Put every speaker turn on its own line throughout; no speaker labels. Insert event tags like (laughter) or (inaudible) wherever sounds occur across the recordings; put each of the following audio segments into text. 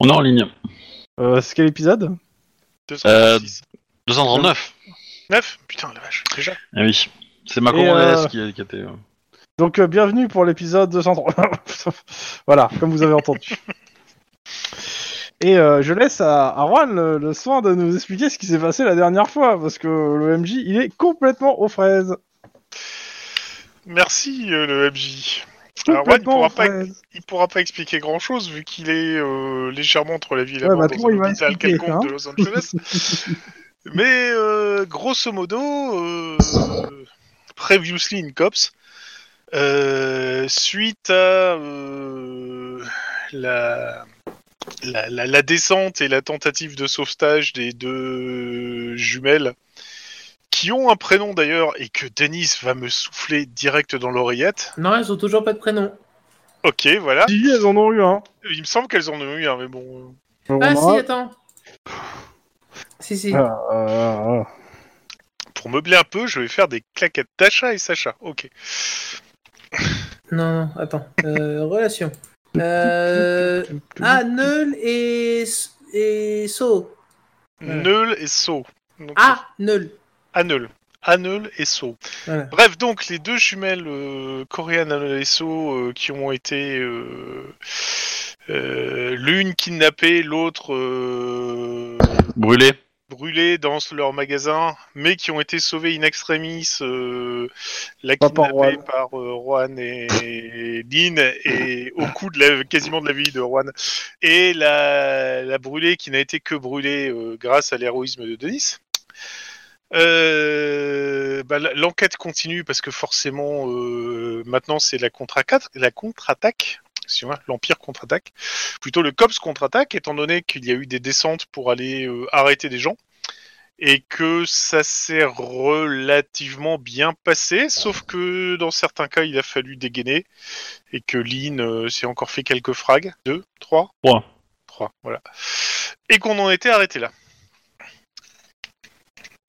On est en ligne.
Euh, c'est quel épisode
236. 239.
9 Euh, Putain, la vache, déjà.
Ah oui. C'est ma
Et, euh,
commande qui, qui était. euh,
Donc euh, bienvenue pour l'épisode 203. (laughs) voilà, comme vous avez entendu. Et euh, je laisse à, à Juan le, le soin de nous expliquer ce qui s'est passé la dernière fois, parce que le MJ, il est complètement aux fraises.
Merci, euh, le MJ. Alors, ouais, il
Complètement
pourra,
aux
pas,
fraises.
il pourra pas expliquer grand chose vu qu'il est euh, légèrement entre la vie et la
Ouais,
mort
bah,
dans
toi,
un
il va
hôpital
expliquer,
quelconque
hein.
de Los Angeles.
(laughs)
Mais euh, grosso modo, euh, previously in cops, euh, suite à euh, la, la, la- la descente et la tentative de sauvetage des deux jumelles, qui ont un prénom d'ailleurs et que Denis va me souffler direct dans l'oreillette.
Non, elles ont toujours pas de prénom.
Ok, voilà.
Si, elles en ont eu un.
Il me semble qu'elles en ont eu un, mais bon. euh,
On
Ah
aura-
si, attends. Si, si.
Ah, ah, ah.
Pour meubler un peu, je vais faire des claquettes d'achat et Sacha. Ok.
Non, non, attends. Euh, relation. Euh... Ah, Neul et... S- et So. Voilà.
Neul et So. Donc,
Ah, Neul.
Aneul. Aneul et So.
Voilà.
Bref, donc, les deux jumelles euh, coréennes Aneul et So euh, qui ont été euh, euh, l'une kidnappée, l'autre euh,
Brûlé.
brûlée dans leur magasin, mais qui ont été sauvées in extremis, euh, la
Pas par
kidnappée par euh, Juan et, et Lynn,
(laughs)
et au coup de la, quasiment de la vie de Juan, et la, la brûlée qui n'a été que brûlée euh, grâce à l'héroïsme de Denis. Euh, bah, l- L'enquête continue parce que forcément, euh, maintenant c'est la contre-attaque, la contre-attaque, excusez-moi, l'empire contre-attaque, plutôt le cops contre-attaque, étant donné qu'il y a eu des descentes pour aller euh, arrêter des gens et que ça s'est relativement bien passé, sauf que dans certains cas il a fallu dégainer et que Lynn euh, s'est encore fait quelques frags, deux, trois,
Trois.
trois, voilà, et qu'on en était arrêté là.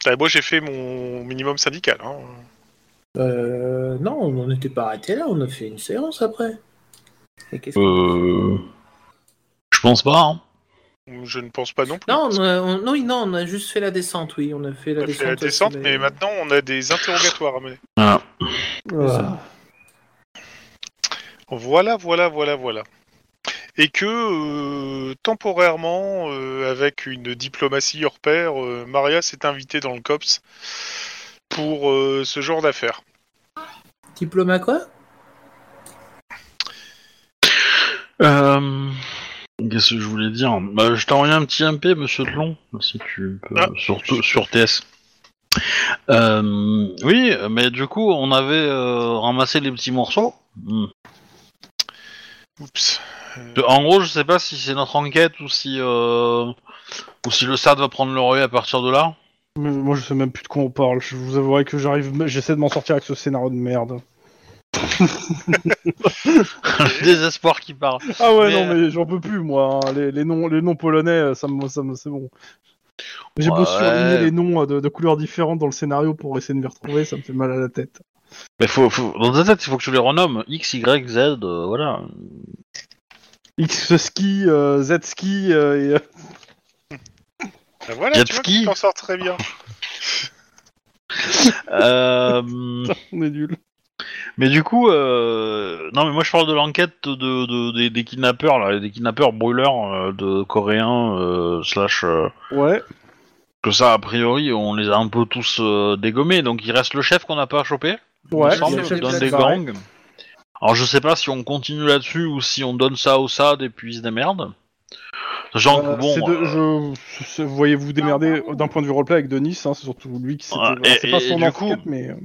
Ah, moi j'ai fait mon minimum syndical. hein.
Euh, non, on n'en était pas arrêté là, on a fait une séance après. Et qu'est-ce que-
Euh... Je pense pas. hein.
Je ne pense pas non plus.
Non, on a- on- non, oui, non, on a juste fait la descente, oui, on a fait la
on a
descente. euh,
fait la descente,
aussi,
mais maintenant on a des interrogatoires à mener.
Voilà.
Ah.
Voilà, voilà, voilà, voilà. Et que euh, temporairement, euh, avec une diplomatie hors pair, euh, Maria s'est invitée dans le COPS pour euh, ce genre d'affaires.
Diplôme à quoi
Euh... Qu'est-ce que je voulais dire bah, Je t'ai envoyé un petit MP, monsieur Tlon, si tu peux,
Ah.
sur, sur TS. Euh, oui, mais du coup, on avait euh, ramassé les petits morceaux. Hmm.
Oups.
En gros, je sais pas si c'est notre enquête ou si, euh, ou si le SAD va prendre le relais à partir de là. (laughs)
Mais moi, je sais même plus de quoi on parle. Je vous avouerai que j'arrive, j'essaie de m'en sortir avec ce scénario de merde.
le désespoir qui parle.
Ah ouais,
Mais, euh,
non, mais j'en peux plus, moi. hein. Les, les noms, les noms polonais, euh, ça me, ça me- c'est bon. J'ai beau
Ouais.
surligner les noms euh, de, de couleurs différentes dans le scénario pour essayer de me retrouver, ça me fait mal à la tête.
Mais faut, faut- dans ta tête, il faut que tu les renommes X, Y, Z, euh, voilà.
X ski, euh, Z ski, euh, et, euh, (laughs)
Ah, voilà, tu vois
Jetski.
qu'il t'en sort très bien. (laughs)
(laughs)
Euh,
on est nul.
Mais du coup, euh... non, mais moi je parle de l'enquête de, de- des- des kidnappeurs, là, des kidnappeurs brûleurs euh, de coréens, euh, slash. euh,
Ouais.
que ça, a priori, on les a un peu tous euh, dégommés, donc il reste le chef qu'on n'a pas chopé, il
Ouais.
me semble,
le chef
d'un
de
des
la soirée.
gangs. Alors je sais pas si on continue là-dessus ou si on donne ça au SAD et puis ils se démerdent. Genre,
Euh,
bon.
c'est de-
euh,
je- c'est- vous voyez vous démerder d'un point de vue roleplay avec Denis, hein, c'est surtout lui qui s'était.
Ah,
voilà,
et-
c'est pas
et- et
son
du
enquête,
coup-
mais. (laughs) euh,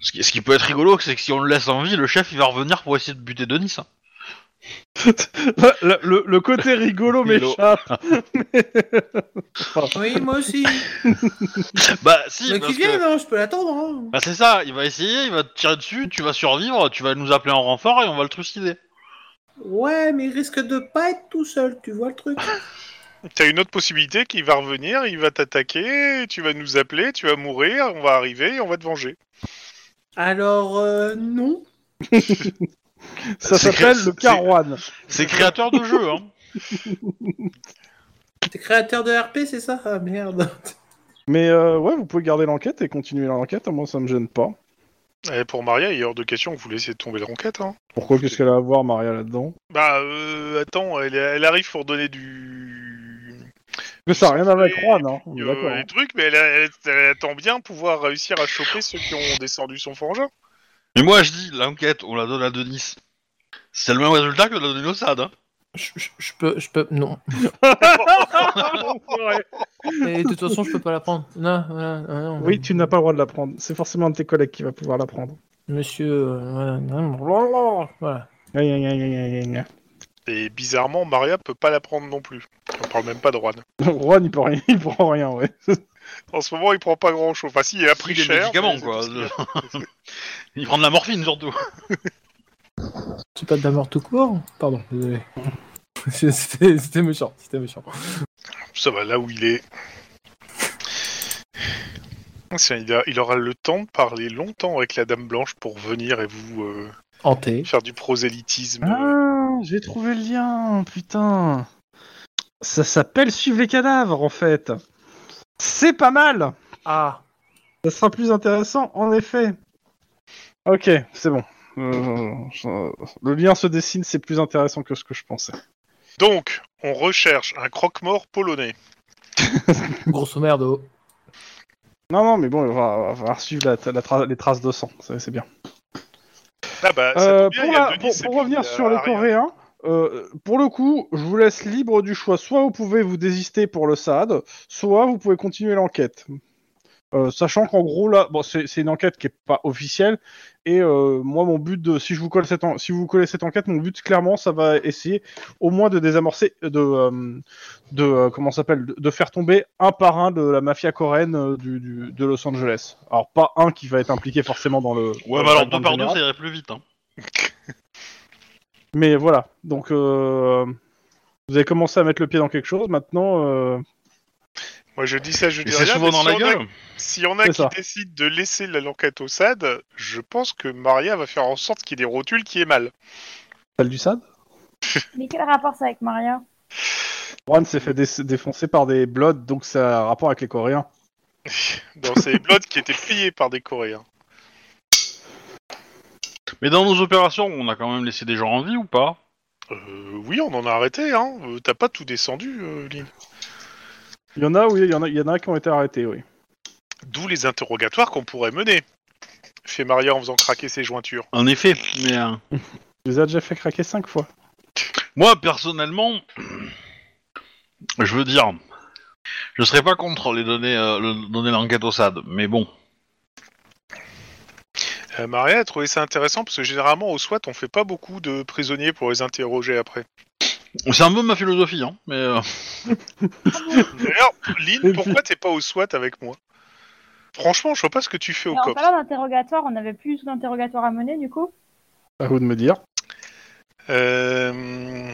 Ce qui, ce qui peut être rigolo, c'est que si on le laisse en vie, le chef il va revenir pour essayer de buter Denis. (laughs) hein.
le, le- le côté rigolo
Rigolo.
m'échappe.
Oui, moi
(laughs)
aussi.
Bah si,
mais
parce
qui
que-
viennent, hein, je peux l'attendre. hein.
Bah c'est ça, il va essayer, il va te tirer dessus, tu vas survivre, tu vas nous appeler en renfort et on va le trucider.
Ouais, mais il risque de pas être tout seul, tu vois le truc
T'as une autre possibilité qu'il va revenir, il va t'attaquer, tu vas nous appeler, tu vas mourir, on va arriver et on va te venger.
Alors, euh, non.
Ça
C'est
s'appelle
clair,
le
c'est-
Carouane.
(laughs) C'est créateur de jeu, hein.
T'es créateur de RP, c'est ça Ah merde.
Mais euh, ouais, vous pouvez garder l'enquête et continuer l'enquête, moi ça me gêne pas.
Et pour Maria, il est hors de question que vous laissez tomber l'enquête. Hein.
Pourquoi Qu'est-ce qu'elle a à voir, Maria, là-dedans
Bah, euh, attends, elle, elle arrive pour donner du.
Mais ça n'a rien à voir avec Juan, hein. on est
euh,
d'accord, hein.
les trucs, mais elle, elle- elle attend bien pouvoir réussir à choper ceux qui ont descendu son frangin.
Mais moi, je dis, l'enquête, on la donne à Denis. C'est le même résultat que de la donner au SAD. Hein.
Je, je- je peux, je peux,
(laughs)
non.
Ouais.
Et de toute façon, je peux pas la prendre. Non, voilà, euh, non.
Oui, tu n'as pas le droit de la prendre. C'est forcément un de tes collègues qui va pouvoir la prendre.
Monsieur, euh, voilà, non, voilà.
Aïe, aïe, aïe, aïe, aïe, aïe, aïe.
Et bizarrement, Maria peut pas la prendre non plus. On parle même pas de Juan.
(laughs) Juan, il peut rien, il prend rien, ouais.
En ce moment, il prend pas grand chose. Enfin, si, il a pris
Il y a des
cher.
médicaments,
mais c'est
quoi.
tout ce qu'il y a.
(laughs) Il prend de la morphine, surtout.
C'est pas de la mort tout court hein. Pardon, désolé. (laughs) C'est- C'était c'était méchant, c'était méchant.
Ça va là où il est. Tiens, Il, a- il aura le temps de parler longtemps avec la Dame Blanche pour venir et vous euh,
Hanté.
faire du prosélytisme.
Ah, j'ai trouvé le lien, putain. Ça s'appelle Suivre les cadavres, en fait. C'est pas mal.
Ah
Ça sera plus intéressant, en effet. Ok, c'est bon. Euh, je- le lien se dessine, c'est plus intéressant que ce que je pensais.
Donc, on recherche un croque-mort polonais.
Grosso merdo.
Non, non, mais bon, on va, on va falloir suivre la- la tra- les traces de sang, ça, c'est bien.
Ah bah, ça
Euh,
tombe bien,
pour,
il y a
la-
Denis
pour-
et
pour
puis,
revenir
euh,
sur les
Ariane.
Coréens, euh, pour le coup, je vous laisse libre du choix. Soit vous pouvez vous désister pour le SAD, soit vous pouvez continuer l'enquête. Euh, sachant qu'en gros là, bon, c'est c'est une enquête qui est pas officielle et euh, moi mon but de si je vous colle cette en- si vous collez cette enquête, mon but clairement ça va essayer au moins de désamorcer de euh, de euh, comment ça s'appelle de, de faire tomber un par un de la mafia coréenne euh, du, du- de Los Angeles. Alors pas un qui va être impliqué forcément dans le
Ouais,
dans
mais
le
alors,
traitement
deux par deux,
général.
ça irait plus vite. Hein.
Mais voilà, donc euh, vous avez commencé à mettre le pied dans quelque chose, maintenant... euh,
Moi, je dis ça, je
Et
dis
c'est
rien,
souvent
mais
dans
si
la
on a-
gueule.
S'il y en a
C'est
qui
ça.
décident de laisser la- l'enquête au SAD, je pense que Maria va faire en sorte qu'il y ait des rotules qui est mal.
Celle du SAD
Mais quel rapport ça avec Maria
Juan s'est fait dé- défoncer par des Bloods, donc ça a rapport avec les Coréens.
Dans
(laughs)
ces blots qui étaient payés par des Coréens.
Mais dans nos opérations, on a quand même laissé des gens en vie ou pas
Euh, oui, on en a arrêté, hein. Euh, T'as pas tout descendu, euh, Lynn.
Il y en a, oui, il y en a, il y en a qui ont été arrêtés, oui.
D'où les interrogatoires qu'on pourrait mener. Fait Maria en faisant craquer ses jointures.
En effet, mais euh,
Je les ai déjà fait craquer cinq fois.
moi personnellement, je veux dire, je serais pas contre les donner, euh, le- donner l'enquête au SAD, mais bon.
Euh, Maria a trouvé ça intéressant parce que généralement au SWAT on fait pas beaucoup de prisonniers pour les interroger après.
C'est un peu ma philosophie, hein, mais euh,
D'ailleurs,
(laughs) Et
Lynn,
puis-
pourquoi t'es pas au SWAT avec moi Franchement, je vois pas ce que tu fais au
Mais En
COPS.
parlant d'interrogatoire, on n'avait plus d'interrogatoire à mener du coup
À vous de me dire.
Euh...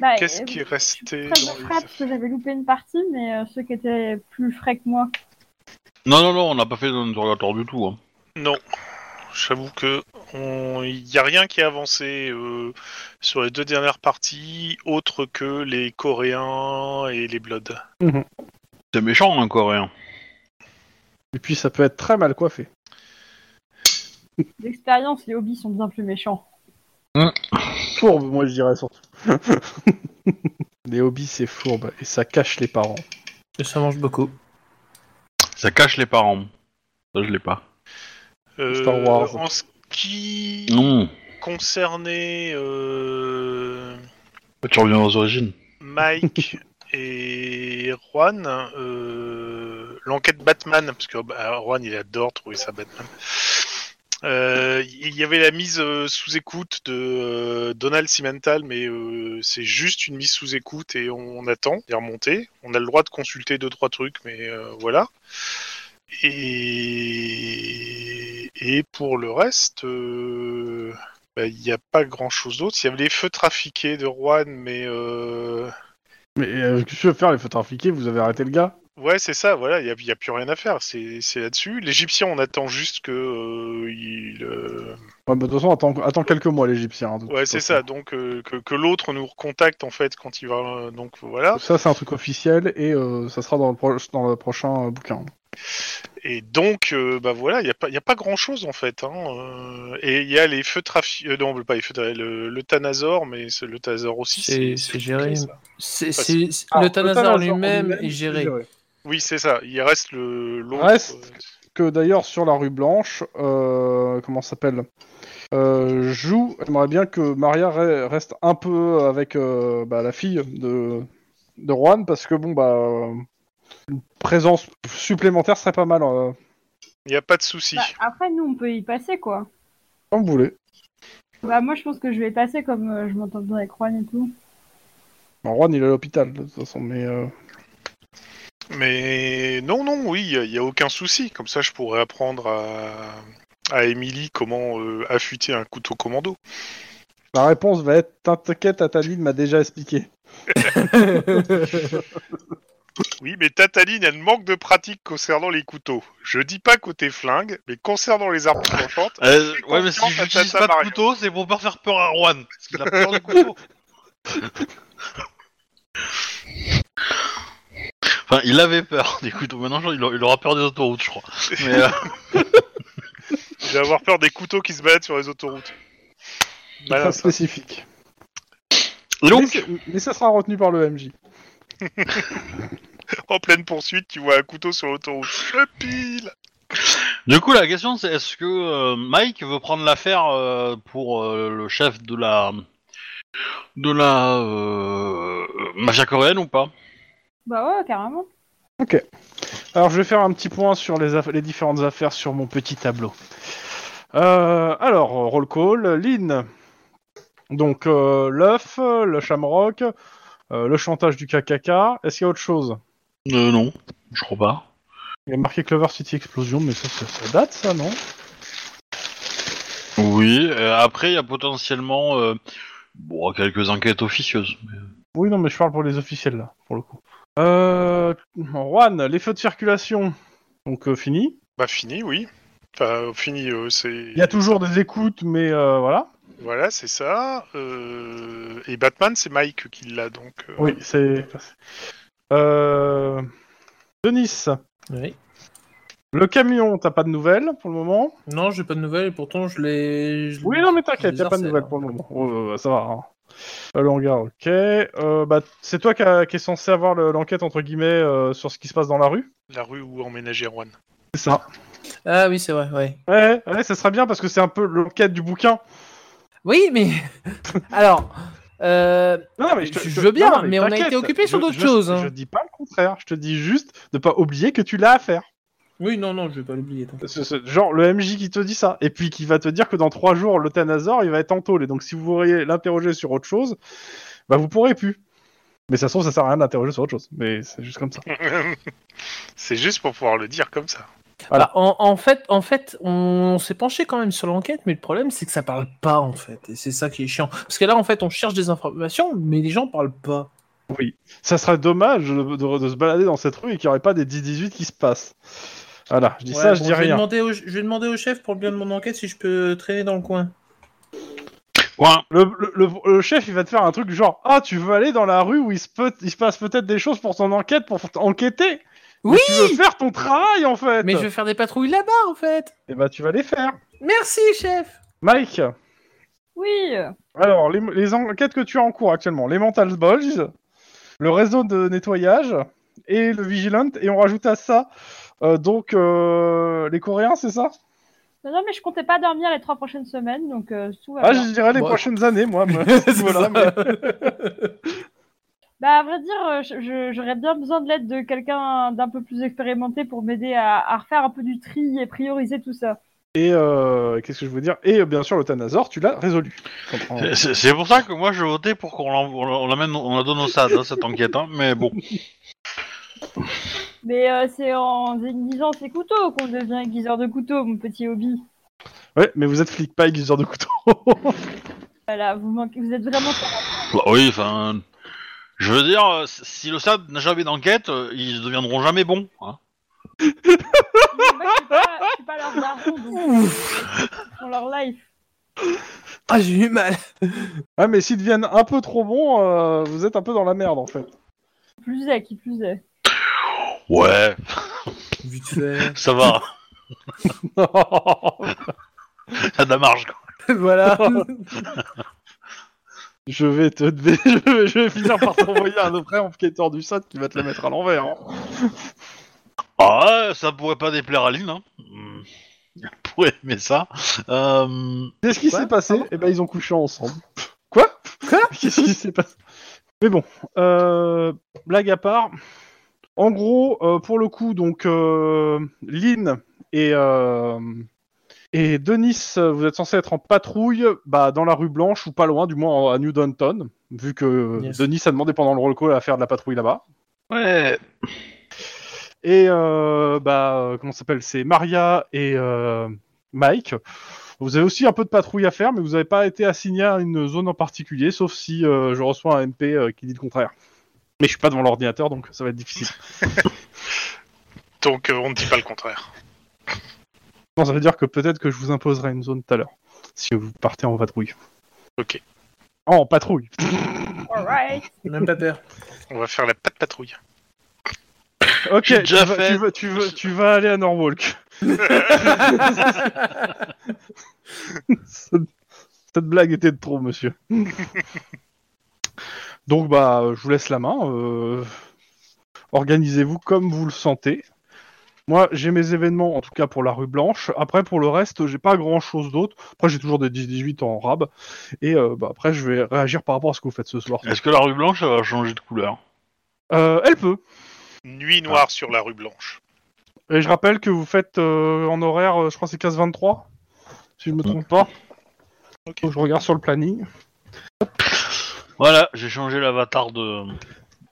Bah,
Qu'est-ce
euh,
qui est
Je suis
resté
très
dans
de
les
frappe parce que j'avais loupé une partie, mais euh, ceux qui étaient plus frais que moi.
non, non, non, on n'a pas fait d'interrogatoire du tout. hein.
Non. J'avoue que on... y a rien qui est avancé euh, sur les deux dernières parties, autre que les Coréens et les Bloods.
C'est méchant, hein, un Coréen.
Et puis ça peut être très mal coiffé.
D'expérience, les hobbies sont bien plus méchants.
Fourbe, moi je dirais surtout. (laughs) les hobbies, c'est fourbe, et ça cache les parents.
Et ça mange beaucoup.
Ça cache les parents. Ça, je l'ai pas.
Euh,
Star Wars.
En ce qui
Non,
concernait euh,
Bah, tu reviens aux origines.
Mike et Juan, euh, l'enquête Batman, parce que bah, Juan il adore trouver ça Batman. Euh, Il y avait la mise euh, sous écoute de euh, Donald Simental, mais euh, c'est juste une mise sous écoute et on, on attend d'y remonter. On a le droit de consulter deux trois trucs, mais euh, voilà. Et... et pour le reste, euh, bah, il n'y a pas grand chose d'autre. Il y avait les feux trafiqués de Juan, mais euh,
Mais euh, qu'est-ce que tu veux faire, les photos impliquées, vous avez arrêté le gars
Ouais, c'est ça, voilà, il n'y a, plus rien à faire, c'est c'est là-dessus. L'Égyptien, on attend juste que. euh, il, euh,
Ouais, bah, de toute façon, attends, attends quelques mois, l'Égyptien. hein, de
Ouais,
toute
c'est
façon.
ça, donc euh, que, que l'autre nous recontacte en fait quand il va. euh, Donc voilà.
Ça, c'est un truc officiel et euh, ça sera dans le, pro- dans le prochain euh, bouquin.
Et donc, euh, bah voilà, il n'y a, pas- y a pas grand-chose en fait. hein, euh, Et il y a les feux trafic. euh, non, pas les feux tra- le, le Thanazor, mais c'est- le Thanazor aussi.
C'est- c'est géré.
ça.
C'est,
Parce-
c'est- c'est-
Ah,
le Thanazar
Thanazar
lui-même
en
est géré.
Oui, c'est ça, il reste le. l'autre,
Reste
euh,
Que d'ailleurs, sur la rue Blanche, euh, comment ça s'appelle euh, Joue, j'aimerais bien que Maria re- reste un peu avec euh, bah, la fille de, de Juan parce que, bon, bah. euh, une présence supplémentaire serait pas mal. euh,
Il n'y a pas de souci.
Bah, après, nous, on peut y passer, quoi.
comme vous voulez.
Bah, moi, je pense que je vais passer comme euh, je m'entends bien avec Juan et tout.
Bon, Juan, il est à l'hôpital, de toute façon, mais. euh,
Mais non, non, oui, il n'y a aucun souci. Comme ça, je pourrais apprendre à, à Emily comment euh, affûter un couteau commando.
La réponse va être T'inquiète, Ataline m'a déjà expliqué.
Oui, mais Tataline, elle manque de pratique concernant les couteaux. Je dis pas côté flingue, mais concernant les armes tranchantes.
Euh,
Je suis
ouais, mais
confiant
si
face à
j'utilise
ça,
pas de
Mario.
couteau, c'est pour pas faire peur à Juan. Parce qu'il a peur du couteau. enfin, il avait peur des couteaux. Maintenant, genre, il a- il aura peur des autoroutes, je crois. Mais, euh,
Je vais avoir peur des couteaux qui se baladent sur
(laughs)
les autoroutes. Malin,
Pas
Bah, ça.
spécifique. mais,
donc,
c'est- mais ça sera retenu par le MJ.
En pleine poursuite, tu vois un couteau sur l'autoroute. Je pile
du coup, la question c'est est-ce que euh, Mike veut prendre l'affaire euh, pour euh, le chef de la de la euh, mafia coréenne ou pas
Bah, ouais, carrément.
Alors, je vais faire un petit point sur les, aff- les différentes affaires sur mon petit tableau. Euh, alors, roll call, Lynn. Donc, euh, l'œuf, euh, le shamrock, euh, le chantage du KKK. Est-ce qu'il y a autre chose
euh, Non, je crois pas.
Il y a marqué Clover City Explosion, mais ça, ça, ça date, ça, non
Oui, euh, après, il y a potentiellement euh, bon, quelques enquêtes officieuses.
Oui, non, mais je parle pour les officiels, là, pour le coup. Euh, Juan, les feux de circulation. Donc, euh, fini.
Bah fini, oui. Enfin, fini, euh, c'est...
Il y a toujours des écoutes, mais euh, voilà.
Voilà, c'est ça. Euh, Et Batman, c'est Mike qui l'a, donc... euh,
Oui, c'est. Euh... Denis,
Oui.
le camion, t'as pas de nouvelles pour le moment
Non, j'ai pas de nouvelles, pourtant je l'ai. je-
Oui, non, mais t'inquiète,
je les
t'as pas de
harcèle.
nouvelles pour le moment. Oh, euh, ça va. Hein. Euh, Longa, ok. Euh, bah, c'est toi qui, a- qui est censé avoir le- l'enquête, entre guillemets, euh, sur ce qui se passe dans la rue
La rue où emménager Juan.
C'est ça.
Ah oui, c'est vrai, ouais.
Ouais, ouais, ça serait bien parce que c'est un peu l'enquête du bouquin.
Oui,
(laughs)
mais. Alors. euh,
Non, mais
Je- je veux bien, mais on a
t'inquiète,
été occupé sur
je-
d'autres
je-
choses, hein.
Je dis pas le contraire, je te dis juste de pas oublier que tu l'as à faire.
Oui, non, non, je vais pas l'oublier. t'inquiète.
Ce- ce- genre le MJ qui te dit ça, et puis qui va te dire que dans trois jours, le Thanazor, il va être en tôle, et donc si vous voulez l'interroger sur autre chose, bah vous pourrez plus. Mais ça se trouve, ça sert à rien d'interroger sur autre chose, mais c'est juste comme ça.
c'est juste pour pouvoir le dire comme ça.
Bah, en, en fait, en fait, on s'est penché quand même sur l'enquête, mais le problème c'est que ça parle pas en fait, et c'est ça qui est chiant. Parce que là, en fait, on cherche des informations, mais les gens parlent pas.
Ça serait dommage de, de- de se balader dans cette rue et qu'il n'y aurait pas des 10-18 qui se passent. Voilà, je dis
Ouais,
ça, je
bon,
dis
vais
rien.
demander au- je vais demander au chef pour le bien de mon enquête si je peux traîner dans le coin.
Ouais,
Le, le- le- le chef, il va te faire un truc genre Ah, tu veux aller dans la rue où il se, peut, il se passe peut-être des choses pour ton enquête, pour enquêter Mais
Oui
Tu veux faire ton travail en fait
Mais je vais faire des patrouilles là-bas en fait.
Et bah, tu vas les faire.
Merci
(laughs)
chef.
Mike
Oui euh,
Alors, les, les enquêtes que tu as en cours actuellement, les Mental Bulge, le réseau de nettoyage et le Vigilant, et on rajoute à ça euh, donc euh, les Coréens, c'est ça
Non, non, mais je comptais pas dormir les trois prochaines semaines, donc euh, tout va
Ah,
bien.
je dirais les
Bon.
prochaines années, moi. mais-
(laughs) C'est
voilà,
ça.
mais-
Bah, à vrai dire, euh, je- je- j'aurais bien besoin de l'aide de quelqu'un d'un peu plus expérimenté pour m'aider à, à refaire un peu du tri et prioriser tout ça.
Et euh, qu'est-ce que je veux dire Et euh, bien sûr, le Thanazor, tu l'as résolu. Je
(laughs)
comprends.
c'est- c'est c'est pour ça que moi je votais pour qu'on l'en- on l'en- on l'amène, on la donne au SAD, hein, cette enquête. hein, mais (laughs) bon,
Mais euh, c'est en aiguisant ses couteaux qu'on devient aiguiseur de couteaux, mon petit hobby.
Ouais, mais vous êtes flic, pas aiguiseur de couteau. (laughs)
Voilà, vous, manquez, vous êtes vraiment...
Bah oui, enfin, Je veux dire, euh, si- si le SAD n'a jamais d'enquête, euh, ils deviendront jamais bons. hein.
Moi, je suis pas- je suis pas leur daron, donc euh, dans leur life.
Ah, j'ai eu mal.
Ouais, Ah, mais s'ils deviennent un peu trop bons, euh, vous êtes un peu dans la
(laughs)
merde en fait.
Plus est, qui plus est.
Ouais,
Vite fait.
ça va. Ça a de la marge. quoi.
(laughs) voilà.
je vais te, dé- (laughs) je vais, je vais finir par t'envoyer un autre enquêteur du SAD qui va te la mettre à l'envers. hein.
Ah, ouais, ça pourrait pas déplaire à Lynn. Hein. Hmm. Elle pourrait aimer ça. Euh,
Qu'est-ce qui
Quoi
s'est passé Eh ben, ils ont couché ensemble. (laughs) Quoi Quoi Qu'est-ce (laughs) qui s'est passé Mais bon, euh, blague à part. En gros, euh, pour le coup, donc euh, Lynn et euh, et Denis, euh, vous êtes censés être en patrouille, bah dans la rue Blanche ou pas loin, du moins à New Downton, vu que
Yes.
Denis a demandé pendant le roll call à faire de la patrouille là-bas.
Ouais.
Et euh, bah, euh, comment ça s'appelle C'est Maria et euh, Mike. Vous avez aussi un peu de patrouille à faire, mais vous n'avez pas été assigné à une zone en particulier, sauf si euh, je reçois un MP euh, qui dit le contraire. Mais je suis pas devant l'ordinateur, donc ça va être difficile.
Donc euh, on ne dit pas le contraire.
Non, ça veut dire que peut-être que je vous imposerai une zone tout à l'heure, si vous partez en patrouille.
Ok.
En patrouille.
Alright.
Même pas peur.
On va faire la patte patrouille.
Ok.
J'ai
tu,
déjà
vas,
fait.
tu, vas, tu, vas, tu vas aller à Norwalk. (laughs) cette, cette blague était de trop, monsieur. (laughs) Donc bah, euh, je vous laisse la main. euh, Organisez-vous comme vous le sentez. Moi, j'ai mes événements, en tout cas pour la rue Blanche. Après, pour le reste, j'ai pas grand-chose d'autre. Après, j'ai toujours des 10-18 en rab. Et euh, bah, après, je vais réagir par rapport à ce que vous faites ce soir.
Est-ce que la rue blanche elle va changer de couleur
Euh, elle peut.
Nuit
Ah.
noire sur la rue Blanche.
Et je rappelle que vous faites euh, en horaire, euh, je crois que c'est 15-23, si je me trompe pas.
Ok.
Je regarde sur le planning.
Voilà, j'ai changé l'avatar de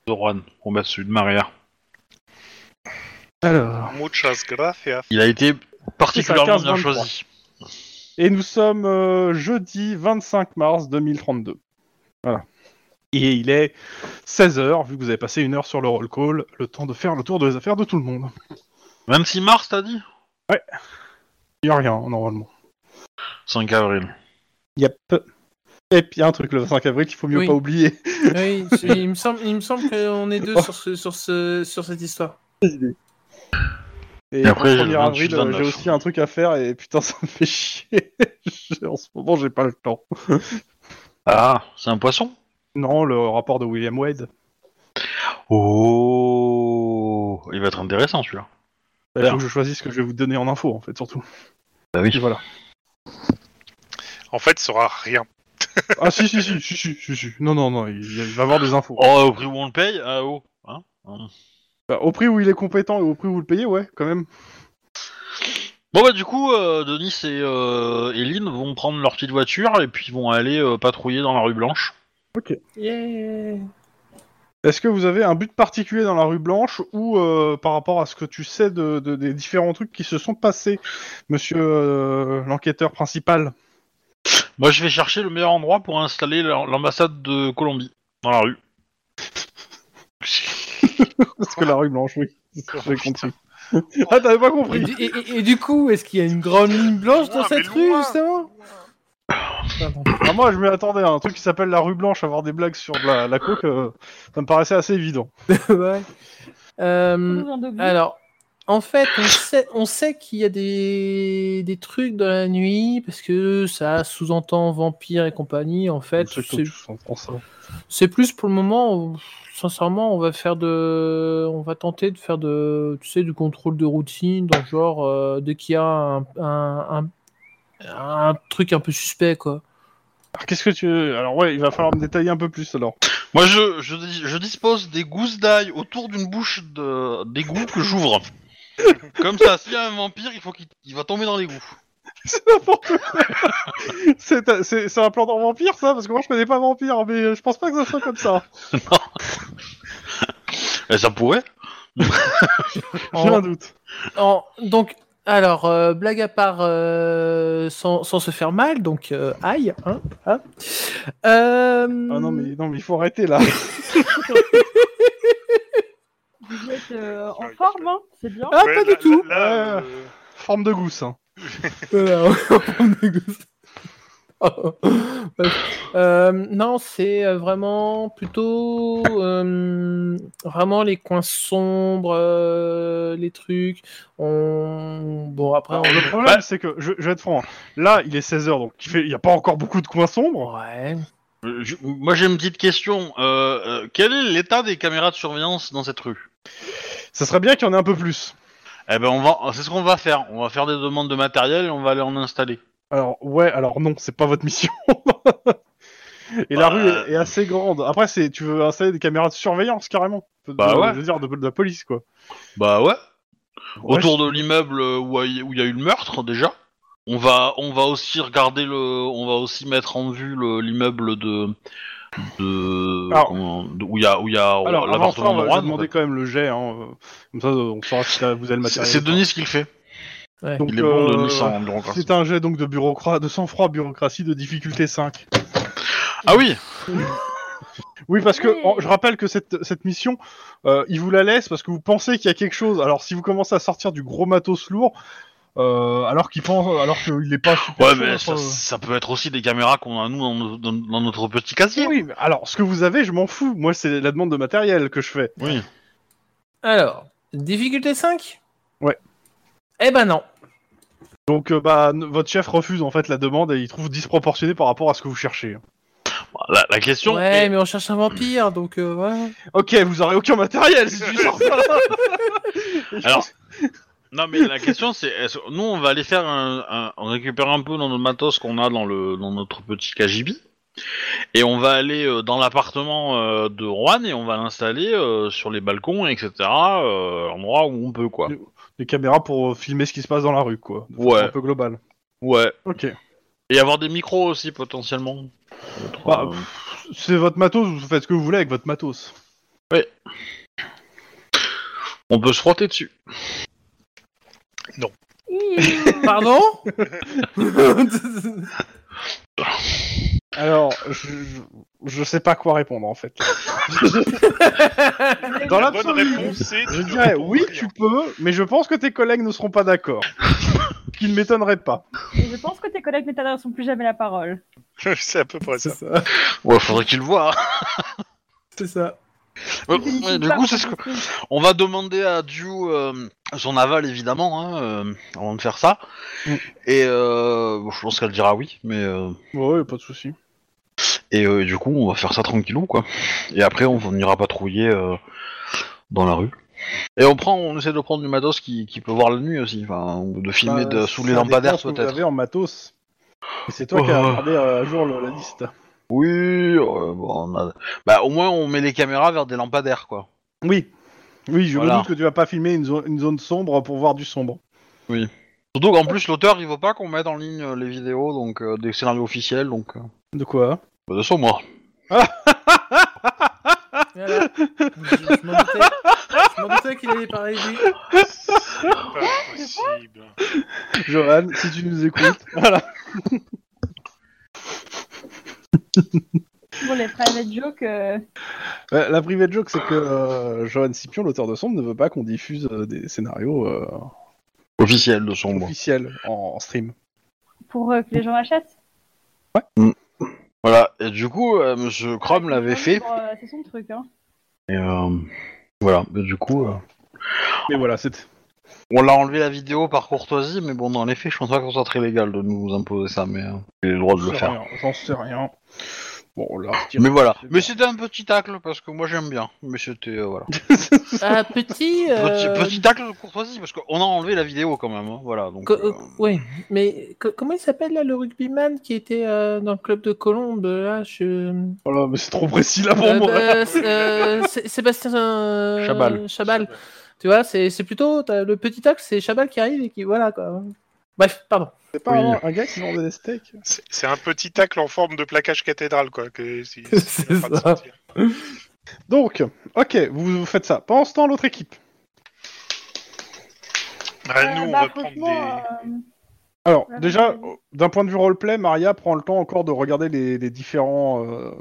de Juan pour mettre celui de Maria.
Alors.
Muchas gracias.
Il a été particulièrement
C'est ça,
bien
15-23.
choisi.
Et nous sommes euh, jeudi 25 mars 2032. Voilà. Et il est 16h, vu que vous avez passé une heure sur le roll call, le temps de faire le tour des affaires de tout le monde.
Même si mars, t'as dit
Il n'y a rien, normalement.
5 avril.
Yep. Et puis il y a un truc le 25 avril qu'il faut mieux
Oui.
pas oublier.
Oui, c'est- il me semble, il me semble qu'on est deux sur, ce, sur, ce, sur cette histoire.
Et,
Et après,
le
j'ai
1er
le
avril,
28,
euh,
29.
j'ai aussi un truc à faire et putain, (laughs) ça me fait chier. (laughs) en ce moment, j'ai pas le temps.
Ah, c'est un poisson
Non, le rapport de William Wade.
Oh Il va être intéressant celui-là.
Il faut que je choisisse ce que je vais vous donner en info, en fait, surtout.
Bah oui.
Et voilà.
En fait, ça aura rien.
Ah, si, si, si, si, si, si, si. Non, non, non, il, il va avoir des infos.
Oh, au prix où on le paye Ah, oh hein Hum.
Bah, au prix où il est compétent et au prix où vous le payez, ouais, quand même.
Bon, bah, du coup, euh, Denis et, euh, et Lynn vont prendre leur petite voiture et puis vont aller euh, patrouiller dans la rue Blanche.
Yeah.
Est-ce que vous avez un but particulier dans la rue Blanche ou euh, par rapport à ce que tu sais de, de- des différents trucs qui se sont passés, monsieur euh, l'enquêteur principal
Moi, je vais chercher le meilleur endroit pour installer l'am- l'ambassade de Colombie dans la rue.
Parce que la rue Blanche, oui. J'ai compris. ah, t'avais pas
Et,
compris
du- et- et- et du coup, est-ce qu'il y a une grande ligne blanche dans
Loin,
cette
mais
rue,
loin.
justement (laughs)
Ah, Moi, je m'y attendais à un truc qui s'appelle la rue Blanche, avoir des blagues sur de la, la coke, euh, ça me paraissait assez évident.
Ouais.
Mm.
Euh,
Vous en doublez.
Alors, en fait, on sait, on sait qu'il y a des, des trucs dans la nuit parce que ça sous-entend vampire et compagnie. En fait,
Ceux qui
c'est-
sont français.
c'est plus pour le moment. où, sincèrement, on va faire de, on va tenter de faire de, tu sais, du contrôle de routine, dans le genre euh, dès qu'il y a un, un- un- un truc un peu suspect, quoi.
Alors, Qu'est-ce que tu veux Alors ouais, il va falloir me détailler un peu plus alors. (laughs)
Moi, je, je, dis- je dispose des gousses d'ail autour d'une bouche de- d'égout que j'ouvre. Comme ça, s'il y a un vampire, il faut qu'il il va tomber dans l'égout.
C'est n'importe quoi. C'est- C'est c'est un plan dans vampire ça parce que moi je connais pas vampire mais euh, je pense pas que ça soit comme (laughs) ça.
Et Eh, ça pourrait
J'ai
En-
un doute.
en- donc,
Alors, euh, blague à part, euh, sans, sans se faire mal, donc euh, aïe. Hein, hein.
Ah
Euh,
non, mais non, mais il faut arrêter là.
Vous êtes euh, en forme, hein c'est bien.
Ah, pas
bah,
du tout.
Là,
Ouais.
euh,
(laughs) Forme de gousse. Hein.
Voilà, on déguste. Oh. Bref. Euh, non, c'est euh, vraiment plutôt euh, vraiment les coins sombres, euh, les trucs. On... Bon, après,
Le
on...
problème, c'est que je, je vais être franc. hein. Là, il est 16h, donc il fait- il n'y a pas encore beaucoup de coins sombres.
Ouais.
Euh, je- Moi j'ai une petite question. Euh, euh, quel est l'état des caméras de surveillance dans cette rue
Ça serait bien qu'il y en ait un peu plus.
Eh ben on va, c'est ce qu'on va faire. On va faire des demandes de matériel et on va aller en installer.
Alors, ouais, alors non, c'est pas votre mission. (laughs) Et
Bah,
la rue est- est assez grande. Après, c'est tu veux installer des caméras de surveillance carrément. De-
Bah ouais.
Je veux dire, de, de la police quoi.
Bah ouais.
Ouais,
Autour de l'immeuble euh, où a- où il y a eu le meurtre déjà. On va, on va aussi regarder le, on va aussi mettre en vue le- l'immeuble de, de,
Alors-
comment- de- où il y a, où il y a
je- Alors, avant ça,
l'appartement
on va
de Juan,
je vais demander
en fait.
quand même le jet. Hein. euh, Comme ça, euh, on saura si t'as- vous avez le
C'est
matériel.
c'est Denis qui le fait.
Donc,
Il est bon
euh,
Denis en bureaucratie.
C'est un jet donc de bureaucra- de sang-froid bureaucratie de difficulté 5.
Ah oui.
Oui, parce que
Oui.
en- je rappelle que cette, cette mission, euh, ils vous la laissent parce que vous pensez qu'il y a quelque chose. Alors, si vous commencez à sortir du gros matos lourd, euh, alors qu'il pense, alors qu'il n'est pas super
Ouais
chaud,
mais
notre-
ça, ça peut être aussi des caméras qu'on a nous dans, nos- dans- dans notre petit casier.
Oui, mais alors ce que vous avez, je m'en fous. Moi, c'est la demande de matériel que je fais.
Oui.
Alors, difficulté 5
Ouais.
Eh ben non.
Donc, euh, bah, n- votre chef refuse en fait la demande et il trouve disproportionnée par rapport à ce que vous cherchez.
La, la question.
ouais,
est-
mais on cherche un vampire, donc euh, voilà.
Ok, vous aurez aucun matériel si tu sors ça.
(laughs) Alors, non, mais la question c'est, est-ce- nous on va aller faire un, un- on récupère un peu dans nos matos qu'on a dans le, dans notre petit KGB, et on va aller euh, dans l'appartement euh, de Juan et on va l'installer euh, sur les balcons, etc. Euh, L'endroit où on peut quoi.
Des caméras pour euh, filmer ce qui se passe dans la rue, quoi. De façon
Ouais.
Un peu global.
Ouais.
Ok.
Et avoir des micros aussi potentiellement.
Bah,
Euh,
C'est votre matos. Vous faites ce que vous voulez avec votre matos.
on peut se frotter dessus.
Pardon
Alors, je, je, je sais pas quoi répondre en fait. (laughs) Dans
la bonne
l'absolu,
réponse, c'est.
(laughs)
je dirais oui, tu peux, mais je pense que tes collègues ne seront pas d'accord. Ce qui ne m'étonnerait pas.
Et je pense que tes collègues n'interrompront plus jamais la parole.
(laughs) c'est à peu près
C'est
ça.
ça.
Ouais, faudrait qu'il le voit. hein.
C'est ça.
Ouais,
Une petite
du
part
coup, c'est ce que.
de plus.
On va demander à Dieu son aval évidemment hein, euh, avant de faire ça.
Mm.
Et euh, bon, je pense qu'elle dira oui, mais euh,
Ouais, ouais, pas de souci.
et euh, du coup on va faire ça tranquillou quoi. Et après on, on ira patrouiller euh, dans la rue. Et on prend, on essaie de prendre du matos qui, qui peut voir la nuit aussi, enfin ou de filmer de-
Bah,
sous les
ça
lampadaires
dépend ce que Vous
peut-être.
avez en matos. Et c'est toi qui as
Oh.
regardé euh, à jour le- la liste.
Oui, euh, bon, on a- bah au moins on met les caméras vers des lampadaires quoi.
Oui. Oui, je
Voilà.
me doute que tu vas pas filmer une, zo- une zone sombre pour voir du sombre.
Surtout qu'en plus l'auteur il veut pas qu'on mette en ligne euh, les vidéos donc euh, des scénarios officiels donc. euh,
De quoi hein
bah, de son moi.
Voilà. Je, je m'en doutais, je m'en doutais qu'il allait parler de lui.
Pas possible.
Johan, si tu nous écoutes. voilà.
Pour les private jokes, euh,
Ouais, La private joke, c'est que euh, Johan Scipion, l'auteur de Sombre, ne veut pas qu'on diffuse euh, des scénarios euh,
Officiel de son moi.
officiels en, en stream.
pour euh, que les gens achètent.
Voilà, et du coup, euh, Monsieur Crum l'avait fait.
Euh, c'est son truc, hein.
Et euh, voilà, mais du coup, euh,
Mais voilà, c'était.
on l'a enlevé la vidéo par courtoisie, mais bon, dans les faits, je pense pas que ce soit très légal de nous imposer ça, mais euh, j'ai le droit de
J'en
le
sais
faire.
rien, J'en sais rien. Bon, on l'a retiré.
Mais voilà,
C'est
mais
bien.
c'était un petit tacle parce que moi j'aime bien. Mais c'était euh, voilà.
Ah, petit.
Petit,
euh,
petit tacle de courtoisie parce qu'on a enlevé la vidéo quand même. hein, Voilà donc.
co- euh,
euh,
ouais, mais co- comment il s'appelle là le rugbyman qui était euh, dans le club de Colombe là je...
Voilà, mais c'est trop précis là pour
Euh,
Ah moi.
bah, c'est- euh, c'est- Sébastien euh,
Chabal.
Chabal. Tu vois, c'est c'est plutôt t'as le petit tacle, c'est Chabal qui arrive et qui voilà quoi. Bref, pardon.
C'est pas
Oui.
vraiment un gars qui vendait des steaks.
C'est c'est un petit tacle en forme de plaquage cathédrale, quoi. Que, si-
C'est
si on a pas de
ça.
sortir.
Donc, ok, vous, vous faites ça. Pendant ce temps, l'autre équipe.
Ah,
Euh,
nous, on
bah,
va prendre
franchement,
des.
euh,
Alors,
Ouais,
déjà,
vas-y.
d'un point de vue roleplay, Maria prend le temps encore de regarder les, les différents, euh,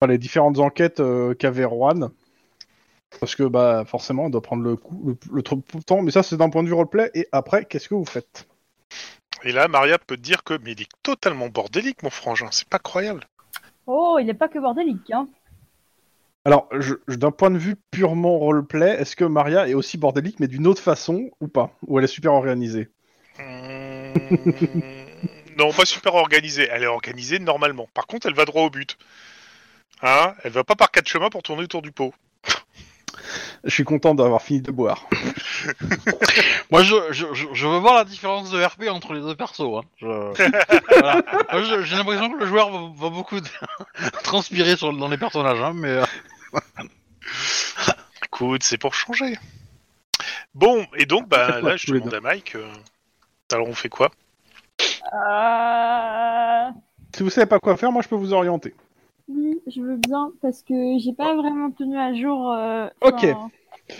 enfin, les différentes enquêtes euh, qu'avait Juan. Parce que, bah, forcément, on doit prendre le coup, le, le trop de temps. Mais ça, c'est d'un point de vue roleplay. Et après, qu'est-ce que vous faites
Et là, Maria peut te dire que. Mais il est totalement bordélique, mon frangin. C'est pas croyable.
Oh, il est pas que bordélique, hein.
Alors, je- je- d'un point de vue purement roleplay, est-ce que Maria est aussi bordélique, mais d'une autre façon, ou pas Ou elle est super organisée
Mmh. Euh, non, pas super organisée. Elle est organisée normalement. Par contre, elle va droit au but. Hein elle va pas par quatre chemins pour tourner autour du pot.
Je suis content d'avoir fini de boire.
Moi, je, je, je- je veux voir la différence de RP entre les deux persos. Hein.
(laughs)
Je- voilà. Moi, je- J'ai l'impression que le joueur va, va beaucoup (laughs) de- transpirer sur, dans les personnages, hein, mais euh,
Écoute, c'est pour changer. Bon, et donc, bah,
Faites-moi
là, je
tous les
demande à Mike. euh, Alors, on fait quoi
Euh,
Si vous savez pas quoi faire, moi, je peux vous orienter.
Oui, je veux bien, parce que j'ai pas vraiment tenu à jour. euh,
Ok.
enfin,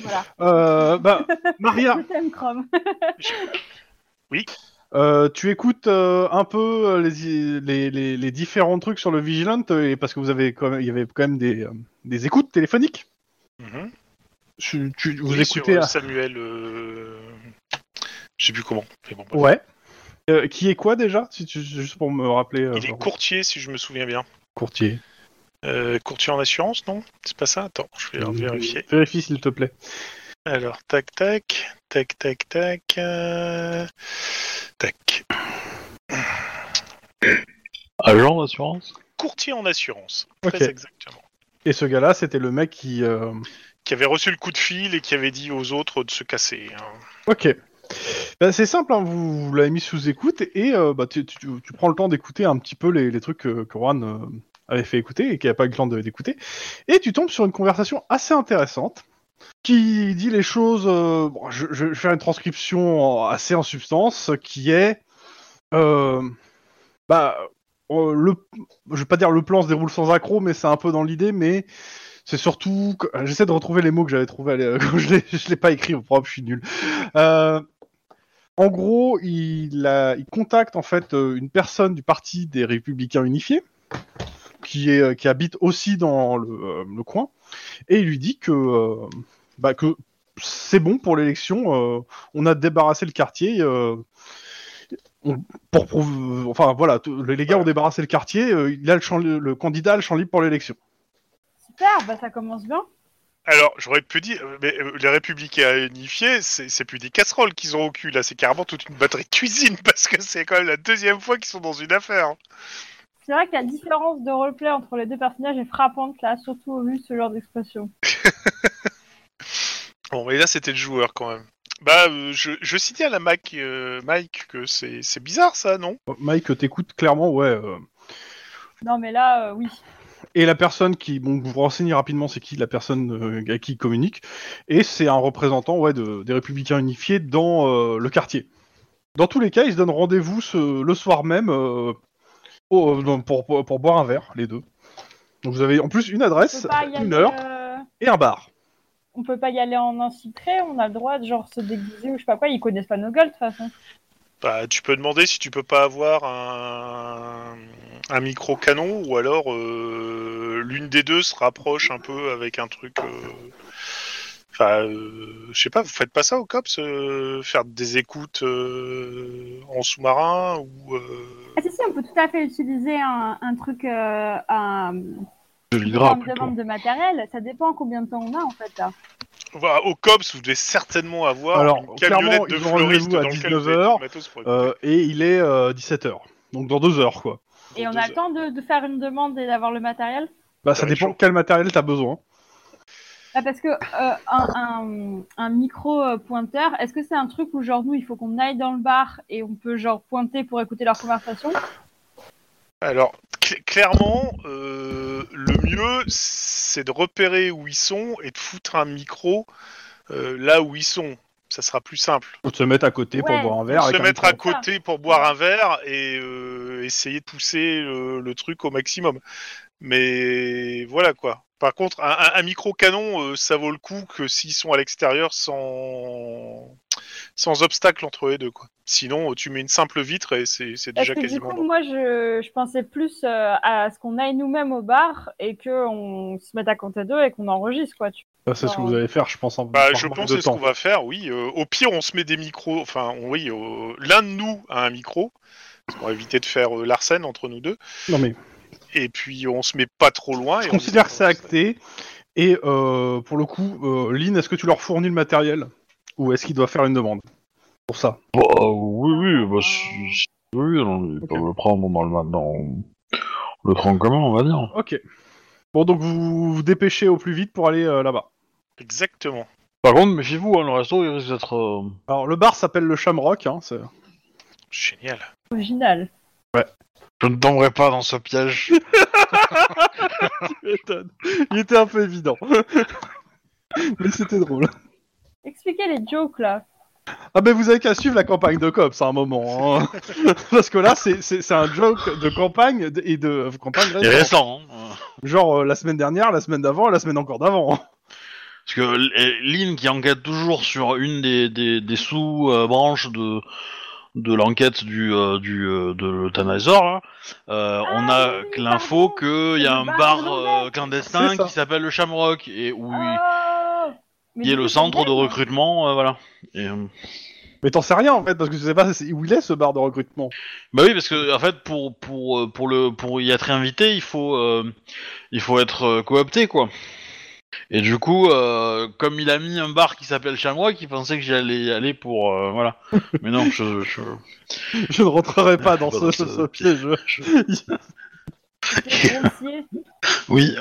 Voilà.
Euh, bah, Maria,
Je t'aime, Chrome. (laughs)
Euh, tu écoutes euh, un peu euh, les, les, les- les différents trucs sur le Vigilant, euh, et parce que vous avez quand même- il y avait quand même des, euh, des écoutes téléphoniques.
Mhm.
Tu- tu- vous
Oui,
écoutez,
sur, euh,
à-
Samuel. euh, Je sais plus comment. mais bon, bref.
ouais. Euh, qui est quoi déjà, si tu, juste pour me rappeler euh,
Il est courtier, si je me souviens bien.
courtier.
Euh, courtier en assurance, non C'est pas ça Attends, je vais vérifier.
Vérifie s'il te plaît.
Alors, tac, tac, tac, tac, tac, euh, tac.
agent d'assurance.
Courtier en assurance,
Ok.
très exactement.
Et ce gars-là, c'était le mec qui. euh,
Qui avait reçu le coup de fil et qui avait dit aux autres de se casser. hein.
Ok. Bah, c'est simple, hein, vous, vous l'avez mis sous écoute et euh, bah, tu, tu- tu- tu prends le temps d'écouter un petit peu les, les trucs que, que Juan euh, avait fait écouter et qu'il n'a pas eu le temps de- d'écouter. Et tu tombes sur une conversation assez intéressante qui dit les choses. euh, bon, je, je vais faire une transcription en- assez en substance qui est. euh, bah, euh, le, je vais pas dire le plan se déroule sans accro, mais c'est un peu dans l'idée, mais. C'est surtout, que- j'essaie de retrouver les mots que j'avais trouvés, à l'é- (laughs) quand je l'ai- je l'ai pas écrit, propre, je suis nul. Euh, en gros, il, a- il contacte en fait euh, une personne du parti des Républicains Unifiés, qui, est, euh, qui habite aussi dans le, euh, le coin, et il lui dit que, euh, bah, que c'est bon pour l'élection, euh, on a débarrassé le quartier. euh, on- pour prouver- enfin voilà, t- les gars ont débarrassé le quartier, euh, il a le, champ li- le candidat a le champ libre pour l'élection.
Super, bah ça commence bien.
Alors, j'aurais pu dire, euh, mais euh, les républicains unifiés, c'est c'est plus des casseroles qu'ils ont au cul, là, c'est carrément toute une batterie de cuisine, (laughs) parce que c'est quand même la deuxième fois qu'ils sont dans une affaire. hein.
C'est vrai que la différence de roleplay entre les deux personnages est frappante, là, surtout au vu de ce genre d'expression.
Bon, mais là, c'était le joueur quand même. Bah, euh, je, je citais à la Mac, euh, Mike que c'est c'est bizarre ça, non
Euh, Mike, t'écoutes clairement, ouais. euh,
Non, mais là, euh, oui.
Et la personne qui, bon, vous vous renseignez rapidement, c'est qui la personne euh, à qui il communique. Et c'est un représentant ouais, de- des Républicains Unifiés dans euh, le quartier. Dans tous les cas, ils se donnent rendez-vous ce- le soir même euh, au- euh, dans- pour, pour- pour boire un verre, les deux. Donc vous avez en plus une
On
adresse,
peut pas y
une
aller,
heure
euh,
et un bar.
On peut pas y aller en infiltré, on a le droit de genre se déguiser ou je sais pas quoi, ils connaissent pas nos gueules de toute façon.
Bah, tu peux demander si tu peux pas avoir un, un micro canon ou alors euh, l'une des deux se rapproche un peu avec un truc. euh, Enfin, euh, je sais pas, vous faites pas ça au cops, euh, faire des écoutes euh, en sous-marin ou. euh,
Ah si, si, on peut tout à fait utiliser un, un truc, euh, un,
De
une
l'hydra,
grande
plutôt.
demande de matériel, ça dépend combien de temps on a en fait là.
Voilà, au COPS, vous devez certainement avoir
Alors,
une camionnette
clairement,
de
ils ont rendez-vous
fleuristes
à
dans lequel vous
19
avez
heures,
du matos pour écouter.
Euh, et il est 17h. Donc dans deux heures, quoi.
Et
Dans
on
deux
a
heures.
le temps de, de faire une demande et d'avoir le matériel
Bah, ça
Ouais,
dépend
chaud.
quel matériel t'as besoin.
Ah, Parce que euh, un, un, un micro euh, pointeur, est-ce que c'est un truc où genre nous il faut qu'on aille dans le bar et on peut genre pointer pour écouter leur conversation
Alors, cl- clairement, euh, le mieux, c'est de repérer où ils sont et de foutre un micro euh, là où ils sont. Ça sera plus simple.
Faut se mettre à côté pour
Ouais.
boire un verre.
se
avec un
mettre à
micro.
côté pour boire un verre et euh, essayer de pousser euh, le truc au maximum. Mais voilà quoi. Par contre, un, un- un micro canon, euh, ça vaut le coup que s'ils sont à l'extérieur sans sans obstacle entre les deux. Quoi. Sinon, euh, tu mets une simple vitre et c'est c'est
Parce
déjà
que Bah, du
quasiment.
coup,
mort.
moi, je, je pensais plus euh, à ce qu'on aille nous-mêmes au bar et qu'on se mette à compter deux et qu'on enregistre, quoi. Tu...
Bah, c'est ce que vous allez faire, je pense. En
Bah,
par
je
manque
pense
de
que c'est ce
temps.
qu'on va faire, oui. Euh, au pire, on se met des micros. Enfin, on- oui, euh, l'un de nous a un micro. On va éviter de faire euh, l'arsène entre nous deux.
Non mais
Et puis, on se met pas trop loin. et
je
on-
considère que c'est acté. Et euh, pour le coup, euh, Lynn, est-ce que tu leur fournis le matériel ou est-ce qu'il doit faire une demande pour ça
Bah, euh, oui, oui, bah, si- si- oui, on ils peuvent le prendre dans le, ma- dans le train en commun, on va dire.
Ok. Bon, donc vous vous dépêchez au plus vite pour aller euh, là-bas.
Exactement.
Par contre, méfiez-vous, hein, le resto il risque d'être. euh,
Alors le bar s'appelle le Shamrock. Hein, c'est-
Génial.
Original.
Je ne tomberai pas dans ce piège.
(laughs) Il était un peu évident. (laughs) Mais c'était drôle.
Expliquez les jokes, là.
Ah ben vous avez qu'à suivre la campagne de Cops à un moment. hein. (laughs) Parce que là, c'est- c'est c'est un joke de campagne d- et de euh, campagne
Il
récente.
est récent. hein.
Genre euh, la semaine dernière, la semaine d'avant, la semaine encore d'avant.
Parce que euh, Lynn, qui enquête toujours sur une des, des, des sous-branches de, de l'enquête du, euh, du, euh, de l'euthanaisor, là, euh, on a
oui,
l'info
pardon.
qu'il y a
Le
un
bar
bar
irlandais.
euh,
C'est
clandestin
ça.
qui s'appelle le Shamrock et où il-
Oh Mais
il y
du
a
coup,
le
c'est
centre de
bien,
recrutement, euh, voilà. Et, euh,
Mais t'en sais rien en fait parce que tu sais pas où il est ce bar de recrutement.
Bah oui, parce que en fait, pour pour euh, pour le pour y être invité, il faut euh, il faut être euh, coopté quoi. Et du coup, euh, comme il a mis un bar qui s'appelle Chamois, qui pensait que j'allais y aller pour euh,
(laughs)
voilà. Mais non, je, je,
Je ne rentrerai pas dans
Pas
ce,
dans
ce-
ce
ce piège.
c'est grossier.
oui.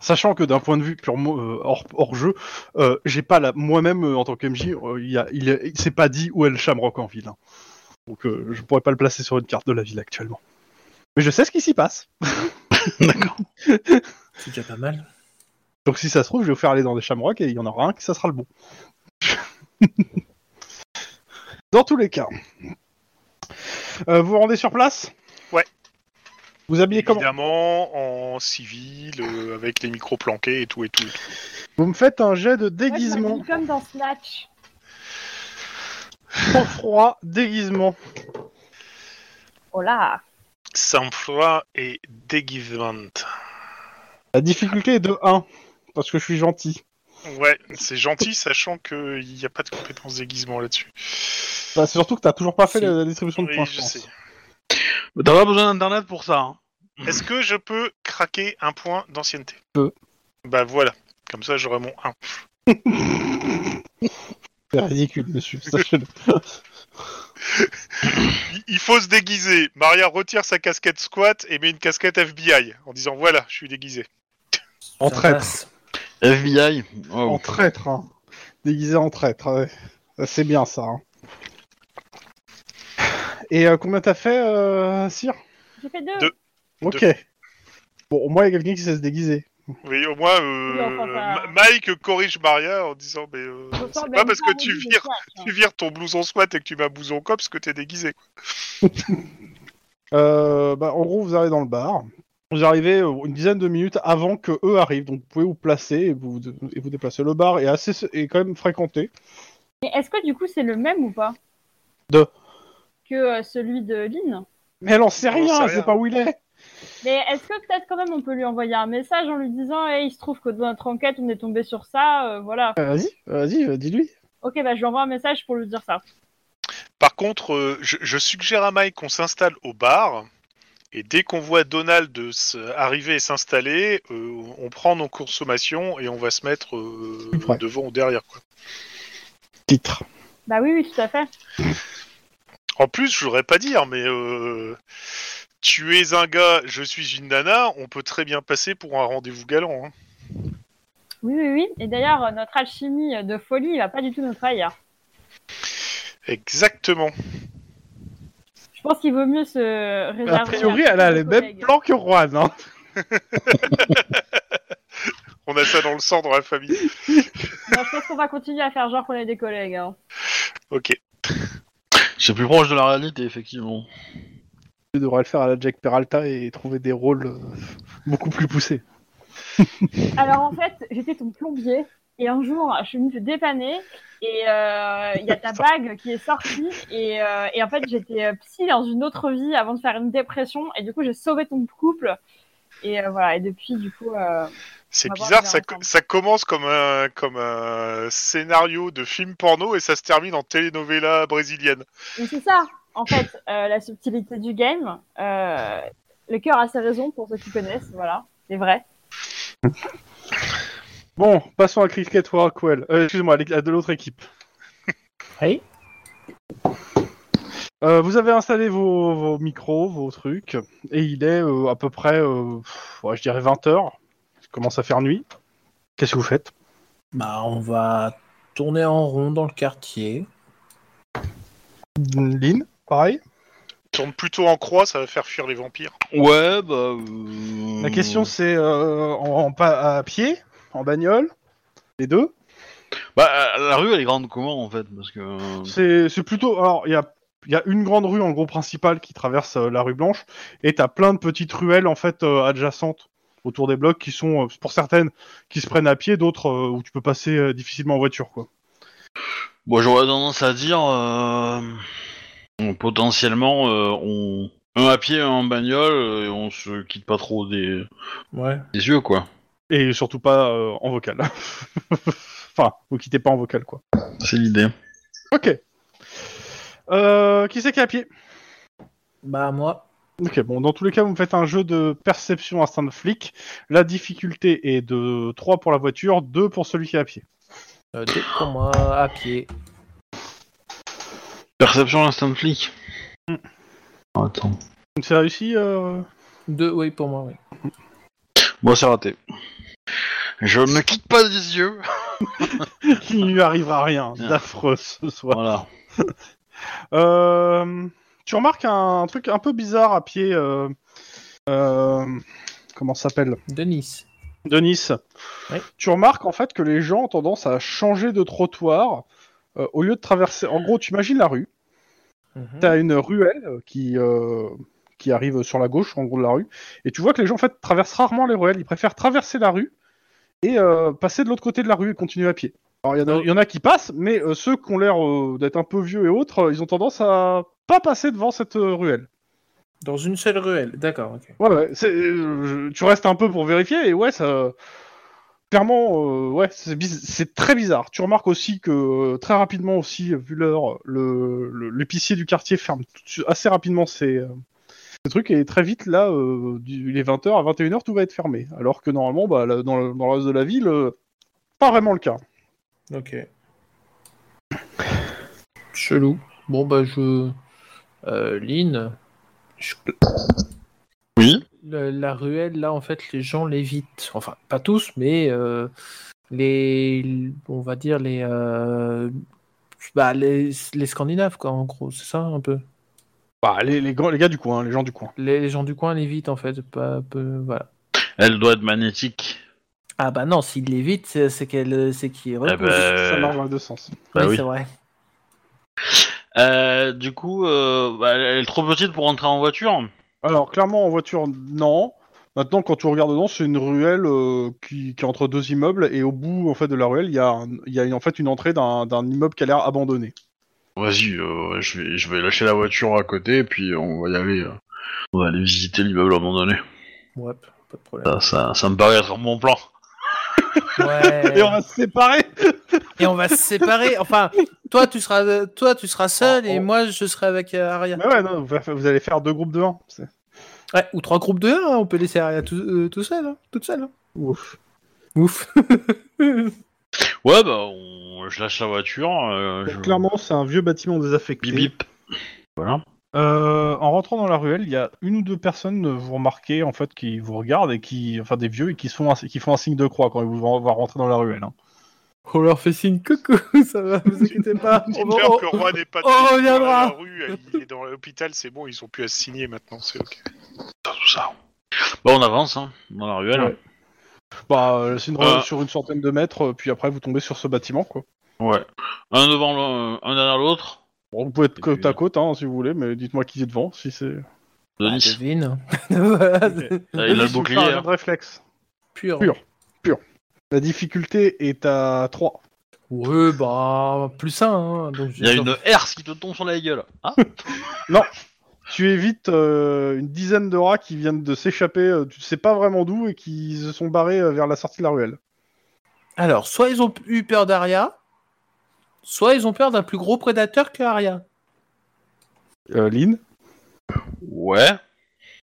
Sachant que d'un point de vue purement euh, hors, hors jeu, euh, j'ai pas la moi-même euh, en tant que MJ, euh, il y a, il, est- il s'est pas dit où est le Shamrock en ville. hein. Donc euh, je pourrais pas le placer sur une carte de la ville actuellement. Mais je sais ce qui s'y passe.
D'accord.
C'est déjà pas mal.
Donc si ça se trouve, je vais vous faire aller dans des shamrocks et il y en aura un qui ça sera le bon. (laughs) dans tous les cas. Euh, vous vous rendez sur place
Ouais.
Vous habillez comment
Évidemment, en civil, euh, avec les micros planqués et tout et tout. et tout.
Vous me faites un jet de
Moi, je
déguisement.
m'habille comme dans Snatch.
Sans froid, déguisement.
Oh là
Sang-froid et déguisement.
La difficulté est de 1, parce que je suis gentil.
Ouais, c'est gentil, sachant qu'il n'y a pas de compétence déguisement là-dessus.
Bah, c'est surtout que t'as toujours pas fait
Si.
la la distribution de
Oui,
points.
je
je pense.
sais.
Mais T'as pas besoin d'internet pour ça. hein.
Est-ce que je peux craquer un point d'ancienneté
Peu.
Bah voilà, comme ça j'aurai mon 1.
C'est ridicule, monsieur. (laughs) sachez-le.
Il- Il faut se déguiser. Maria retire sa casquette squat et met une casquette FBI en disant voilà, je suis déguisé.
en
Ça
traître.
passe.
FBI.
En
Oh.
traître, hein. Déguisé en traître, ouais. Ça, C'est bien ça. hein. Et euh, combien t'as fait, euh, Cyr
J'ai fait deux.
Deux.
Ok. Bon, au moins, il y a quelqu'un qui sait se déguiser.
Oui, au moins, euh,
Oui, enfin, ça-
Ma- Mike corrige Maria en disant mais euh,
Je
c'est
ressemble à
pas
une
parce que tu
parodie de
vires,
Snatch, hein.
tu vires ton blouson squat et que tu mets un blouson cops que t'es déguisé. quoi.
Euh, bah, en gros, vous arrivez dans le bar. Vous arrivez euh, une dizaine de minutes avant que eux arrivent, donc vous pouvez vous placer et vous, et vous déplacer. Le bar est assez est quand même fréquenté.
Mais est-ce que du coup c'est le même ou pas
De.
Que euh, celui de Lynn
Mais elle en sait
Elle en
rien,
sait
elle sait
rien.
pas où il est.
Mais est-ce que peut-être quand même on peut lui envoyer un message en lui disant hey, il se trouve que dans notre enquête on est tombé sur ça, euh, voilà.
Euh, vas-y, euh, vas-y, euh, dis-lui.
Ok, bah je lui envoie un message pour lui dire ça.
Par contre, euh, je, je suggère à Mike qu'on s'installe au bar. Et dès qu'on voit Donald euh, s- arriver et s'installer, euh, on prend nos consommations et on va se mettre euh,
Ouais.
devant ou derrière. Quoi.
Titre.
Bah oui, oui, tout à fait.
En plus, je voudrais pas dire, mais euh, tu es un gars, je suis une nana, on peut très bien passer pour un rendez-vous galant. hein.
Oui, oui, oui. Et d'ailleurs, euh, notre alchimie de folie il va pas du tout hein. nous trahir.
Exactement.
Je pense qu'il vaut mieux se réserver.
A priori, elle a les mêmes plans que Juan. (laughs) Hein.
On a ça dans le sang dans la famille.
Moi, je pense qu'on va continuer à faire genre qu'on est des collègues. hein.
Ok.
C'est plus proche de la réalité, effectivement.
Tu devrais le faire à la Jack Peralta et trouver des rôles euh, beaucoup plus poussés.
Alors en fait, j'étais ton plombier Et un jour, je suis venue te dépanner et euh, il y a ta bague qui est sortie. Et, euh, et en fait, j'étais euh, psy dans une autre vie avant de faire une dépression. Et du coup, j'ai sauvé ton couple. Et euh, voilà. Et depuis, du coup, euh,
C'est
On va voir
bizarre,
les
ça,
ensemble.
ça commence comme un, comme un scénario de film porno et ça se termine en telenovela brésilienne.
Mais c'est ça, en fait, euh, la subtilité du game. Euh, le cœur a ses raisons pour ceux qui connaissent, voilà, c'est vrai.
Bon, passons à Cricket Rockwell. Euh, Excuse-moi, à l'é- à de l'autre équipe.
Oui.
Euh, vous avez installé vos, vos micros, vos trucs, et il est euh, à peu près, euh, pff, ouais, je dirais 20h. Il commence à faire nuit. Qu'est-ce que vous faites
Bah, on va tourner en rond dans le quartier.
Lynn, pareil.
Tourne plutôt en croix, ça va faire fuir les vampires.
Ouais, bah. euh,
La question c'est euh, en, en pa- à pied, en bagnole, les deux.
Bah, euh, la rue, elle est grande comment en fait Parce que. euh,
C'est c'est plutôt. Alors, il y a, il y a une grande rue, en gros, principale qui traverse euh, la rue Blanche, et t'as plein de petites ruelles, en fait, euh, adjacentes autour des blocs qui sont, euh, pour certaines, qui se prennent à pied, d'autres euh, où tu peux passer euh, difficilement en voiture, quoi.
Bon, j'aurais tendance à dire. euh, on- Potentiellement, euh, on. Un à pied, un en bagnole, euh, et on se quitte pas trop des,
Ouais.
des yeux, quoi.
Et surtout pas euh, en vocal. (laughs) enfin, vous quittez pas en vocal, quoi.
C'est l'idée.
Ok. Euh, qui c'est qui est à pied
Bah, moi.
Ok, bon, dans tous les cas, vous me faites un jeu de perception instinct de flic. La difficulté est de 3 pour la voiture, 2 pour celui qui est à pied.
Euh, deux pour moi, à pied.
Perception instant flic. Hmm. Attends.
Donc, C'est réussi euh... (laughs)
Deux, oui, pour moi, oui.
Bon, c'est raté. Je ne quitte pas des yeux.
Il ne lui arrivera rien d'affreux ce soir.
Voilà.
Euh, tu remarques un, truc un peu bizarre à pied. Euh, euh, comment ça s'appelle
Denis.
de Nice.
Oui.
Tu remarques en fait que les gens ont tendance à changer de trottoir euh, au lieu de traverser. En gros, tu imagines la rue.
Mhm.
T'as une ruelle euh, qui euh, qui arrive sur la gauche en gros de la rue, et tu vois que les gens en fait traversent rarement les ruelles. Ils préfèrent traverser la rue et euh, passer de l'autre côté de la rue et continuer à pied. Alors il y en a- il y, en a qui passent, mais euh, ceux qui ont l'air euh, d'être un peu vieux et autres, euh, ils ont tendance à pas passer devant cette euh, ruelle.
Dans une seule ruelle, d'accord, ok.
Ouais, ouais, c'est- euh, je- tu restes un peu pour vérifier, et ouais, ça. Clairement, euh, ouais, c'est biz- c'est très bizarre. Tu remarques aussi que euh, très rapidement aussi, vu l'heure, le- le- l'épicier du quartier ferme tout de suite- assez rapidement ses, euh, ses trucs et très vite là, euh, du- il est 20h à 21h, tout va être fermé. Alors que normalement, bah, là, dans, le- dans le reste de la ville, euh, pas vraiment le cas.
Ok. Chelou. Bon, bah, je. Euh, Lynn,
Oui.
la, la ruelle, là, en fait, les gens l'évitent. Enfin, pas tous, mais euh, les. On va dire les. euh, bah, les, les Scandinaves, quoi, en gros, c'est ça, un peu.
Bah, les, les grands- les gars du coin, les gens du coin.
Les, les gens du coin l'évitent, en fait. Pas, peu, voilà.
Elle doit être magnétique.
Ah, bah, non, s'ils l'évitent, c'est c'est qu'elle. C'est qu'il
Eh ben,
Ça marche dans les deux sens.
bah oui.
c'est vrai.
Euh, du coup, euh, bah, elle est trop petite pour entrer en voiture.
Alors, clairement, en voiture, non. Maintenant, quand tu regardes dedans, c'est une ruelle euh, qui, qui est entre deux immeubles, et au bout en fait, de la ruelle, il y a, un- il y a en fait une entrée d'un d'un immeuble qui a l'air abandonné.
Vas-y, euh, je, vais, je vais lâcher la voiture à côté, puis on va y aller. euh. On va aller visiter l'immeuble abandonné.
Ouais, pas de
Ça,
problème.
ça, ça me paraît être un bon plan.
Ouais.
Eh
Et on va se séparer
et on va se séparer. Enfin, toi tu seras, toi tu seras seul
Oh,
et
oh.
moi je serai avec euh, Aria.
Mais ouais, non, vous, fa- vous allez faire deux groupes de 1.
Ouais, ou trois groupes de 1, on peut laisser Aria tout, euh, tout seul, hein, toute seule. hein.
Ouf.
Ouf. (laughs)
Ouais, bah, on- je lâche la voiture. euh, je-
Clairement, c'est un vieux bâtiment désaffecté.
Bip bip. Voilà.
Euh, en rentrant dans la ruelle, il y a une ou deux personnes, euh, vous remarquez, en fait, qui vous regardent, et qui, enfin des vieux, et qui, se font un, qui font un signe de croix quand ils vous vont voir rentrer dans la ruelle. hein.
On leur fait signe coucou, (laughs) ça va, vous inquiétez pas.
Oh,
On va-
J'espère
on-
que le roi n'est pas
on
dans
reviendra.
la rue, il est dans l'hôpital, c'est bon, ils ont pu assigner maintenant, c'est ok.
Tout ça. Bah, on avance, hein, dans la ruelle.
Ouais. Bah, euh, c'est une ruelle
Euh.
sur une centaine de mètres, euh, puis après, vous tombez sur ce bâtiment, quoi.
Ouais. Un devant l'un, un derrière l'autre.
Bon, vous pouvez être
Et
côte
puis-
à côte hein, si vous voulez, mais dites-moi qui est devant, si c'est.
Ah,
Denis.
devine. (laughs) Voilà.
Euh, il a le
Vous
bouclier.
faire un
hein.
jeu de réflexe.
Pur.
Pur. La difficulté est à 3.
Ouais, bah, plus un. Hein. Donc,
Il y a une herse qui te tombe sur la gueule. Ah,
Tu évites euh, une dizaine de rats qui viennent de s'échapper, euh, tu sais pas vraiment d'où, et qui se sont barrés euh, vers la sortie de la ruelle.
Alors, soit ils ont eu peur d'Aria, soit ils ont peur d'un plus gros prédateur que Aria.
Euh, Lynn
ouais.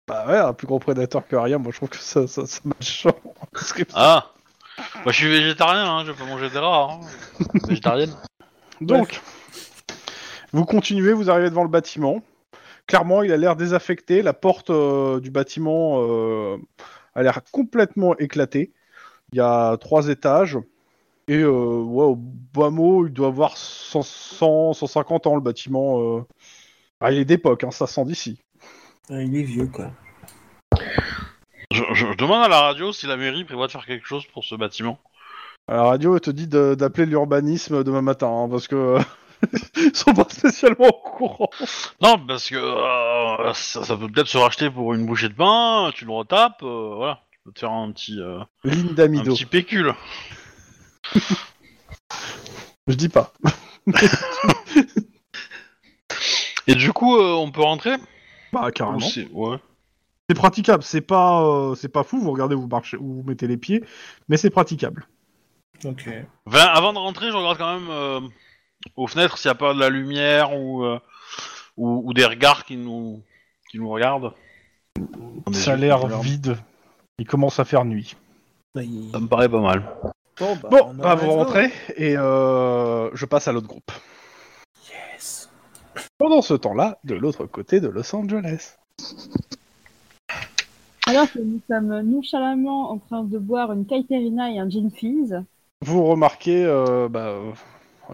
Bah ouais, un plus gros prédateur que rien, moi je trouve que ça, ça, ça match (laughs) en description.
Ah. Moi, je suis végétarien, hein, je peux manger des rats. (laughs) hein. Végétarienne.
Donc, vous continuez, vous arrivez devant le bâtiment. Clairement, il a l'air désaffecté. La porte euh, du bâtiment euh, a l'air complètement éclatée. Il y a trois étages. Et euh, ouais, au bas mot, il doit avoir 100, 100, 150 ans le bâtiment. euh. Ah, il est d'époque, hein, ça sent d'ici.
Ah, il est vieux, quoi.
Je, je- je demande à la radio si la mairie prévoit de faire quelque chose pour ce bâtiment.
À La radio elle te dit de- d'appeler l'urbanisme demain matin hein, parce que (laughs) ils sont pas spécialement au courant.
Non, parce que euh, ça, ça peut peut-être se racheter pour une bouchée de pain, tu le retapes, euh, voilà. Tu peux te faire un petit, euh,
Ligne
un
d'amido,
petit pécule.
je dis pas.
Et du coup, euh, on peut rentrer
Bah
Ou
carrément.
c'est- ouais.
C'est praticable, c'est pas, euh, c'est pas fou. Vous regardez, où vous marchez, où vous mettez les pieds, mais c'est praticable.
Ok.
Enfin, avant de rentrer, je regarde quand même euh, aux fenêtres s'il n'y a pas de la lumière ou, euh, ou, ou des regards qui nous, qui nous regardent.
Ça a l'air vide. Il commence à faire nuit.
Bah,
Ça me paraît pas mal.
Bon, bah,
Bon,
on
bah vous
arrête là.
rentrez et euh, je passe à l'autre groupe.
Yes.
Pendant ce temps-là, de l'autre côté de Los Angeles.
Alors que nous sommes nonchalamment en train de boire une caipirinha et un gin fizz.
vous remarquez, euh, bah, euh,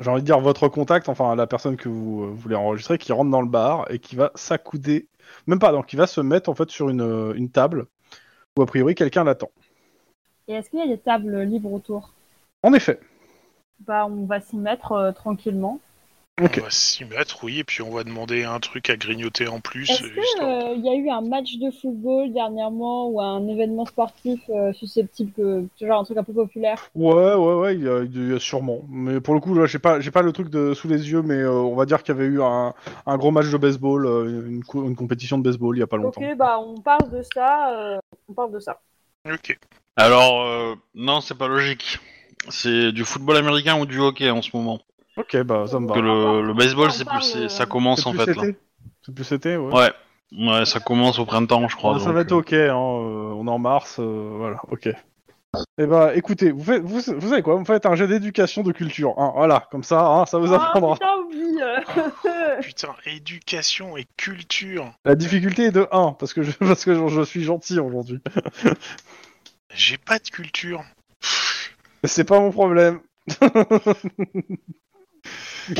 j'ai envie de dire votre contact, enfin la personne que vous euh, voulez enregistrer, qui rentre dans le bar et qui va s'accouder, même pas, donc qui va se mettre en fait sur une, euh, une table où a priori quelqu'un l'attend.
Et est-ce qu'il y a des tables libres autour
En effet,
Bah, on va s'y mettre euh, tranquillement.
Ok.
On va s'y mettre, oui, et puis on va demander un truc à grignoter en plus.
Est-ce
euh, histoire de-
qu'il y a eu un match de football dernièrement ou un événement sportif euh, susceptible que. tu vois, Genre un truc un peu populaire
ouais, ouais, ouais, il y a, il y a sûrement. Mais pour le coup, là, j'ai pas, j'ai pas le truc de sous les yeux, mais euh, on va dire qu'il y avait eu un, un gros match de baseball, euh, une, co- une compétition de baseball il y a pas longtemps.
Ok, bah, on parle de ça. euh, on parle de ça.
Ok.
Alors, euh, non, c'est pas logique. C'est du football américain ou du hockey en ce moment.
Ok, bah ça me va.
Parce que le, le baseball,
On
c'est
parle,
plus, c'est- ça
euh,
commence
C'est
en
plus
fait. Là.
été C'est plus été, ouais.
Ouais. ouais, ça commence au printemps, je crois.
Ah, ça
donc,
va être
euh,
ok, hein, euh, on est en mars, euh, voilà, ok. Eh ben, écoutez, vous, faites, vous, vous savez quoi, vous faites un jeu d'éducation de culture, hein, voilà, comme ça, hein, ça vous apprendra.
Oh, putain, oublie euh.
Putain, éducation et culture.
La difficulté est de 1, parce que je, (laughs) parce que je, je suis gentil aujourd'hui.
J'ai pas de culture.
C'est pas mon (laughs) problème.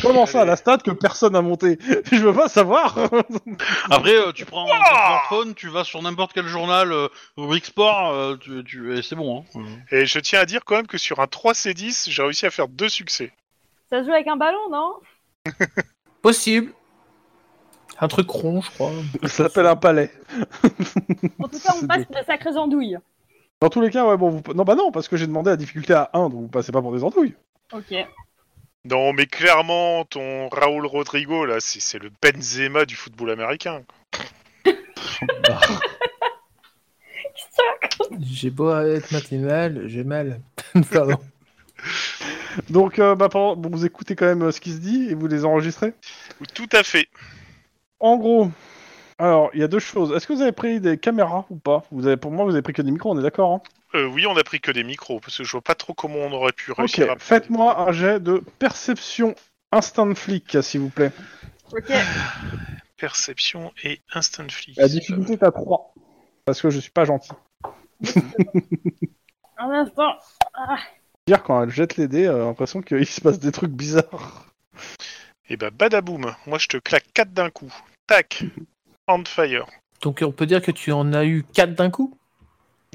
Comment ça, la stade que personne n'a montée (laughs) Je veux pas (laughs) savoir
Après, euh, tu prends ton smartphone, tu vas sur n'importe quel journal, euh, rubrique sport, euh, tu, tu- et c'est bon. Hein.
Et je tiens à dire quand même que sur un 3C10, j'ai réussi à faire deux succès.
Ça se joue avec un ballon, non
Possible. Un truc rond, je crois.
Ça s'appelle un palais.
En tout cas,
C'est
on passe des sacrées andouilles.
Dans tous les cas, ouais, bon, vous... Non, bah non, parce que j'ai demandé la difficulté à 1, donc vous passez pas pour des andouilles.
Ok.
Non, mais clairement, ton Raoul Rodrigo, là, c'est c'est le Benzema du football américain.
J'ai beau être mathémal, j'ai mal. (laughs) Pardon.
Donc, euh, bah, pendant- bon, vous écoutez quand même euh, ce qui se dit, et vous les enregistrez
Oui, Tout à fait.
En gros, alors il y a deux choses. Est-ce que vous avez pris des caméras ou pas vous avez, Pour moi, vous avez pris que des micros, on est d'accord. Hein
Euh, oui, on a pris que des micros, parce que je vois pas trop comment on aurait pu
ok,
réussir à...
faites-moi un jet de perception instant de flic, s'il vous plaît.
Ok.
Perception et instant flic.
La difficulté est à 3. Parce que je suis pas gentil.
Un instant.
Dire quand elle jette les dés, euh, l'impression qu'il se passe des trucs bizarres.
Et bah, badaboum. Moi, je te claque 4 d'un coup.
(laughs)
Tac. On fire.
Donc on peut dire que tu en as eu 4 d'un coup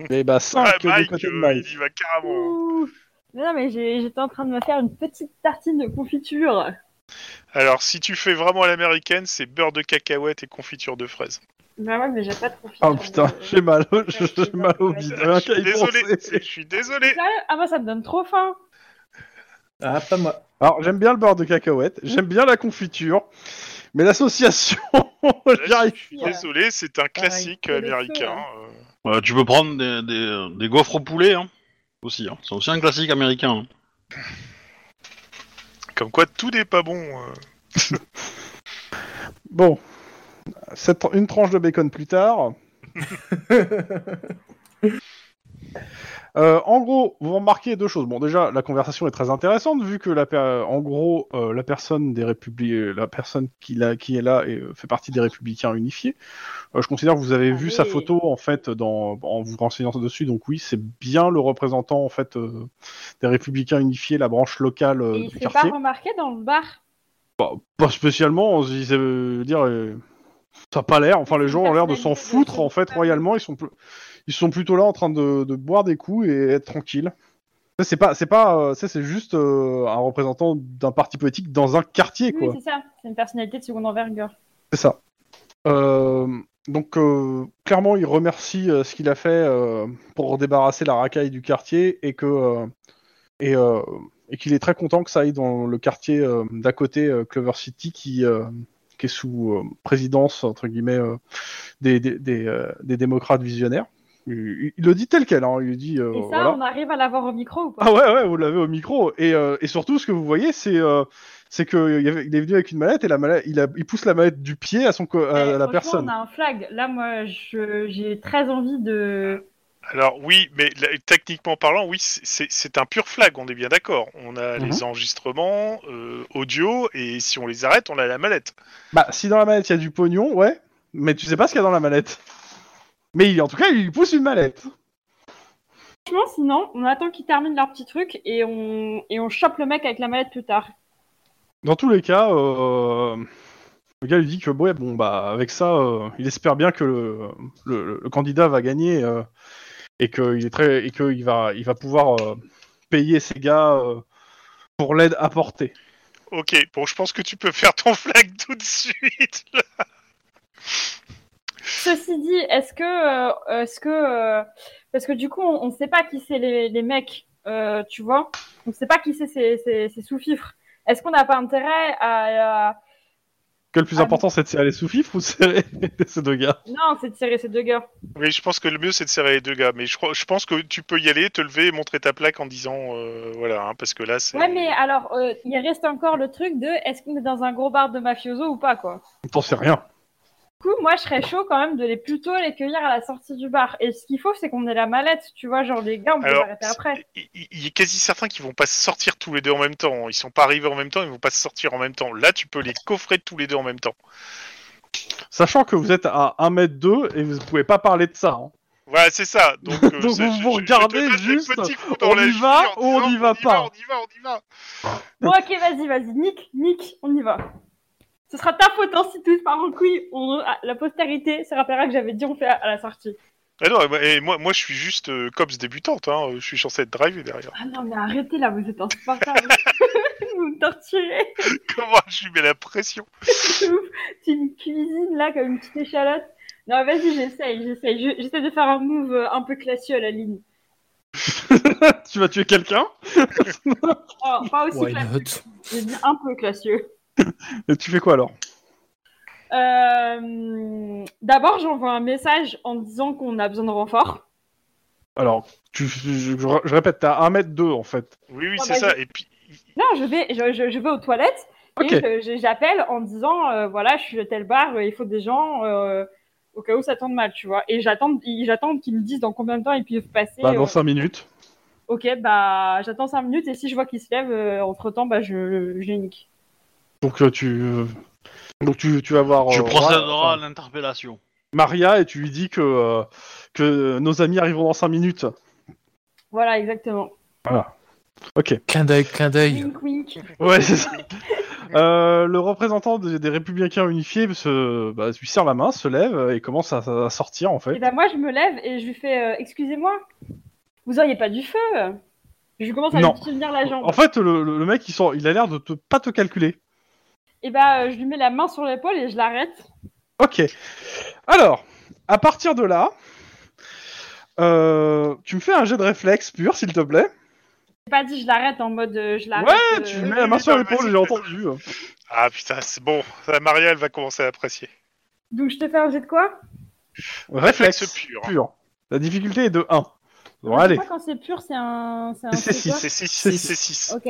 Et bah 5
Ah,
du
Mike,
côté de
euh,
Mike.
il y va carrément.
Ouh. Mais Non, mais j'ai- j'étais en train de me faire une petite tartine de confiture.
Alors, si tu fais vraiment à l'américaine, c'est beurre de cacahuète et confiture de fraises.
Bah ouais, mais j'ai pas trop.
Oh putain, j'ai mal, au- j'ai mal au bide.
Je suis désolé,
Désolé.
je suis désolé.
Sérieux Ah bah ça me donne trop faim.
Ah, pas moi.
Alors, j'aime bien le beurre de cacahuète, j'aime bien la confiture, mais l'association, (laughs) j'y arrive.
Je suis désolé, c'est
Ah,
un classique
pour les
américain.
hein.
euh.
Euh, tu peux prendre des, des- des gaufres au poulet, hein, aussi. hein. C'est aussi un classique américain. hein.
Comme quoi, tout n'est pas bon. euh.
Bon, Cette- une tranche de bacon plus tard. Euh, en gros, vous remarquez deux choses. Bon, déjà, la conversation est très intéressante vu que la, per- en gros, euh, la personne des républi- la personne qui, l'a- qui est là et, euh, fait partie des Républicains unifiés. Euh, je considère que vous avez vu sa
Allez.
photo en fait dans, en vous renseignant dessus. Donc oui, c'est bien le représentant en fait euh, des Républicains unifiés, la branche locale euh,
Et il
du
s'est pas
quartier.
remarqué dans le bar.
Pas spécialement, on se disait, euh, dire, euh, ça a pas l'air, enfin les gens ont l'air de s'en foutre en fait royalement, ils sont, pl- ils sont plutôt là en train de, de boire des coups et être tranquilles. Ça, C'est pas, c'est pas, euh, ça c'est juste euh, un représentant d'un parti politique dans un quartier
Oui,
quoi,
c'est ça. C'est une personnalité de seconde envergure.
c'est ça. Euh, donc euh, clairement il remercie euh, ce qu'il a fait euh, pour débarrasser la racaille du quartier et que euh, et, euh, et qu'il est très content que ça aille dans le quartier euh, d'à côté, euh, Clover City, qui, euh, qui est sous euh, présidence, entre guillemets, euh, des, des, des, euh, des démocrates visionnaires. Il, il le dit tel quel, hein, il dit... euh,
Et ça,
voilà.
on arrive à l'avoir au micro ou pas
Ah ouais, ouais, vous l'avez au micro. Et, euh, et surtout, ce que vous voyez, c'est euh, c'est que il y avait- il est venu avec une mallette et la mallette, il, a- il pousse la mallette du pied à, son, co- à
Eh,
Ah, euh, la
franchement,
personne.
On a un flag. Là, moi, je- j'ai très envie de.
Alors oui, mais là, techniquement parlant, oui, c'est- c'est c'est un pur flag, on est bien d'accord. On a
Mhm.
les enregistrements euh, audio, et si on les arrête, on a la mallette.
Bah, si dans la mallette, il y a du pognon, ouais, mais tu sais pas ce qu'il y a dans la mallette. Mais il, en tout cas, il lui pousse une mallette.
Franchement, sinon, on attend qu'ils terminent leur petit truc et on, et on chope le mec avec la mallette plus tard.
Dans tous les cas, euh, le gars lui dit que ouais, bon, bah, avec ça, euh, il espère bien que le, le- le candidat va gagner euh, et qu'il est très et qu'il va il va pouvoir euh, payer ses gars euh, pour l'aide apportée.
Ok, bon, je pense que tu peux (laughs) faire ton flag tout de suite. là.
Ceci dit, est-ce que, euh, est-ce que, euh, parce que du coup, on, on sait pas qui c'est les, les mecs, euh, tu vois, on sait pas qui c'est ces, ces- ces sous-fifres. Est-ce qu'on n'a pas intérêt à, à-
Que le plus
Ah,
important, c'est de serrer les sous-fifres ou de serrer (laughs) ces deux gars.
non, c'est de serrer ces deux gars.
Mais je pense que le mieux, c'est de serrer les deux gars. Mais je, crois- je pense que tu peux y aller, te lever et montrer ta plaque en disant, euh, voilà, hein, parce que là, c'est...
Ouais, mais alors, euh, il reste encore le truc de, est-ce qu'on est dans un gros bar de mafioso ou pas, quoi.
T'en sais rien.
Du coup, moi, je serais chaud quand même de les plutôt les cueillir à la sortie du bar. Et ce qu'il faut, c'est qu'on ait la mallette, tu vois, genre les gars, on peut
Alors,
l'arrêter après.
Il, il- il est quasi certain qu'ils vont pas sortir tous les deux en même temps. Ils sont pas arrivés en même temps, ils vont pas sortir en même temps. Là, tu peux les coffrer tous les deux en même temps.
Sachant que vous êtes à 1m2 et vous pouvez pas parler de ça. hein.
Voilà, c'est ça.
(laughs)
Donc, euh,
Donc,
ça,
vous
je-
vous
je- je te
regardez
donne des
juste,
petits coups
on y
cheville
va
en
ou on
disant,
y va pas
On y va, on y va.
Bon, ok, vas-y, vas-y, nick, nick, on y va. Ce sera ta faute, hein, si tout part en couille, on- ah, la postérité se rappellera que j'avais dit on fait à, à la sortie.
Ah non, et moi- et moi, moi, je suis juste euh, cops débutante. Hein. Je suis censé être driver derrière. (laughs)
Ah non, mais arrêtez là, vous êtes insupportable. (laughs) vous me torturez.
Comment je lui mets la pression
C'est ouf. Tu me cuisines là comme une petite échalote. Non, vas-y, j'essaye, j'essaye. Je- J'essaie de faire un move euh, un peu classieux à la ligne.
tu vas tuer quelqu'un
Oh, pas aussi
Why
classieux.
not
J'ai dit un peu classieux.
et tu fais quoi alors
Euh, D'abord, j'envoie un message en disant qu'on a besoin de renfort.
Alors, tu- je, je- je répète, t'es à 1m2 en fait.
Oui, oui,
Ah,
c'est
bah,
ça. Et puis,
Non, je vais, je, je- je vais aux toilettes
Ok.
et je- je- j'appelle en disant euh, voilà, je suis à tel bar, euh, il faut des gens euh, au cas où ça tourne mal, tu vois. Et j'attends ils- j'attends qu'ils me disent dans combien de temps ils peuvent passer.
Bah, dans
euh,
5 minutes.
ok, bah j'attends 5 minutes et si je vois qu'ils se lèvent, entre temps, bah je, je les nique.
Donc euh, tu euh, donc tu, tu vas voir
tu
euh,
procéderas à
Ra- enfin,
l'interpellation.
Maria et tu lui dis que euh, que nos amis arriveront dans 5 minutes.
Voilà, exactement.
Ok.
Clin d'œil, clin d'œil.
Wink, wink.
Ouais. c'est
(laughs)
ça. Euh, le représentant des, des Républicains Unifiés se bah, lui serre la main, se lève et commence à, à sortir en
Et
fait.
ben moi, je me lève et je lui fais euh, excusez-moi, vous auriez pas du feu Je commence à
Non.
lui tenir la jambe.
En fait, le, le- le mec il, sort, il a l'air de te, pas te calculer.
et bah, euh, je lui mets la main sur l'épaule et je l'arrête.
Ok. Alors, à partir de là, euh, tu me fais un jet de réflexe pur, s'il te plaît.
J'ai pas dit je l'arrête en mode euh, je l'arrête.
Ouais, tu
euh,
mets la main sur
oui,
l'épaule,
vas-y.
j'ai entendu. hein.
Ah putain, c'est bon. Ça, Maria, elle va commencer à apprécier.
Donc je te fais un jet de quoi
Réflexe
pur.
pur. La difficulté est de 1. Bon,
Je
allez,
crois quand c'est pur, c'est un. C'est un
C'est
c'est quoi
C'est 6,
C'est
c'est 6.
Ok,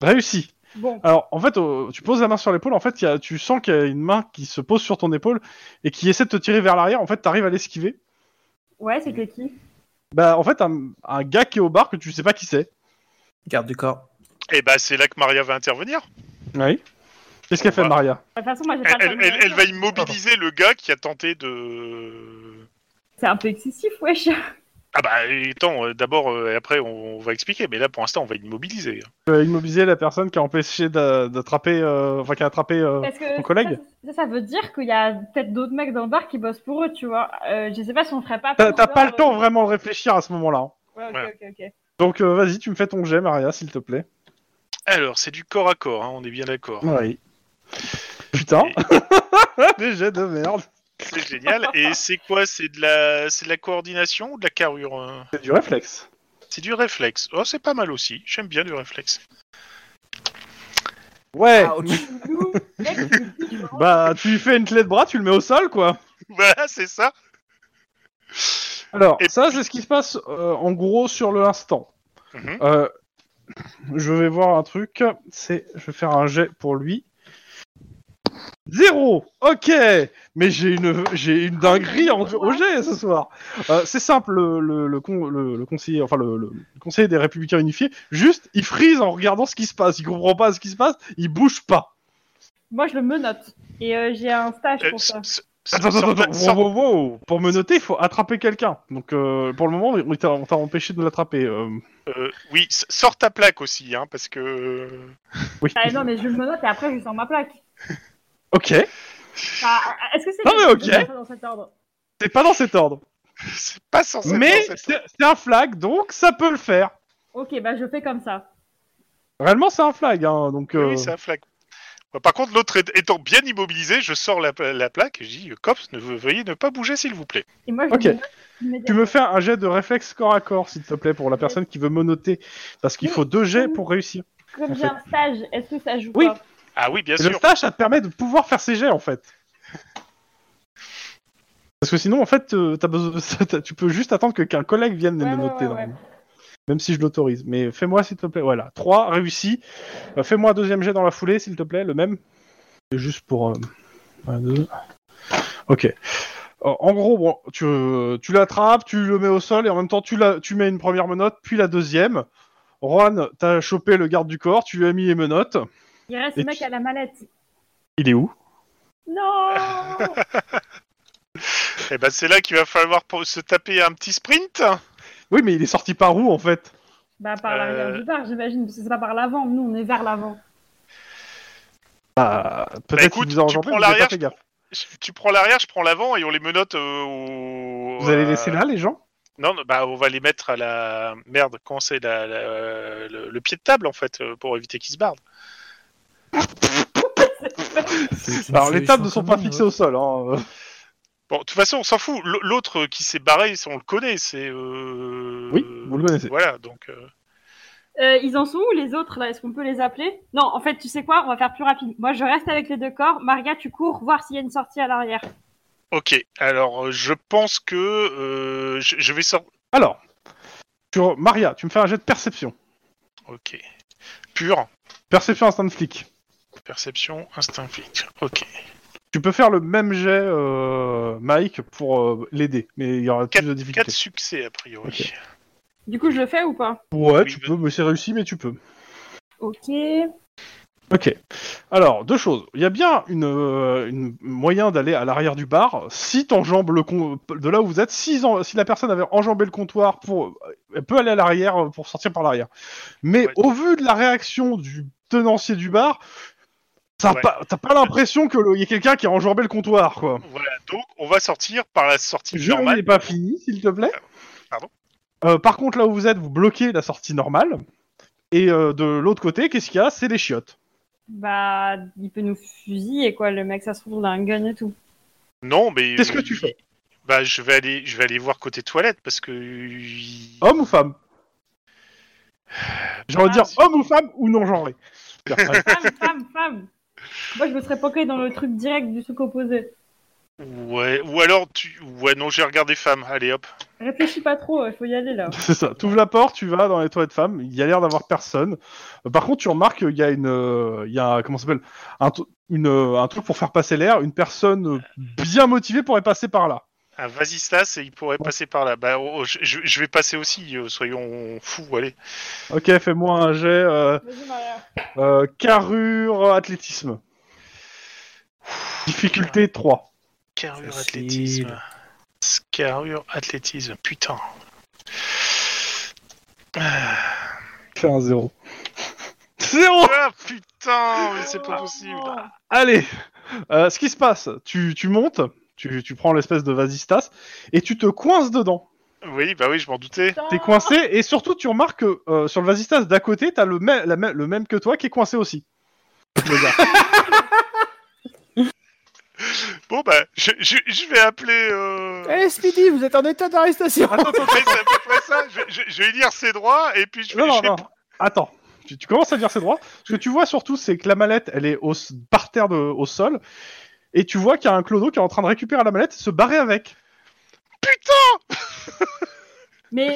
réussi.
bon.
Alors, en fait, euh, tu poses la main sur l'épaule, en fait, il y a- tu sens qu'il y a une main qui se pose sur ton épaule et qui essaie de te tirer vers l'arrière. En fait, t'arrives à l'esquiver.
Ouais, c'était qui
Bah, en fait, un, un gars qui est au bar que tu sais pas qui c'est.
Garde du corps.
Et bah, c'est là que Maria va intervenir.
Oui. Qu'est-ce qu'a fait
Voilà.
Maria
De toute façon, moi j'ai
Elle,
pas le temps
elle-
de
elle- elle va
réagir.
immobiliser le gars qui a tenté de.
C'est un peu excessif,
Euh,
wesh.
Ah bah, attends, euh, d'abord euh, et après, on, on va expliquer. Mais là, pour l'instant, on va immobiliser. hein.
Euh, Immobiliser la personne qui a empêché d'a- d'attraper. euh, enfin, qui a attrapé. euh,
Parce que
ton collègue
ça, ça, ça veut dire qu'il y a peut-être d'autres mecs dans le bar qui bossent pour eux, tu vois. Euh, je sais pas si on ferait pas.
T'as
pour
t'as
leur- euh,
pas le temps hein. vraiment de réfléchir à ce moment-là. hein.
Ouais, ok, ok, ok.
Donc, euh, vas-y, tu me fais ton jet, Maria, s'il te plaît.
Alors, c'est du corps à corps, hein, on est bien d'accord.
Oui. Putain. (laughs) Des jets de merde.
(laughs) C'est génial. Et c'est quoi C'est de la, c'est de la coordination ou de la carrure hein
C'est du réflexe.
C'est du réflexe. Oh, c'est pas mal aussi. J'aime bien du réflexe. (laughs)
Ouais.
Ah,
Nous, mec, tu- tu-
Bah, tu lui fais une clé de bras, tu le mets au sol, quoi.
Voilà, c'est ça.
Alors,
Et-
ça, c'est ce qui se passe euh, en gros sur le instant.
Mhm.
Euh, je vais voir un truc. C'est, je vais faire un jet pour lui. Zéro. Ok. Mais j'ai une, j'ai une dinguerie en, au jet ce soir. Euh, c'est simple. Le, le, le con- le- le conseiller, enfin le, le- le conseiller des Républicains Unifiés, juste, il frise en regardant ce qui se passe. Il comprend pas ce qui se passe. Il bouge pas.
Moi, je le menote. Et euh, j'ai un stage
Euh,
pour
s-
ça.
s- s-
Attends, (laughs) attends,
sorta-
attends,
sort-
wow, wow, wow. Pour me noter, il faut attraper quelqu'un. Donc, euh, pour le moment, on t'a on t'a empêché de l'attraper. euh.
euh, oui, s- sors ta plaque aussi, hein, parce que.
Oui.
Ah, non, mais je le menote et après, je sors ma plaque.
Ok.
Enfin, Est-ce que c'est.
Non, mais ok.
Je vais faire ça Dans cet ordre.
C'est pas dans cet ordre.
(laughs) C'est pas censé. être
Mais
dans cette-
c'est c'est un flag, donc ça peut le faire.
Ok, bah, je fais comme ça.
Réellement, c'est un flag. hein, donc,
Oui,
euh,
Oui, c'est un flag. Bah, Par contre, l'autre est- étant bien immobilisé, je sors la, la plaque et je dis euh, Cops, ne, veuillez ne pas bouger, s'il vous plaît.
Et moi, je
Ok.
le menote immédiatement.
tu me fais un jet de réflexe corps à corps, s'il te plaît, pour la personne qui veut me noter. Parce qu'il
Oui.
faut deux jets pour réussir.
Comme j'ai un stage, est-ce que ça joue
Oui.
pas
Ah oui, bien
Et le
sûr.
stage, ça te permet de pouvoir faire ces jets, en fait. Parce que sinon, en fait, euh, t'as besoin- t'as- tu peux juste attendre que qu'un collègue vienne
Ouais,
me
ouais,
noter.
ouais,
normalement. Même si je l'autorise. Mais fais-moi, s'il te plaît. Voilà. 3, réussi. Euh, fais-moi un deuxième jet dans la foulée, s'il te plaît, le même. C'est Juste pour... euh, un, deux. Ok. Euh, en gros, bon, tu, euh, tu l'attrapes, tu le mets au sol, et en même temps, tu, la- tu mets une première menotte, puis la deuxième. Juan, t'as chopé le garde du corps, tu lui as mis les menottes.
Il reste
Et
le mec
tu-
à la mallette.
Il est où (laughs)
Non
Et ben, c'est là qu'il va falloir pour- se taper un petit sprint.
Oui, mais il est sorti par où en fait
Bah, par l'arrière
Euh.
du bar, j'imagine, parce que c'est pas par l'avant. Nous, on est vers l'avant.
Bah,
Bah,
peut-être
écoute,
qu'il vous a
tu
engendré,
prends
vous avez
l'arrière,
pas fait gaffe.
Je- Tu prends l'arrière, je prends l'avant et on les menotte euh, au.
Vous allez laisser
euh,
là les gens
Non, non, bah, on va les mettre à la. Merde, comment c'est la- la- le, le pied de table en fait, euh, pour éviter qu'ils se barrent.
Alors les tables ne sont pas fixées au sol. Hein.
Bon, de toute façon, on s'en fout. L- L'autre qui s'est barré, on le connaît, c'est. euh,
Oui, vous le connaissez.
Voilà, donc. euh,
Euh, ils en sont où les autres là Est-ce qu'on peut les appeler Non, en fait, tu sais quoi On va faire plus rapide. Moi, je reste avec les deux corps. Maria, tu cours voir s'il y a une sortie à l'arrière.
Ok, alors euh, je pense que euh, je, je vais sortir.
Alors, sur Maria, tu me fais un jet de perception.
Ok. Pur,
Perception instant de flic.
perception, instinct flic. Ok.
Tu peux faire le même jet, euh, Mike, pour euh, l'aider, mais il y aura plus de
4
difficultés.
succès a priori.
Ok.
Du coup, je le fais ou pas
Ouais,
Oui,
tu
vas-y.
peux, mais c'est réussi, mais tu peux.
Ok.
Ok. Alors, deux choses. Il y a bien une, euh, une moyen d'aller à l'arrière du bar si t'enjambes le con- de là où vous êtes. Si, en- si la personne avait enjambé le comptoir, pour, elle peut aller à l'arrière euh, pour sortir par l'arrière. Mais
Ouais.
au vu de la réaction du tenancier du bar, t'as
Ouais.
pas, t'as pas l'impression qu'il y a quelqu'un qui a enjambé le comptoir, quoi.
Voilà, donc on va sortir par la sortie
Je
normale.
n'est pas fini, s'il te plaît.
Pardon
Euh, par contre, là où vous êtes, vous bloquez la sortie normale. Et euh, de l'autre côté, qu'est-ce qu'il y a C'est les chiottes.
Bah, il peut nous fusiller, quoi. Le mec, ça se trouve, il a un gun et tout.
Non, mais.
Qu'est-ce que tu fais
Bah, je vais aller, je vais aller voir côté toilette parce que. il-
Homme ou femme J'ai envie de dire
si-
homme ou femme ou non genré.
(laughs)
Femme, femme, femme Moi, je me serais poqué dans le truc direct du truc opposé.
Ouais. Ou alors tu. Ouais, non, j'ai regardé femme. Allez, hop.
Réfléchis pas trop, il faut y aller, là.
C'est ça. Tu ouvres la porte, tu vas dans les toilettes femmes. Il y a l'air d'avoir personne. Euh, Par contre, tu remarques qu'il y a une, euh, il y a comment ça s'appelle, un, tru- une, euh, un truc pour faire passer l'air. Une personne euh, bien motivée pourrait passer par là.
Un vasistas Ah, et il pourrait passer par là. Bah, oh, oh, je, je- je vais passer aussi. euh, soyons fous. Allez.
Ok, fais-moi un jet euh,
Vas-y, Maria.
euh, carrure athlétisme. Difficulté 3.
Carrure
Facile.
athlétisme. Carrure athlétisme. Putain.
Fais un 0. 0
Ah putain, mais c'est pas possible.
Oh,
Allez, euh, ce qui se passe, tu, tu montes, tu, tu prends l'espèce de vasistas et tu te coinces dedans.
Oui, bah oui, je m'en doutais.
T'es coincé et surtout tu remarques que euh, sur le vasistas d'à côté, t'as le, mê- la mê- le même que toi qui est coincé aussi. Le
(laughs)
gars.
Bon bah, je, je, je vais appeler. Euh...
Eh, Speedy, vous êtes en état d'arrestation
Attends, attends, mais c'est à peu près ça. Je, je- je vais lire ses droits et puis je vais.
non, non,
je vais-
non. Attends. Tu, tu commences à dire ses droits. Ce que tu vois surtout, c'est que la mallette, elle est au, s- par terre de, au sol. Et tu vois qu'il y a un clodo qui est en train de récupérer la mallette et se barrer avec.
(laughs)
Mais.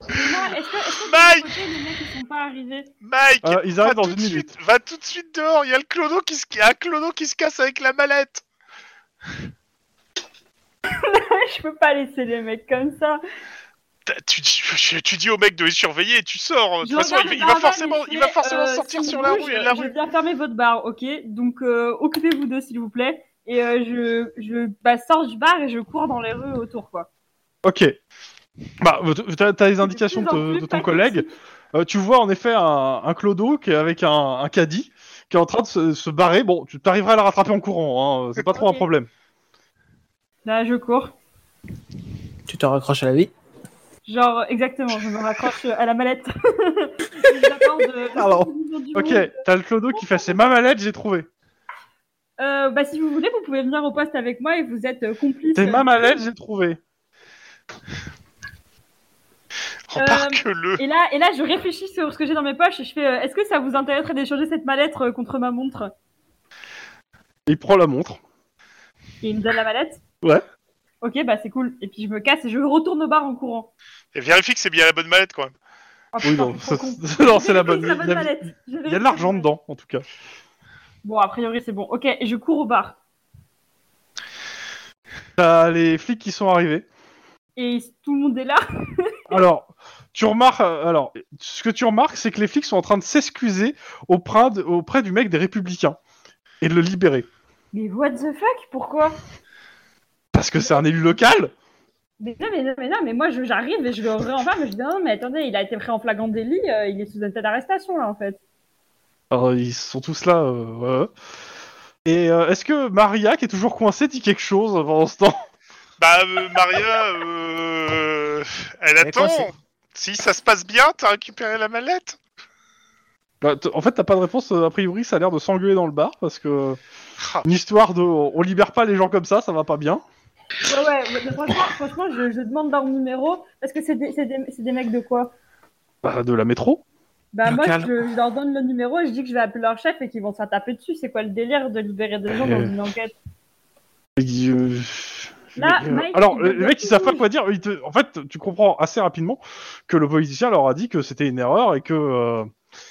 Excuse-moi, est-ce que, est-ce que
Mike
de côté, les mecs ils sont pas arrivés
Mike,
Euh, ils arrivent
va
dans
tout
une
de suite-
minute.
va tout de suite dehors. Il y a le clodo qui se, il y a un clodo qui se casse avec la mallette.
Je peux pas laisser les mecs comme ça.
T'as- Tu, dis- je- tu dis au mec de les surveiller et tu sors. De
Je
toute façon, il,
regarde
va- il
le
va
barman
forcément,
et
il
je
va
fais,
forcément
euh,
sortir
s'il
sur la
bouge,
rue. et la
Je
rue.
vais bien fermer votre bar, ok Donc euh, occupez-vous d'eux s'il vous plaît. Et euh, je, je bah, sors du bar et je cours dans les rues autour quoi.
Ok. Bah, t'as, t'as les indications
plus en
de,
plus
de ton
pas
collègue. Euh, tu vois en effet un, un clodo qui est avec un, un caddie qui est en train de se, se barrer. Bon, tu t'arriveras à le rattraper en courant, hein, c'est pas trop un
Ok.
problème.
Là je cours.
Tu te raccroches à la vie.
Genre exactement, je me raccroche à la mallette. (laughs) J'attends de-
Alors,
du
Ok,
monde.
t'as le clodo qui fait c'est ma mallette, j'ai trouvé.
Euh, bah si vous voulez, vous pouvez venir au poste avec moi et vous êtes euh, complice.
C'est ma mallette, j'ai trouvé.
Remarque-le.
Et là, et là, je réfléchis sur ce que j'ai dans mes poches et je fais euh, est-ce que ça vous intéresserait d'échanger cette mallette euh, contre ma montre
Il prend la montre.
Et il me donne la mallette
Ouais.
Ok, bah c'est cool. Et puis je me casse et je retourne au bar en courant.
Et vérifie que c'est bien la bonne mallette quand même.
Oh,
Oui,
putain,
non,
c'est (laughs) trop con.
c'est, (laughs) non, c'est la
(laughs) J'ai
bonne.
pris sa
Il y a-
mallette.
il
Je
y a
l'ai
de l'argent
prise.
dedans, en tout cas.
Bon, a priori, c'est bon. Ok, et je cours au bar.
T'as les flics qui sont arrivés.
Et tout le monde est là.
Alors, tu remarques, euh, alors, ce que tu remarques, c'est que les flics sont en train de s'excuser auprès, de- auprès du mec des Républicains et de le libérer.
Mais what the fuck Pourquoi
Parce que c'est un élu local
mais non, mais non, mais non, mais moi je- j'arrive et je le réenferme. mais Je dis non, mais attendez, il a été pris en flagrant délit, euh, il est sous un tas d'arrestation là en fait.
Alors, ils sont tous là. euh, ouais. Et euh, est-ce que Maria, qui est toujours coincée, dit quelque chose pendant ce temps (laughs)
Bah euh, Maria, euh, elle
est coincée.
attend. Si ça se passe bien, t'as récupéré la mallette.
Bah, t- En fait, t'as pas de réponse. euh, A priori, ça a l'air de s'engueuler dans le bar parce que.
Ah.
Une histoire de. On libère pas les gens comme ça, ça va pas bien.
Ouais, ouais, mais franchement, franchement je, je demande leur numéro parce que c'est des, c'est des, c'est des mecs de quoi
Bah, de la métro.
Bah, moi,
Local.
je, je leur donne le numéro et je dis que je vais appeler leur chef et qu'ils vont se faire taper dessus. C'est quoi le délire de libérer des gens dans
Euh.
une enquête
Et, euh,
Là,
Euh,
Mike,
Alors,
il
les
devient
mecs, ils savent pas
rouge.
quoi dire. Ils te- En fait, tu comprends assez rapidement que le politicien leur a dit que c'était une erreur et que, euh,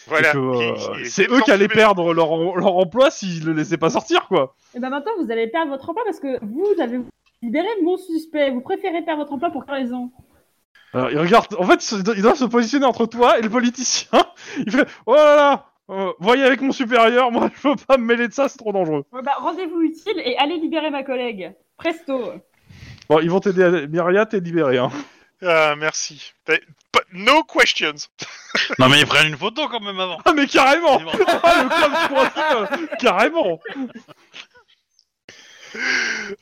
Voilà.
et que, euh,
Et- et-
c'est
et-
eux qui allaient
mais-
perdre leur, en- leur emploi s'ils le laissaient pas sortir, quoi.
Et bah, maintenant, vous allez perdre votre emploi parce que vous avez libéré mon suspect. Vous préférez perdre votre emploi pour quelle raison
Alors, ils regardent. En fait, ils se- ils doivent se positionner entre toi et le politicien. (laughs) Il fait Oh là là euh, voyez avec mon supérieur, moi je peux pas me mêler de ça, c'est trop dangereux.
Ouais, bah, rendez-vous utile et allez libérer ma collègue. Presto.
Bon, ils vont t'aider, à... Myria, t'es libéré. Hein. (laughs)
Ah, merci. T'as- pas- No questions.
Non, mais ils prennent une photo quand même avant.
Ah, mais carrément
Ils vont-
(laughs) Ah, le club sportif, euh, Carrément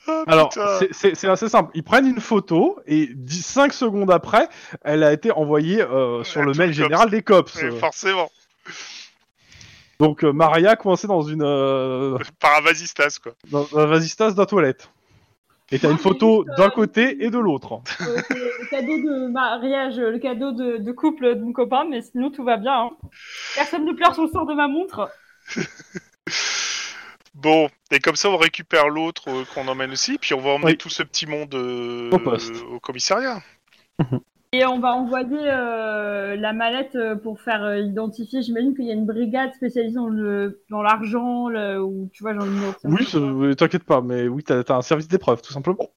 Ah,
Alors,
putain.
c'est- c'est c'est assez simple. Ils prennent une photo et 5 secondes après, elle a été envoyée euh, sur
À
le
tous
mail
les cops.
général des cops.
Ouais,
Euh,
forcément.
Donc euh, Maria coincée dans une euh,
Paravasistas, quoi.
dans un vasistas d'un toilette. Et t'as
Ah,
une
mais
photo
juste, euh,
d'un côté et de l'autre.
Euh, c'est le cadeau de mariage, le cadeau de, de couple de mon copain, mais sinon tout va bien. hein. Personne ne pleure sur le sort de ma montre.
Bon, et comme ça, on récupère l'autre euh, qu'on emmène aussi, puis on va emmener
Oui.
tout ce petit monde euh,
Au poste.
au commissariat.
Et on va envoyer euh, la mallette euh, pour faire euh, identifier. J'imagine qu'il y a une brigade spécialisée dans le dans l'argent le- ou tu vois genre le numéro de
Oui, euh,
serveur.
c'est- t'inquiète pas, mais oui, t'as t'as un service d'épreuve, tout simplement.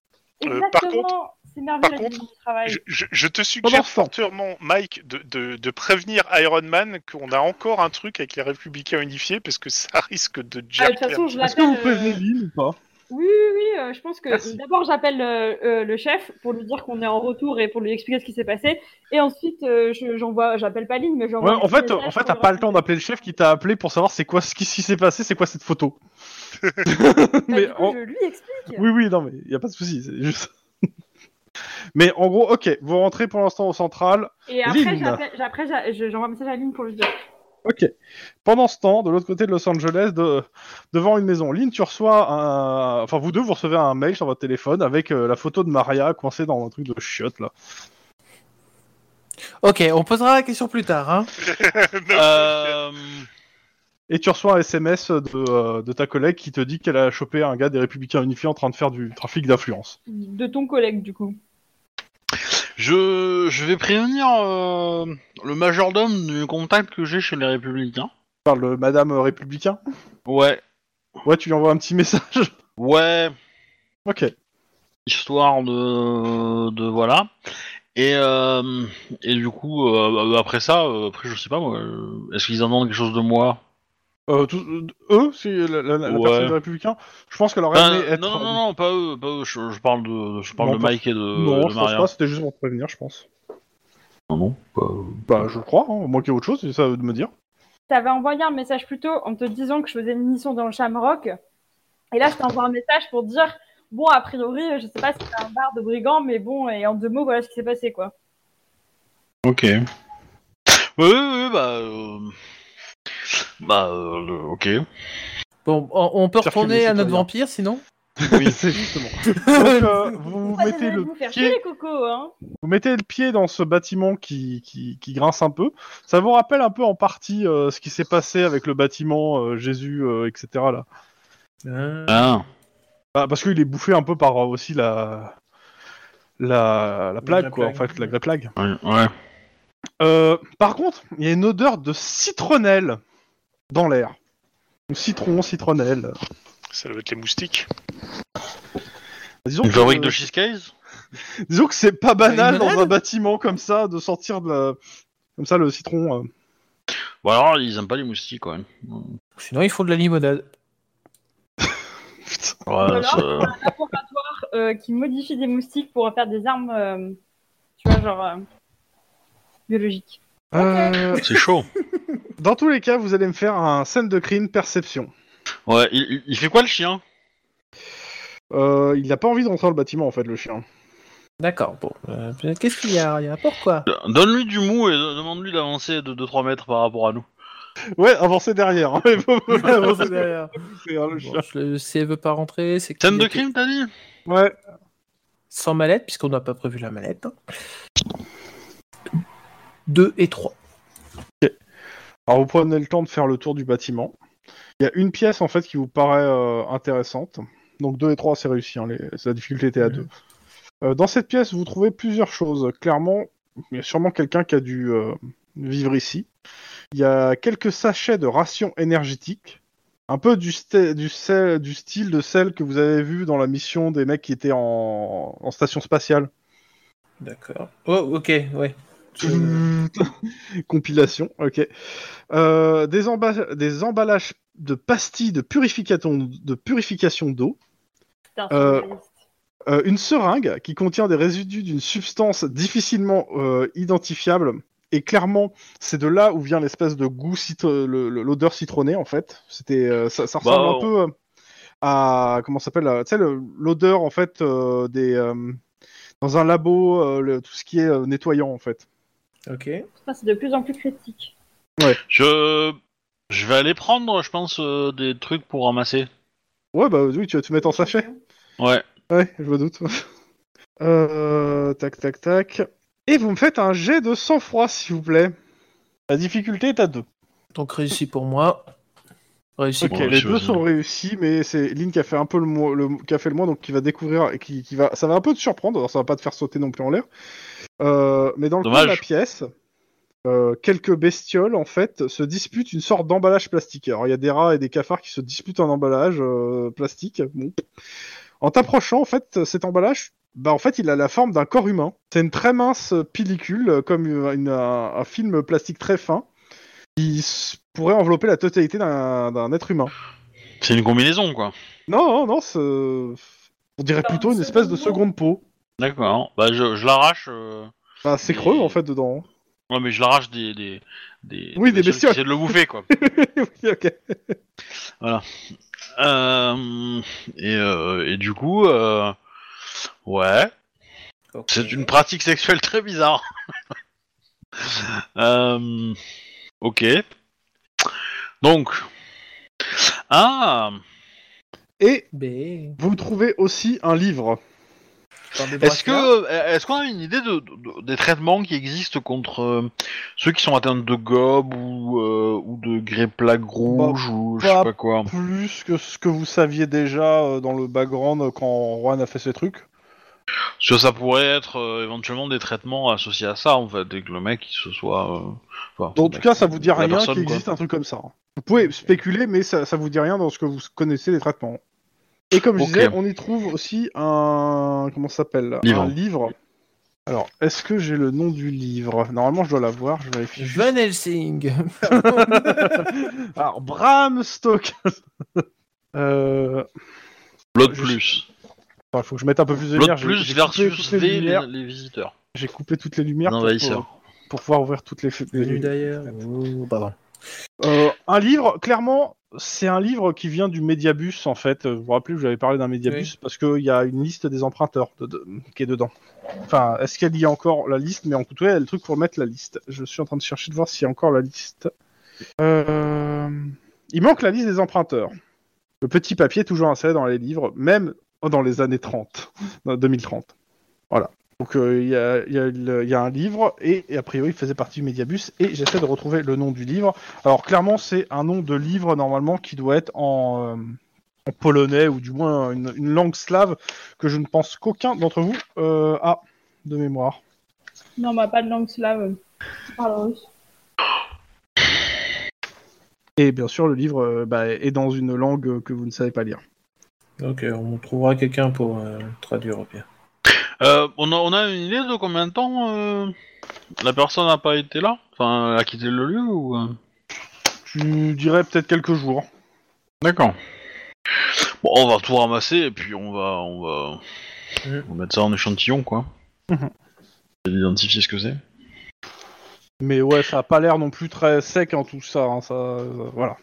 Euh, par
Exactement. C'est merveilleux
par
la
contre,
du travail.
Je, je- je te
Pendant
suggère
ce temps.
fortement, Mike, de, de- de prévenir Iron Man qu'on a encore un truc avec les Républicains unifiés, parce que ça (laughs) risque de
Ah,
jack
de toute façon, je
Est-ce que vous
l'appelle.
prévenez
euh,
l'île ou pas
Oui, oui, oui, euh, je pense que
Merci.
d'abord j'appelle euh, euh, le chef pour lui dire qu'on est en retour et pour lui expliquer ce qui s'est passé. Et ensuite, euh, je- j'envoie, j'appelle pas Lynn, mais j'envoie.
Ouais, en
un
fait,
message
en fait,
pour
t'as
lui
pas le temps
raconter.
d'appeler le chef qui t'a appelé pour savoir c'est quoi ce qui ce qui s'est passé, c'est quoi cette
(laughs)
photo.
Bah,
mais
du coup,
en-
je lui explique.
oui, oui, non, mais y a pas de souci, c'est juste. (laughs) mais en gros, ok, vous rentrez pour l'instant au central.
Et après,
Lynn.
j'appelle- j'ai- après j'a- je- j'envoie un message à Lynn pour lui dire.
Ok. Pendant ce temps, de l'autre côté de Los Angeles, de... devant une maison, Lynn, tu reçois un. Enfin, vous deux, vous recevez un mail sur votre téléphone avec euh, la photo de Maria coincée dans un truc de chiotte, là.
Ok, on posera la question plus tard. Hein.
Ah.
Euh,
Et tu reçois un SMS de, euh, de ta collègue qui te dit qu'elle a chopé un gars des Républicains Unifiés en train de faire du trafic d'influence.
De ton collègue, du coup.
je, je vais prévenir euh, le majordome du contact que j'ai chez les Républicains.
Tu parles de Madame euh, Républicain
Ouais,
Ouais, tu lui envoies un petit message (laughs)
ouais,
Ok.
histoire de, de voilà. Et, euh, et du coup, euh, après ça, euh, après je sais pas moi, euh, est-ce qu'ils attendent quelque chose de moi
Euh, tous- euh, eux, c'est la, la- la
Ouais.
personne des Républicains Je pense qu'elle aurait
Enfin,
aimé être. euh,
Non, non, Euh, non, non, pas eux, pas eux. Je, je parle de, je parle
Non,
de
pas-
Mike et de,
Non,
de
je pense
Maria.
pas, c'était juste pour te prévenir, je pense.
Non, Ah non, pas-
Bah, je crois, hein, au moins qu'il y ait autre chose, c'est ça de me
(laughs)
dire.
T'avais envoyé un message plus tôt en te disant que je faisais une mission dans le Shamrock. Et là, je t'envoie un message pour te dire Bon, a priori, je sais pas si c'est un bar de brigands, mais bon, et en deux mots, voilà ce qui s'est passé, quoi.
Ok. Oui, oui, oui, bah. euh, Bah, euh, le- ok.
Bon, on, on peut
Circuler,
retourner
c'est
à notre
rien.
vampire (laughs) sinon
Oui, (laughs) c'est justement. Donc, euh, vous,
Pas
mettez
désolé de
le
vous faire chier,
pied,
les cocos, hein.
vous mettez le pied dans ce bâtiment qui, qui, qui grince un peu. Ça vous rappelle un peu en partie euh, ce qui s'est passé avec le bâtiment euh, Jésus, euh, etc. Là.
Euh,
Ah.
Bah, parce qu'il est bouffé un peu par euh, aussi la. La, la plague,
La
quoi,
plague.
en fait, la, la plague.
Ouais. ouais.
Euh, par contre, il y a une odeur de citronnelle dans l'air. Citron, citronnelle.
Ça doit être les moustiques.
Disons
Une
que- euh,
fabrique de cheesecakes
Disons que c'est pas banal
Une
dans un
banane
bâtiment comme ça de sortir de la- comme ça le citron. euh.
Bon, alors, ils aiment pas les moustiques, quand même.
Sinon, ils font de la limonade.
Ouais,
Voilà.
ça-
laboratoire, euh, qui modifie des moustiques pour en faire des armes, euh, tu vois, genre euh, biologiques.
Euh,
c'est chaud.
dans tous les cas, vous allez me faire un scène de crime perception.
Ouais, il, il- il fait quoi le chien
Euh, il n'a pas envie de rentrer dans le bâtiment en fait, le chien.
D'accord, bon. euh, Qu'est-ce qu'il y a Il y a un (laughs) pourquoi
Donne-lui du mou et de- demande-lui d'avancer de 2-3 mètres par rapport à nous.
Ouais, avancez derrière. hein, (laughs) mais faut- faut avancer
C'est derrière.
derrière le chien.
Bon, je le- Si elle veut pas rentrer, c'est qu'il
Scène de
était
crime, t'as dit
Ouais.
Sans mallette, puisqu'on n'a pas prévu la mallette. 2 et 3.
Alors vous prenez le temps de faire le tour du bâtiment. Il y a une pièce en fait qui vous paraît euh, intéressante. Donc 2 et 3 c'est réussi, hein, les- la difficulté était à 2. dans cette pièce vous trouvez plusieurs choses. Clairement, il y a sûrement quelqu'un qui a dû euh, vivre ici. Il y a quelques sachets de rations énergétiques. Un peu du, sté- du, sel- du style de celle que vous avez vu dans la mission des mecs qui étaient en, en station spatiale.
D'accord. Oh, ok, ouais.
(laughs) Compilation, ok. Euh, des, emba- des emballages de pastilles de, purificaton- de purification d'eau,
Putain,
Euh,
c'est réaliste.
euh, une seringue qui contient des résidus d'une substance difficilement euh, identifiable. Et clairement, c'est de là où vient l'espèce de goût, citro- le- le- l'odeur citronnée en fait. C'était, euh, ça, ça
Bah,
ressemble un
on-
peu euh, à comment ça s'appelle, euh, tu sais, le- l'odeur en fait euh, des euh, dans un labo, euh, le- tout ce qui est euh, nettoyant en fait.
Ok.
Putain, c'est de plus en plus critique.
Je. Je vais aller prendre, je pense, euh, des trucs pour ramasser.
Ouais, bah oui, tu vas te mettre en sachet.
Ouais.
Ouais, je me doute. Euh, tac, tac, tac. Et vous me faites un jet de sang-froid, s'il vous plaît. La difficulté est à 2.
Donc réussi pour moi. Réussi
Ok,
Bon,
les
je-
deux sont réussis, mais c'est Lynn qui a fait un peu le, mo- le- qui a fait le moins, donc qui va découvrir, et qui, qui va, ça va un peu te surprendre, alors ça va pas te faire sauter non plus en l'air. Euh, mais dans le coin de la
Dommage.
pièce, euh, quelques bestioles en fait se disputent une sorte d'emballage plastique. Alors il y a des rats et des cafards qui se disputent un emballage euh, plastique. Bon. En t'approchant, en fait, cet emballage, bah en fait, il a la forme d'un corps humain. C'est une très mince pellicule, euh, comme une- une- un- un film plastique très fin. qui s- pourrait envelopper la totalité d'un d'un être humain.
C'est une combinaison, quoi.
Non, non, non, c'est- on dirait
Enfin,
plutôt une
une
espèce de
seconde
seconde peau.
D'accord. Bah, je, je l'arrache. euh,
Bah, c'est
Mais-
creux en fait dedans. (laughs)
Ouais, mais je l'arrache des. des, des
Oui, des bestioles.
C'est de le bouffer, (laughs) quoi.
oui, ok.
Euh, et, euh, et du coup, euh, ouais,
Ok.
c'est une pratique sexuelle très bizarre. Euh, ok. Donc, ah,
Et
B.
vous trouvez aussi un livre.
Par des
est-ce
braqueurs.
que est-ce qu'on a une idée de, de- des traitements qui existent contre euh, ceux qui sont atteints de gobe ou euh, ou de grès plaque rouge ou je sais
bah,
pas quoi.
Plus que ce que vous saviez déjà euh, dans le background euh, quand Juan a fait ses trucs.
Parce que ça pourrait être euh, éventuellement des traitements associés à ça, en fait, dès que le mec il se soit. euh, enfin,
Donc, en tout cas, ça vous dit
bah, la
rien
personne,
qu'il
quoi.
existe un truc comme ça. hein. Vous pouvez spéculer, mais ça, ça vous dit rien dans ce que vous connaissez des traitements. Et comme je
Ok.
disais, on y trouve aussi un comment ça s'appelle là
Livre.
Un livre. Alors, est-ce que j'ai le nom du livre Normalement, je dois l'avoir. Je vérifie.
(laughs)
Van Helsing.
Alors, Bram Stoker. (laughs) euh...
Blood
je-
plus.
Attends, faut que je mette un peu plus de lumière.
Blood
j'ai- j'ai
plus
coupé
versus
toutes les
des, les,
lumières-
les visiteurs.
J'ai coupé toutes les lumières pour,
L'envahisseur.
pour- pour pouvoir ouvrir toutes les... fenêtres.
Venu d'ailleurs. Oh, pardon.
Euh, un livre, clairement, c'est un livre qui vient du Mediabus, en fait. Vous vous rappelez, je vous avais parlé d'un Mediabus, parce qu'il y a une liste des emprunteurs de- de- qui est dedans. Enfin, est-ce qu'elle y a encore la liste Mais en tout cas, il y a le truc pour mettre la liste. Je suis en train de chercher de voir s'il y a encore la liste. Euh, Il manque la liste des emprunteurs. Le petit papier toujours inséré dans les livres, même dans les années 30, dans 2030. Voilà. Donc euh, il y a- il y, a le- il y a un livre, et, et a priori il faisait partie du Mediabus, et j'essaie de retrouver le nom du livre. Alors clairement, c'est un nom de livre normalement qui doit être en, euh, en polonais ou du moins une, une langue slave que je ne pense qu'aucun d'entre vous euh, a de mémoire.
Non, bah, pas de langue slave. Je parle russe.
Et bien sûr, le livre euh, bah, est dans une langue que vous ne savez pas lire.
Ok, on trouvera quelqu'un pour euh, traduire au pire.
Euh, on, a, on a une idée de combien de temps euh, la personne n'a pas été là Enfin, elle a quitté le lieu ou. euh
Tu dirais peut-être quelques jours.
D'accord. Bon, on va tout ramasser et puis on va. On va,
Mm.
on va mettre ça en échantillon, quoi. Mm-hmm.
Mhm.
Identifier ce que c'est.
Mais ouais, ça a pas l'air non plus très sec en tout ça. hein, ça euh, voilà.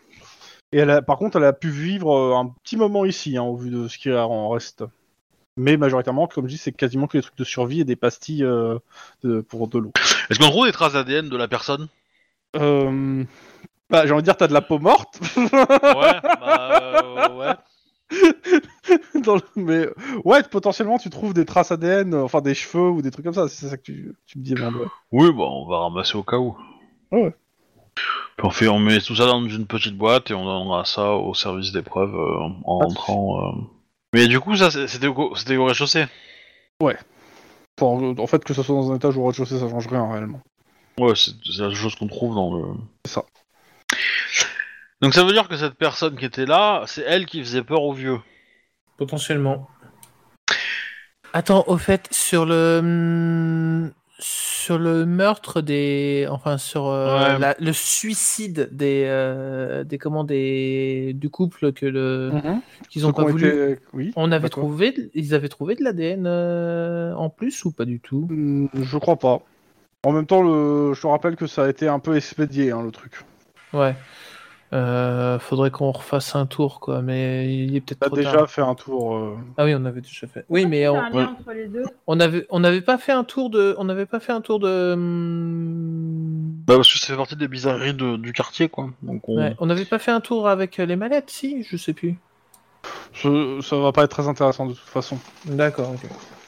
Et elle a- par contre, elle a pu vivre euh, un petit moment ici, hein, au vu de ce qu'il y a en reste. Mais majoritairement, comme je dis, c'est quasiment que des trucs de survie et des pastilles euh, de- pour de l'eau.
Est-ce qu'on trouve des traces d'ADN de la personne
Euh... Bah, j'ai envie de dire, t'as de la peau morte.
(laughs)
(laughs)
Ouais, bah, euh, ouais.
dans le- Mais ouais, potentiellement, tu trouves des traces ADN, euh, enfin des cheveux ou des trucs comme ça. C'est ça que tu, tu me dis, Amanda, ouais.
Oui, bah, on va ramasser au cas où. Ah
Ouais.
Puis on, fait, on met tout ça dans une petite boîte et on donnera ça au service des preuves euh, en
Pas de
rentrant. euh. Mais du coup, ça, c'est- c'était au, co- c'était au rez-de-chaussée.
Enfin, en fait, que ce soit dans un étage ou au rez-de-chaussée, ça change rien réellement.
Ouais, c'est c'est la chose qu'on trouve dans le.
C'est ça.
Donc ça veut dire que cette personne qui était là, c'est elle qui faisait peur aux vieux.
Potentiellement. Attends, au fait, sur le sur le meurtre des, enfin sur euh,
Ouais.
la- le suicide des euh, des comment des du couple que le
Mmh.
qu'ils Mhm. ont
Ceux
pas
qui ont
voulu.
été- Oui.
On avait
D'accord.
trouvé, ils avaient trouvé de l'ADN euh, en plus ou pas du tout
Hmm, Je crois pas. En même temps, le... je te rappelle que ça a été un peu expédié, hein, le truc.
Ouais. Euh, faudrait qu'on refasse un tour, quoi. Mais il est peut-être
T'as
trop
Bah, déjà
tard.
fait un tour. euh,
Ah oui, on avait déjà fait. Oui, mais
C'est
on,
un lien entre les deux.
on avait on n'avait pas fait un tour de on n'avait pas fait un tour de hum,
Bah, parce que ça fait partie des bizarreries de- du quartier, quoi. Donc, on...
ouais, on n'avait pas fait un tour avec euh, les mallettes, si, je sais plus.
ce- ça va pas être très intéressant de toute façon.
D'accord.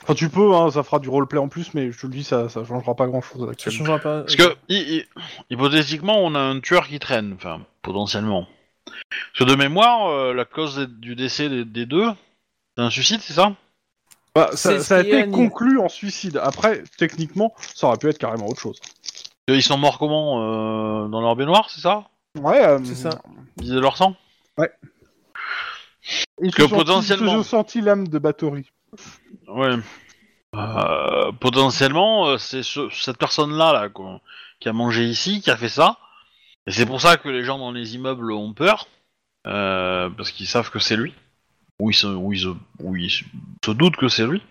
Enfin, tu peux, hein, ça fera du roleplay en plus, mais je te le dis, ça, ça changera pas grand chose.
Ça changera pas.
Parce que, hi- hi- hypothétiquement, on a un tueur qui traîne, enfin, potentiellement. Parce que de mémoire, euh, la cause des- du décès des, des deux, c'est un suicide, c'est ça
Bah, ça,
C'est ce
ça a
qui est
été
annulé.
conclu en suicide. Après, techniquement, ça aurait pu être carrément autre chose.
Ils sont morts comment euh, Dans leur baignoire, c'est ça
Ouais, euh,
C'est ça.
Ils de leur sang
Ils se
Que
sont-
potentiellement.
Ils se sont sentis l'âme de Bathory.
Ouais. Euh, potentiellement, euh, c'est ce- cette personne-là, là, quoi, qui a mangé ici, qui a fait ça. Et c'est pour ça que les gens dans les immeubles ont peur, euh, parce qu'ils savent que c'est lui, ou ils se, ou ils se, ou ils se- se doutent que c'est lui.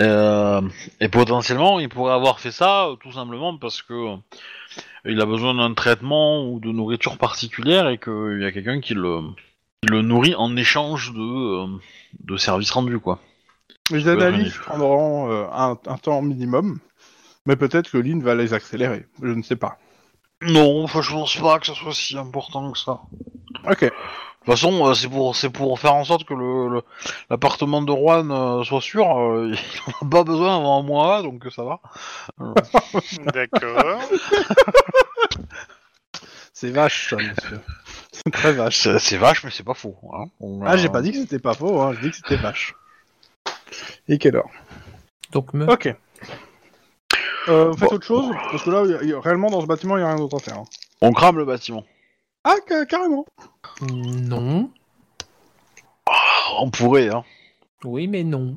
Euh, et potentiellement, il pourrait avoir fait ça euh, tout simplement parce que euh, il a besoin d'un traitement ou de nourriture particulière et qu'il y a quelqu'un qui le, qui le nourrit en échange de, euh, de services rendus, quoi.
Ils
Ouais,
analysent
magnifique.
prendront euh, un, un temps minimum, mais peut-être que Lynn va les accélérer. Je ne sais pas.
Non, enfin, je pense pas que ça soit si important que ça.
Ok.
De toute façon, euh, c'est pour, c'est pour faire en sorte que le- le- l'appartement de Juan euh, soit sûr. euh, (laughs) il n'en a pas besoin avant un mois, donc euh, ça va.
(laughs)
D'accord.
C'est vache, ça, monsieur. (laughs) C'est très vache.
C'est c'est vache, mais c'est pas faux. hein. On,
Ah, j'ai
euh,
pas dit que c'était pas faux, hein, j'ai dit que c'était vache. Et quelle heure
Donc me.
Ok. Euh, vous faites
Bon.
autre chose Parce que là, y a- y a- réellement, dans ce bâtiment, il n'y a rien d'autre à faire. hein.
On crame le bâtiment.
Ah, ca- carrément
Non.
On pourrait, hein.
Oui, mais non.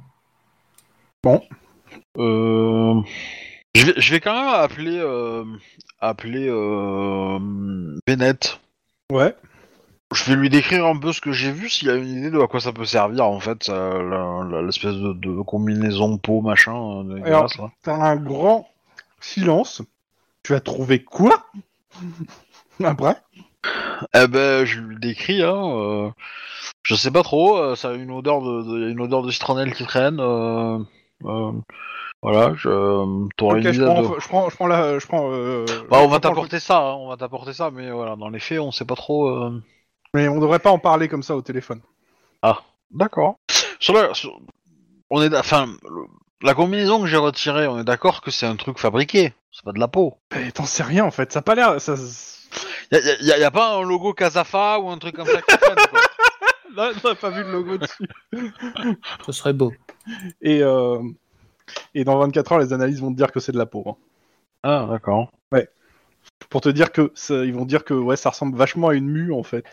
Euh, Je vais, je vais quand même appeler, euh, appeler euh, Bennett.
Ouais.
Je vais lui décrire un peu ce que j'ai vu, s'il a une idée de à quoi ça peut servir en fait, euh, la- la- l'espèce de, de combinaison peau machin. euh, dégueulasse, là.
Par un grand silence, tu as trouvé (laughs) quoi Après
Eh ben, je lui décris. Hein, euh, je sais pas trop. euh, ça a une odeur de, de- y a une odeur de citronnelle qui traîne. euh, euh, voilà. Je euh, t'aurais
Ok,
une
je
idée
prends,
de.
je prends, je prends la, je prends. euh,
Bah, on va
je prends le-
t'apporter ça. hein, on va t'apporter ça. Mais voilà, dans les faits, on sait pas trop. euh,
Mais on devrait pas en parler comme ça au téléphone.
D'accord. Sur la, sur- on est, d'a- enfin, le- la combinaison que j'ai retirée, on est d'accord que c'est un truc fabriqué. C'est pas de la peau.
Mais t'en sais rien en fait, ça a pas l'air. Ça...
Y a, y a- y a- y a pas un logo Casafa ou un truc comme ça. qui traîne, quoi.
Là, t'as pas vu le logo dessus.
Ce serait beau.
(laughs) Et, euh, et dans 24 heures, les analyses vont te dire que c'est de la peau. hein.
Ah, d'accord.
Pour te dire que. ça- Ils vont dire que ouais, ça ressemble vachement à une mue en fait.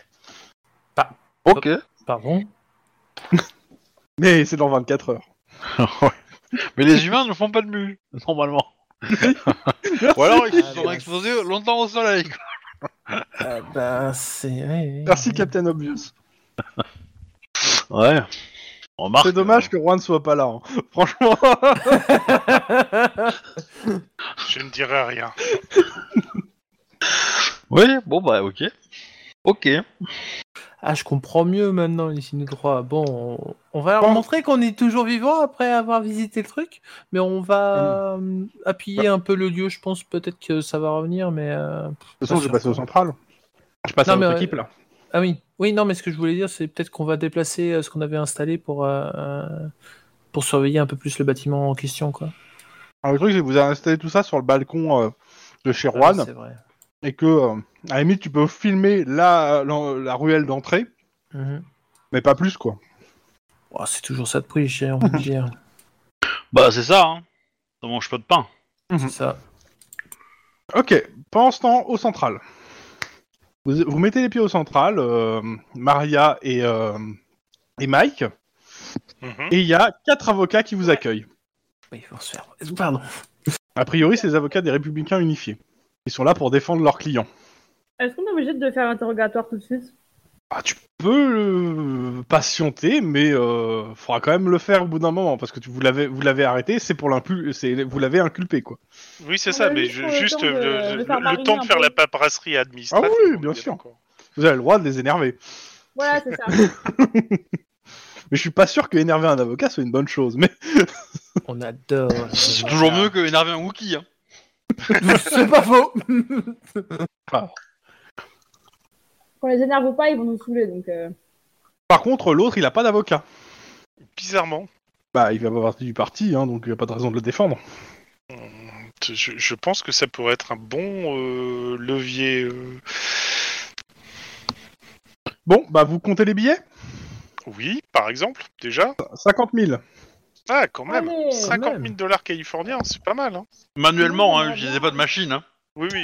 Ok.
Pardon.
Mais c'est dans 24 heures.
Mais les humains ne font pas de mue, (laughs) normalement. Ou alors ils se sont exposés longtemps au soleil. quoi.
Ah, bah c'est. ouais, ouais.
Merci Captain Obvious.
Ouais. Remarque.
C'est dommage que Juan soit pas là. hein. Franchement.
Je ne dirai rien.
Oui, bon bah ok. Ok.
(laughs) Ah, je comprends mieux maintenant ici nous trois. Bon, on, on va leur montrer qu'on est toujours vivant après avoir visité le truc, mais on va
Hmm.
euh, appuyer un peu le lieu. Je pense peut-être que ça va revenir, mais euh,
De toute façon, je vais passer au central. Je passe à
Non, mais,
notre
euh,
équipe là.
ah oui, oui, non, mais ce que je voulais dire, c'est peut-être qu'on va déplacer euh, ce qu'on avait installé pour euh, euh, pour surveiller un peu plus le bâtiment en question, quoi.
Alors, le truc, c'est que vous avez installé tout ça sur le balcon euh, de chez
Ah,
Juan.
c'est vrai.
et que euh, à la limite tu peux filmer la, la, la ruelle d'entrée,
Mhm.
mais pas plus quoi.
Oh, c'est toujours ça de prix, j'ai envie de dire.
Bah c'est ça. Hein. Ça mange pas de pain.
C'est ça.
Ok, pendant ce temps au central. Vous, vous mettez les pieds au central, euh, Maria et, euh, et Mike,
Mhm.
et il y a quatre avocats qui vous accueillent.
Oui, il faut se faire. Pardon.
A priori, c'est les avocats des Républicains Unifiés. Ils sont là pour défendre leurs clients.
Est-ce qu'on est obligé de faire interrogatoire tout de suite
Ah, tu peux euh, patienter, mais euh, faudra quand même le faire au bout d'un moment parce que tu, vous l'avez vous l'avez arrêté, c'est pour l'incul, c'est vous l'avez inculpé quoi.
Oui, c'est
On
ça,
a
mais
juste
je-
le
juste
temps de-
le,
de
le-
faire
le
mariner
temps
un
de faire
peu.
la paperasserie administrative.
Ah oui,
on
bien
est
sûr.
d'accord.
vous avez le droit de les énerver.
Voilà, c'est ça.
Mais je suis pas sûr que énerver un avocat soit une bonne chose. Mais
On adore.
(laughs) C'est toujours mieux que énerver un Wookie. Hein.
C'est pas faux.
Qu'on les énerve pas, ils vont nous saouler. Donc, euh,
par contre, l'autre, il a pas d'avocat.
Bizarrement,
Bah, il va pas partie du parti, hein, donc il y a pas de raison de le défendre.
je, je pense que ça pourrait être un bon euh, levier. euh,
Bon, bah, vous comptez les billets
Oui, par exemple, déjà.
50 000.
Ah, quand même.
Allez,
50 000
même.
dollars californiens, c'est pas mal. Hein.
Manuellement, hein, j'utilisais pas de machine. Hein.
Oui,
(laughs)
oui.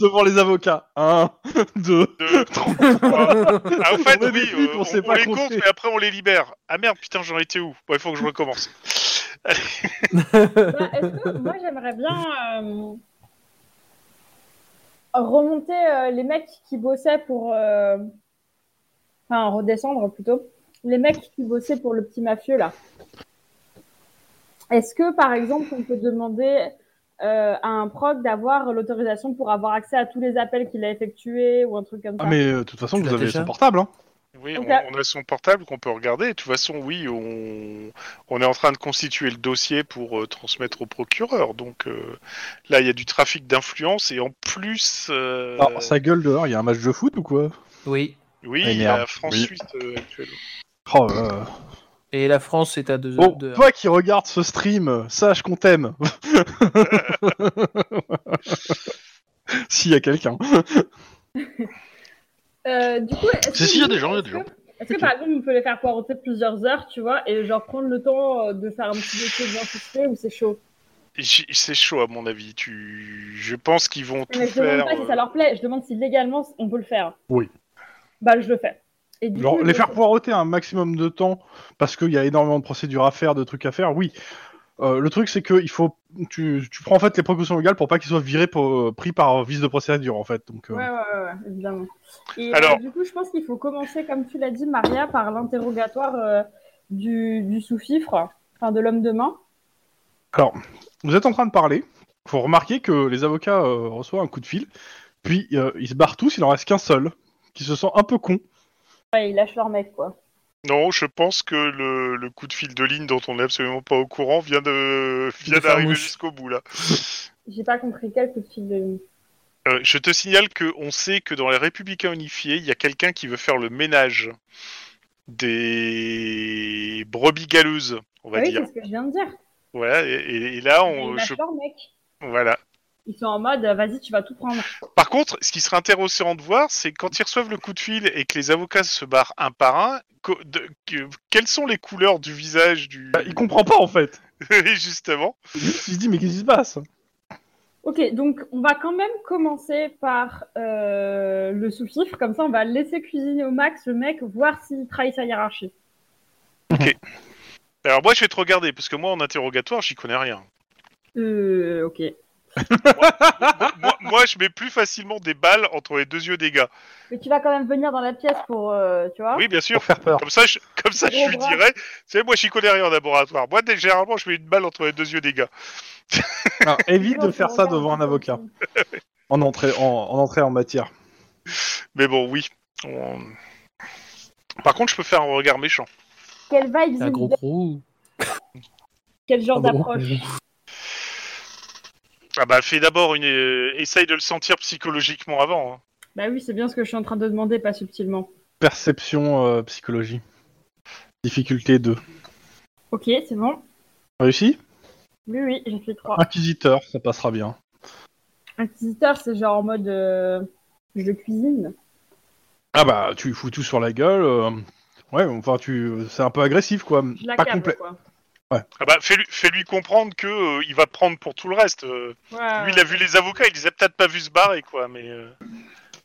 Devant les avocats. hein. 1, 2.
deux, trois. Ah, au fait,
On est
oui,
des
euh,
putes, on
on,
sait
on
pas
les
compter.
compte, mais après on les libère. Ah merde, putain, j'en étais où Bon, Il faut que je recommence.
bah, est-ce que moi j'aimerais bien euh, remonter euh, les mecs qui bossaient pour. euh, Enfin, redescendre plutôt. Les mecs qui bossaient pour le petit mafieux là. Est-ce que par exemple on peut demander euh, à un proc d'avoir l'autorisation pour avoir accès à tous les appels qu'il a effectués ou un truc comme ça
Ah, mais euh, de toute façon,
Tu
vous
l'as
avez
déjà
son portable. Hein.
Oui,
Donc
on,
là-
on a son portable qu'on peut regarder. De toute façon, oui, on, on est en train de constituer le dossier pour euh, transmettre au procureur. Donc euh, là, il y a du trafic d'influence et en plus, euh,
Alors, Ah, sa gueule dehors, il y a un match de foot ou quoi
Oui.
oui,
Ah,
il y a
merde.
France-Suisse euh, actuellement.
Oh, euh,
Et la France est à deux
Bon,
deux-
Oh. toi qui regardes ce stream, euh, sache qu'on t'aime. (laughs) S'il y a quelqu'un.
Euh, du coup, est-ce
Si,
que
si, y a
nous,
des gens, y a des
est-ce
gens.
que- Est-ce que par exemple, on peut les faire poireauter plusieurs heures, tu vois, et genre prendre le temps euh, de faire un petit dossier bien suspect ou c'est chaud
J- C'est chaud à mon avis. Tu, je pense qu'ils vont tout
Mais je demande
faire. euh,
pas si ça leur plaît, je demande si légalement on peut le faire.
Oui.
Bah, je le fais. Et du
Genre,
coup,
les
je-
faire poireauter un maximum de temps, parce qu'il y a énormément de procédures à faire, de trucs à faire, oui. Euh, le truc, c'est que il faut, tu, tu prends en fait les précautions légales pour pas qu'ils soient virés pour- euh, pris par vice de procédure, en fait. Donc, euh,
Ouais, ouais, ouais, ouais, évidemment. Et
Alors-
euh, du coup, je pense qu'il faut commencer, comme tu l'as dit, Maria, par l'interrogatoire euh, du, du sous-fifre, enfin de l'homme de main.
vous êtes en train de parler. Faut remarquer que les avocats euh, reçoivent un coup de fil, puis euh, ils se barrent tous. Il en reste qu'un seul qui se sent un peu con.
Ouais, ils lâchent leur mec, quoi.
euh, Non, je pense que le, le coup de fil de ligne dont on n'est absolument pas au courant vient de vient
De faire
d'arriver
mouche.
jusqu'au bout là.
J'ai pas compris quel coup de fil de ligne.
Euh, je te signale que on sait que dans les Républicains unifiés, il y a quelqu'un qui veut faire le ménage des brebis galeuses, on va
Ah oui,
dire.
c'est ce que je viens de dire.
Voilà. Et, et- et là, on,
ils
je-
lâchent leur mec.
voilà.
Ils sont en mode, euh, vas-y, tu vas tout prendre.
Par contre, ce qui serait intéressant de voir, c'est quand ils reçoivent le coup de fil et que les avocats se barrent un par un, co- de- que- quelles sont les couleurs du visage du
Euh, Bah,
(laughs)
Il comprend pas en fait.
justement.
Il se dit mais qu'est-ce qui se passe
Ok, donc on va quand même commencer par euh, le sous-fifre, comme ça on va laisser cuisiner au max le mec, voir s'il trahit sa hiérarchie.
Alors moi, je vais te regarder parce que moi, en interrogatoire, j'y connais rien.
Euh, ok.
(laughs)
moi, moi, je mets plus facilement des balles entre les deux yeux des gars.
Mais tu vas quand même venir dans la pièce pour, euh, tu vois
Oui, bien sûr.
Ah. Pour faire peur.
Comme ça, je, comme ça, je
Gros
lui
bras.
dirais, tu sais, moi, j'y connais rien en laboratoire. Moi, dès- généralement, je mets une balle entre les deux yeux des gars.
Alors, évite
Sinon,
de
tu
faire ça
regardes
devant un
peu
avocat
aussi.
en entrée en, en entrée en matière.
Mais bon, oui. On- Par contre, je peux faire un regard méchant.
Quelle vibe
Un gros crew.
Quel genre
Ah bon.
d'approche
Ah bah, fais d'abord une, euh, essaye de le sentir psychologiquement avant. hein.
Bah oui, c'est bien ce que je suis en train de demander, pas subtilement.
Perception euh, psychologie. Difficulté 2.
Ok, c'est bon.
Réussi
Oui, oui, j'ai fait trois.
Inquisiteur, ça passera bien.
Inquisiteur, c'est genre en mode, euh, je le cuisine.
Ah bah tu fous tout sur la gueule. euh, Ouais, enfin tu, c'est un peu agressif quoi.
Je
Pas
l'accable,
complet.
quoi.
Ah bah, fais-lui, fais-lui comprendre que euh, il va prendre pour tout le reste. Euh,
Ouais,
Lui, il a vu les avocats, il les a peut-être pas vu se barrer, quoi. Mais euh,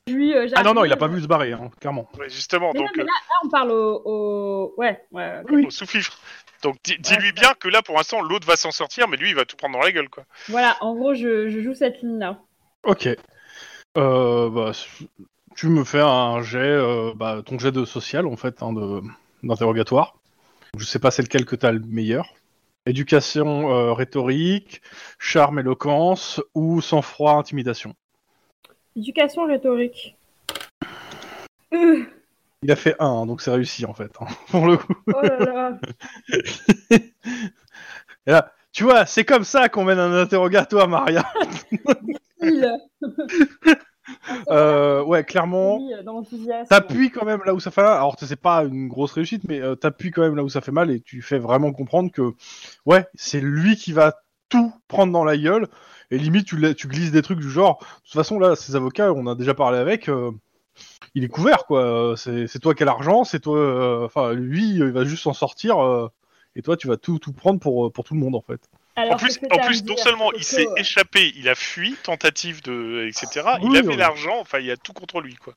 Lui, euh, j'ai
Ah non non, il a
appris-
pas vu se barrer, hein, clairement.
ouais, justement,
Mais non,
donc,
mais là, là, on parle au... au- Ouais, ouais.
euh, au sous-fifre. Donc, di- dis-lui bien que là, pour l'instant, l'autre va s'en sortir, mais lui, il va tout prendre dans la gueule, quoi.
Voilà, en gros, je, je joue cette ligne-là.
Ok. Euh, bah, su- tu me fais un jet, euh, bah, ton jet de social en fait, hein, de d'interrogatoire. Je sais pas c'est lequel que t'as le meilleur. Éducation euh, rhétorique, charme éloquence ou sang-froid intimidation.
Éducation rhétorique. Euh,
Il a fait 1, donc c'est réussi en fait, hein, (laughs) pour le coup.
oh là là.
Et là, tu vois, c'est comme ça qu'on mène un interrogatoire, Maria.
Il.
Euh, ouais, clairement,
Oui, dans l'enthousiasme.
t'appuies quand même là où ça fait mal. Alors, c'est pas une grosse réussite, mais euh, t'appuies quand même là où ça fait mal et tu fais vraiment comprendre que, ouais, c'est lui qui va tout prendre dans la gueule. Et limite, tu, la- tu glisses des trucs du genre. De toute façon, là, ces avocats, on a déjà parlé avec. euh, il est couvert, quoi. Euh, C'est c'est toi qui as l'argent, c'est toi. euh, Enfin, lui, il va juste s'en sortir. euh, et toi, tu vas tout, tout prendre pour, euh, pour tout le monde, en fait.
Alors,
En plus,
qu'est-ce que
en
t'as à
plus
me
non
dire,
seulement il
Coco
s'est échappé, il a fui, tentative de. etc. il
Oui,
avait
oui.
l'argent, enfin, il y a tout contre lui, quoi.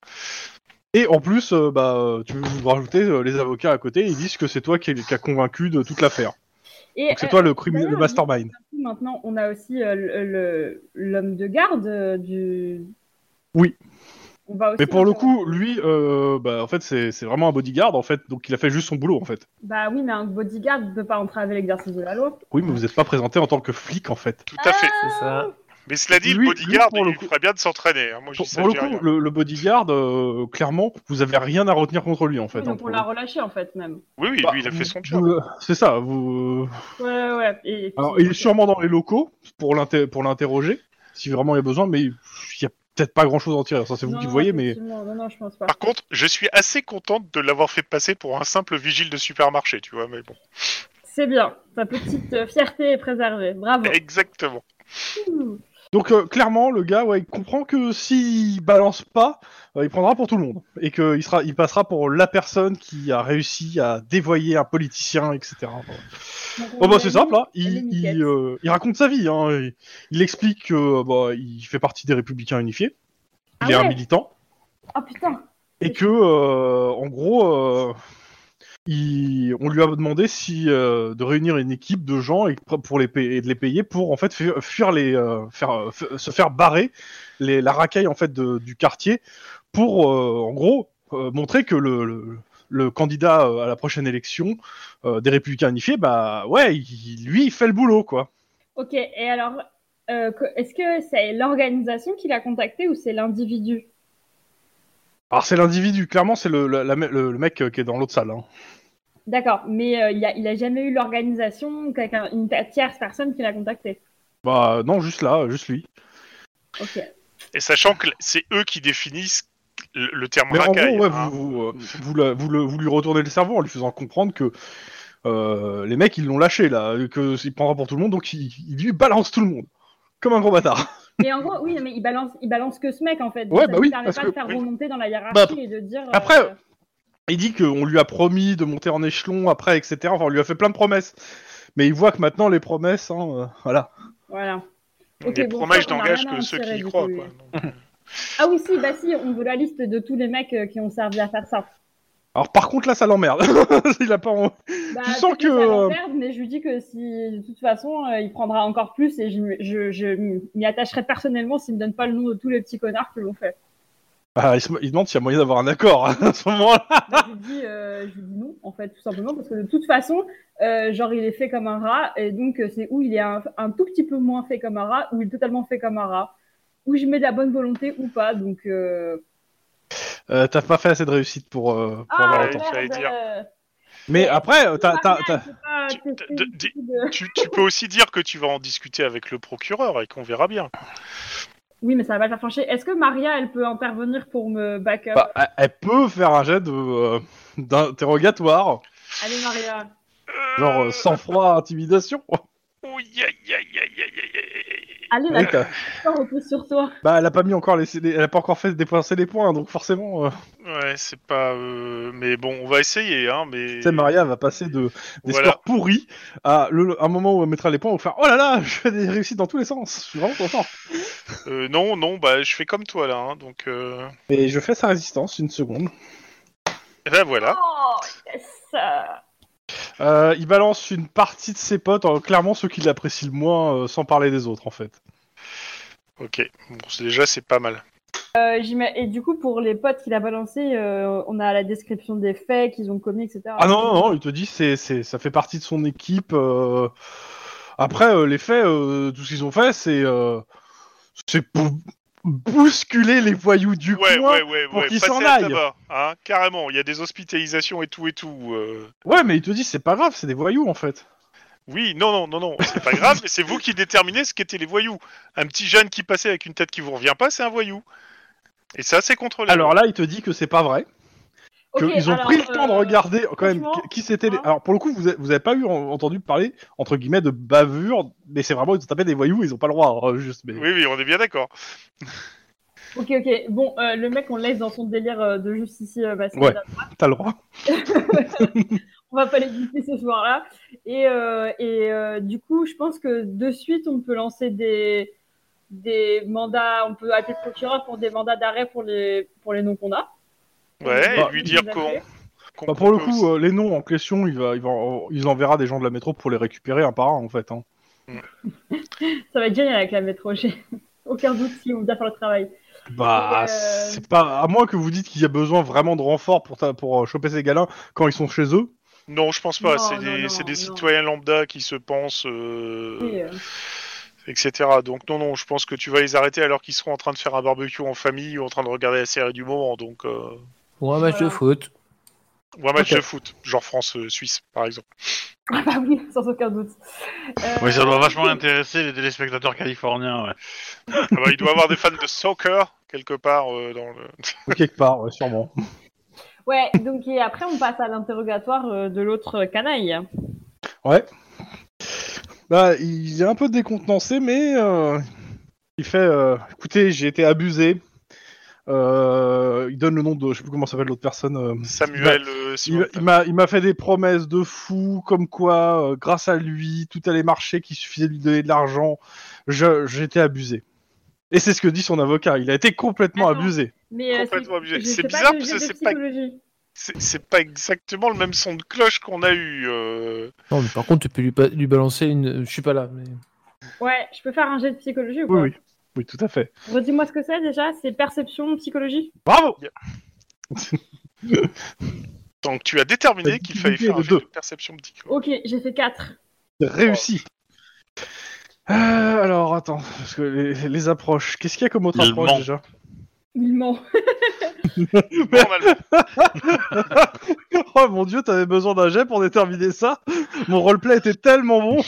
Et en plus, euh, bah, euh, tu veux rajouter euh, les avocats à côté, ils disent que c'est toi qui, qui a convaincu de toute l'affaire.
Et
Donc c'est toi le, crime-
d'ailleurs,
le mastermind.
maintenant, on a aussi euh, le- le- l'homme de garde euh, du.
Oui.
On va aussi
Mais pour le
l'interroger.
coup, lui, euh, bah, en fait, c'est c'est vraiment un bodyguard, en fait, donc il a fait juste son boulot, en fait.
Bah oui, mais un bodyguard ne peut pas entraver l'exercice de la loi.
Oui, mais vous n'êtes pas présenté en tant que flic, en fait.
Tout
Ah.
à fait.
(laughs) C'est ça.
Mais cela dit,
Lui-
le bodyguard,
lui, pour le
il
coup-
ferait bien de s'entraîner. hein. Moi, je
Pour,
dis
pour
ça,
le
je dis rien.
coup, le, le bodyguard, euh, clairement, vous avez rien à retenir contre lui, en fait.
Oui,
hein,
donc on
pour
l'a
le-
relâché en fait, même.
Oui, oui,
Bah,
lui, il a fait son job.
vous- C'est ça. Vous... euh,
Ouais, ouais, ouais. Et, et puis-
Alors, il est sûrement dans les locaux pour l'inter- pour l'interroger, si vraiment il y a besoin, mais il y a peut-être pas grand-chose à en tirer. Ça, c'est vous
Non,
qui
non,
voyez, mais...
effectivement. Non, non, je pense pas.
Par contre, je suis assez contente de l'avoir fait passer pour un simple vigile de supermarché, tu vois, mais bon.
C'est bien. Ta petite euh, fierté est préservée. Bravo.
Exactement.
Ouh.
Donc euh, clairement, le gars, ouais, il comprend que s'il balance pas, euh, il prendra pour tout le monde et qu'il sera, il passera pour la personne qui a réussi à dévoyer un politicien, etc. Enfin,
Donc, on
Oh bah
a
c'est
mis-
simple, hein.
on a
il,
mis une
il,
quête.
euh, il raconte sa vie, hein. il, il explique que euh, bah, il fait partie des Républicains Unifiés, il
Ah
est un
ouais.
militant
Ah putain.
et que euh, en gros, euh, il- on lui a demandé si euh, de réunir une équipe de gens et, pour les payer, et de les payer pour en fait fuir, fuir les, euh, faire, euh, f- se faire barrer les, la racaille en fait de- du quartier pour euh, en gros euh, montrer que le, le- le candidat euh, à la prochaine élection euh, des Républicains Unifiés, bah ouais, il- lui il fait le boulot quoi.
Ok. Et alors, euh, que- est-ce que c'est l'organisation qui l'a contacté ou c'est l'individu
Alors c'est l'individu, clairement c'est le, la- la me- le- le mec euh, qui est dans l'autre salle. hein.
D'accord. Mais euh, il, a, il a jamais eu l'organisation ou quelqu'un, une tierce personne qui l'a contacté.
Bah non, juste là, juste lui.
Ok.
Et sachant que c'est eux qui définissent le, le terme
Mais en
racaille.
gros, ouais,
hein.
vous, vous, euh, vous la- vous le- vous lui retournez le cerveau en lui faisant comprendre que euh, les mecs, ils l'ont lâché, là, que il prendra pour tout le monde, donc il, il lui balance tout le monde. Comme un gros bâtard.
Mais en gros, oui, mais il balance, il balance que ce mec en fait. Donc,
Ouais,
ça
bah
lui
oui,
permet
parce
pas
que-
de faire
oui.
remonter dans la hiérarchie
Bah,
et de dire. euh,
après, Il dit qu'on lui a promis de monter en échelon après, etc. Enfin, on lui a fait plein de promesses. Mais il voit que maintenant, les promesses, hein, euh, voilà.
voilà.
Donc,
Ok,
les
bon,
promesses
ça, on a
n'engagent
rien à
que
en
ceux
tirer,
qui y
du
croient,
coup,
quoi.
oui.
Donc,
Ah oui, si, bah si, on veut la liste de tous les mecs euh, qui ont servi à faire ça.
Alors, par contre, là, ça l'emmerde. (laughs) il a pas en-
Bah,
Tu sens
peut-être ça
que- euh,
va perdre, mais je lui dis que si, de toute façon, euh, il prendra encore plus et je, je, je m'y attacherai personnellement s'il ne me donne pas le nom de tous les petits connards que
(laughs)
l'on fait.
Ah, il, se... il demande s'il y a moyen d'avoir un accord (laughs) à ce moment-là.
Bah, je, lui dis, euh, je lui dis non, en fait, tout simplement, parce que de toute façon, euh, genre, il est fait comme un rat, et donc euh, c'est où il est un, un tout petit peu moins fait comme un rat, ou il est totalement fait comme un rat, où je mets de la bonne volonté ou pas, donc... euh,
Euh, t'as pas fait assez de réussite pour, euh, pour
Ah,
avoir
ouais,
autant.
bah,
merde,
j'allais dire.
euh,
Mais après, euh, t'as- t'as- t'as-
c'est
Tu-
pas- Ah, c'est- c'est
de-
une
de-
petite, euh,
tu, tu peux aussi dire que tu vas en discuter avec le procureur et qu'on verra bien.
Oui, mais ça va pas le faire flancher. Est-ce que Maria, elle peut intervenir pour me back-up
Bah, elle- elle peut faire un jet de, euh, d'interrogatoire,
Allez, Maria.
genre euh, sang-froid, intimidation.
Ouh, aïe, aïe, aïe, aïe, aïe, aïe.
Allez,
Oui,
la
t'as-
peur repose sur toi.
bah, elle a pas mis encore les, les- elle a pas encore fait dépenser les points, donc forcément, euh,
Ouais, c'est pas. euh, Mais bon, on va essayer, hein. Mais
tu sais, Maria va passer de des
Voilà.
scores pourris à le, un moment où elle mettra les points, où faire oh là là, (laughs) je fais des réussites dans tous les sens, je suis vraiment content.
Euh, non, non, bah je fais comme toi là, hein, donc. Euh...
Et je fais sa résistance une seconde.
eh Ben
Ah.
voilà.
Oh, yes
Euh, il balance une partie de ses potes, euh, clairement ceux qui l'apprécient le moins, euh, sans parler des autres en fait.
Ok. Bon, c'est- déjà c'est pas mal.
Euh, j'y mets- Et du coup, pour les potes qu'il a balancés, euh, on a la description des faits qu'ils ont commis, etc.
Ah non, non, non, il te dit c'est, c'est, ça fait partie de son équipe. euh. Après, euh, les faits, euh, tout ce qu'ils ont fait, c'est, euh, c'est pour- bousculer les voyous du
Ouais,
coin.
ouais, ouais,
pour
ouais.
qu'ils
Passez
s'en
à
aillent.
tabac, hein, carrément. Il y a des hospitalisations et tout et tout. euh.
Ouais, mais ils te disent c'est pas grave, c'est des voyous en fait.
Oui, non, non, non, non. C'est pas grave, mais c'est vous qui déterminez ce qu'étaient les voyous. Un petit jeune qui passait avec une tête qui vous revient pas, c'est un voyou. Et ça, c'est contrôlé.
Alors là, il te dit que c'est pas vrai, qu'ils
Ok,
ont
alors,
pris le temps de
euh,
regarder quand même
franchement,
qui- qui c'était. les-
hein.
Alors pour le coup, vous avez, vous avez pas eu en- entendu parler entre guillemets de bavure, mais c'est vraiment ils ont tapé des voyous, ils ont pas le droit hein, juste. Mais...
Oui, oui, on est bien d'accord.
Ok, ok. Bon, euh, le mec, on le laisse dans son délire euh, de justicier euh, parce que
Ouais. T'as le droit.
on va pas les guider ce soir-là. Et, euh, et euh, du coup, je pense que de suite, on peut lancer des, des mandats, on peut appeler le procureur pour des mandats d'arrêt pour les, pour les noms qu'on a.
Ouais,
Bah,
et lui dire qu'on. qu'on-
Bah, pour le
qu'on-
coup, euh, les noms en question, il va, il va, il enverra des gens de la métro pour les récupérer un par un en fait. hein.
Ça va être génial avec la métro, j'ai (laughs) aucun doute si on va faire le travail.
Bah,
Euh,
c'est pas à moins que vous dites qu'il y a besoin vraiment de renfort pour ta- pour euh, choper ces galins quand ils sont chez eux.
Non, je pense pas.
Non,
C'est
non,
des,
non,
c'est des
non.
citoyens lambda qui se pensent, euh,
Oui, euh,
etc. Donc non, non, je pense que tu vas les arrêter alors qu'ils seront en train de faire un barbecue en famille ou en train de regarder la série du moment, donc euh,
Ou un match
Voilà.
de foot.
ou un match
Ok.
de foot, genre France-Suisse, par exemple.
Ah bah oui, (laughs) sans aucun doute. Euh,
Oui, ça doit vachement intéresser les téléspectateurs californiens. Ouais.
Ah bah, il doit y avoir des fans de soccer quelque part euh, dans le.
Ou quelque part, ouais, sûrement.
Ouais, donc et après, on passe à l'interrogatoire euh, de l'autre canaille.
Là, Bah, il est un peu décontenancé, mais euh, il fait euh, écoutez, j'ai été abusé. Euh, il donne le nom de, je sais plus comment s'appelle l'autre personne. euh,
Samuel. euh,
il m'a-
Simon.
il m'a- il m'a fait des promesses de fou, comme quoi, euh, grâce à lui, tout allait marcher, qu'il suffisait de lui donner de l'argent. Je- J'étais abusé. Et c'est ce que dit son avocat. Il a été complètement
Attends.
abusé.
Mais, euh,
Complètement abusé.
je
C'est
sais pas
bizarre
le
parce
jet
que
de
c'est pas-
psychologie.
C'est- c'est pas exactement le même son de cloche qu'on a eu. euh.
Non, mais par contre, tu peux lui, ba- lui balancer une. Je suis pas là, mais.
Ouais, je peux faire un jet de psychologie ou
Oui,
pas
oui, oui, tout à fait.
Redis-moi ce que c'est déjà, c'est perception, psychologie
Bravo.
Donc tu as déterminé
T'as
qu'il fallait
multiplié
faire un
de
jeu de
Euh, deux.
perception de
(laughs)
Dick.
Ok, j'ai fait 4.
Réussi. Euh, alors, attends, parce que les, les approches. Qu'est-ce qu'il y a comme autre
Il
approche
ment.
déjà
Il ment.
Normalement.
Oh mon dieu, t'avais besoin d'un jet pour déterminer ça Mon roleplay était tellement bon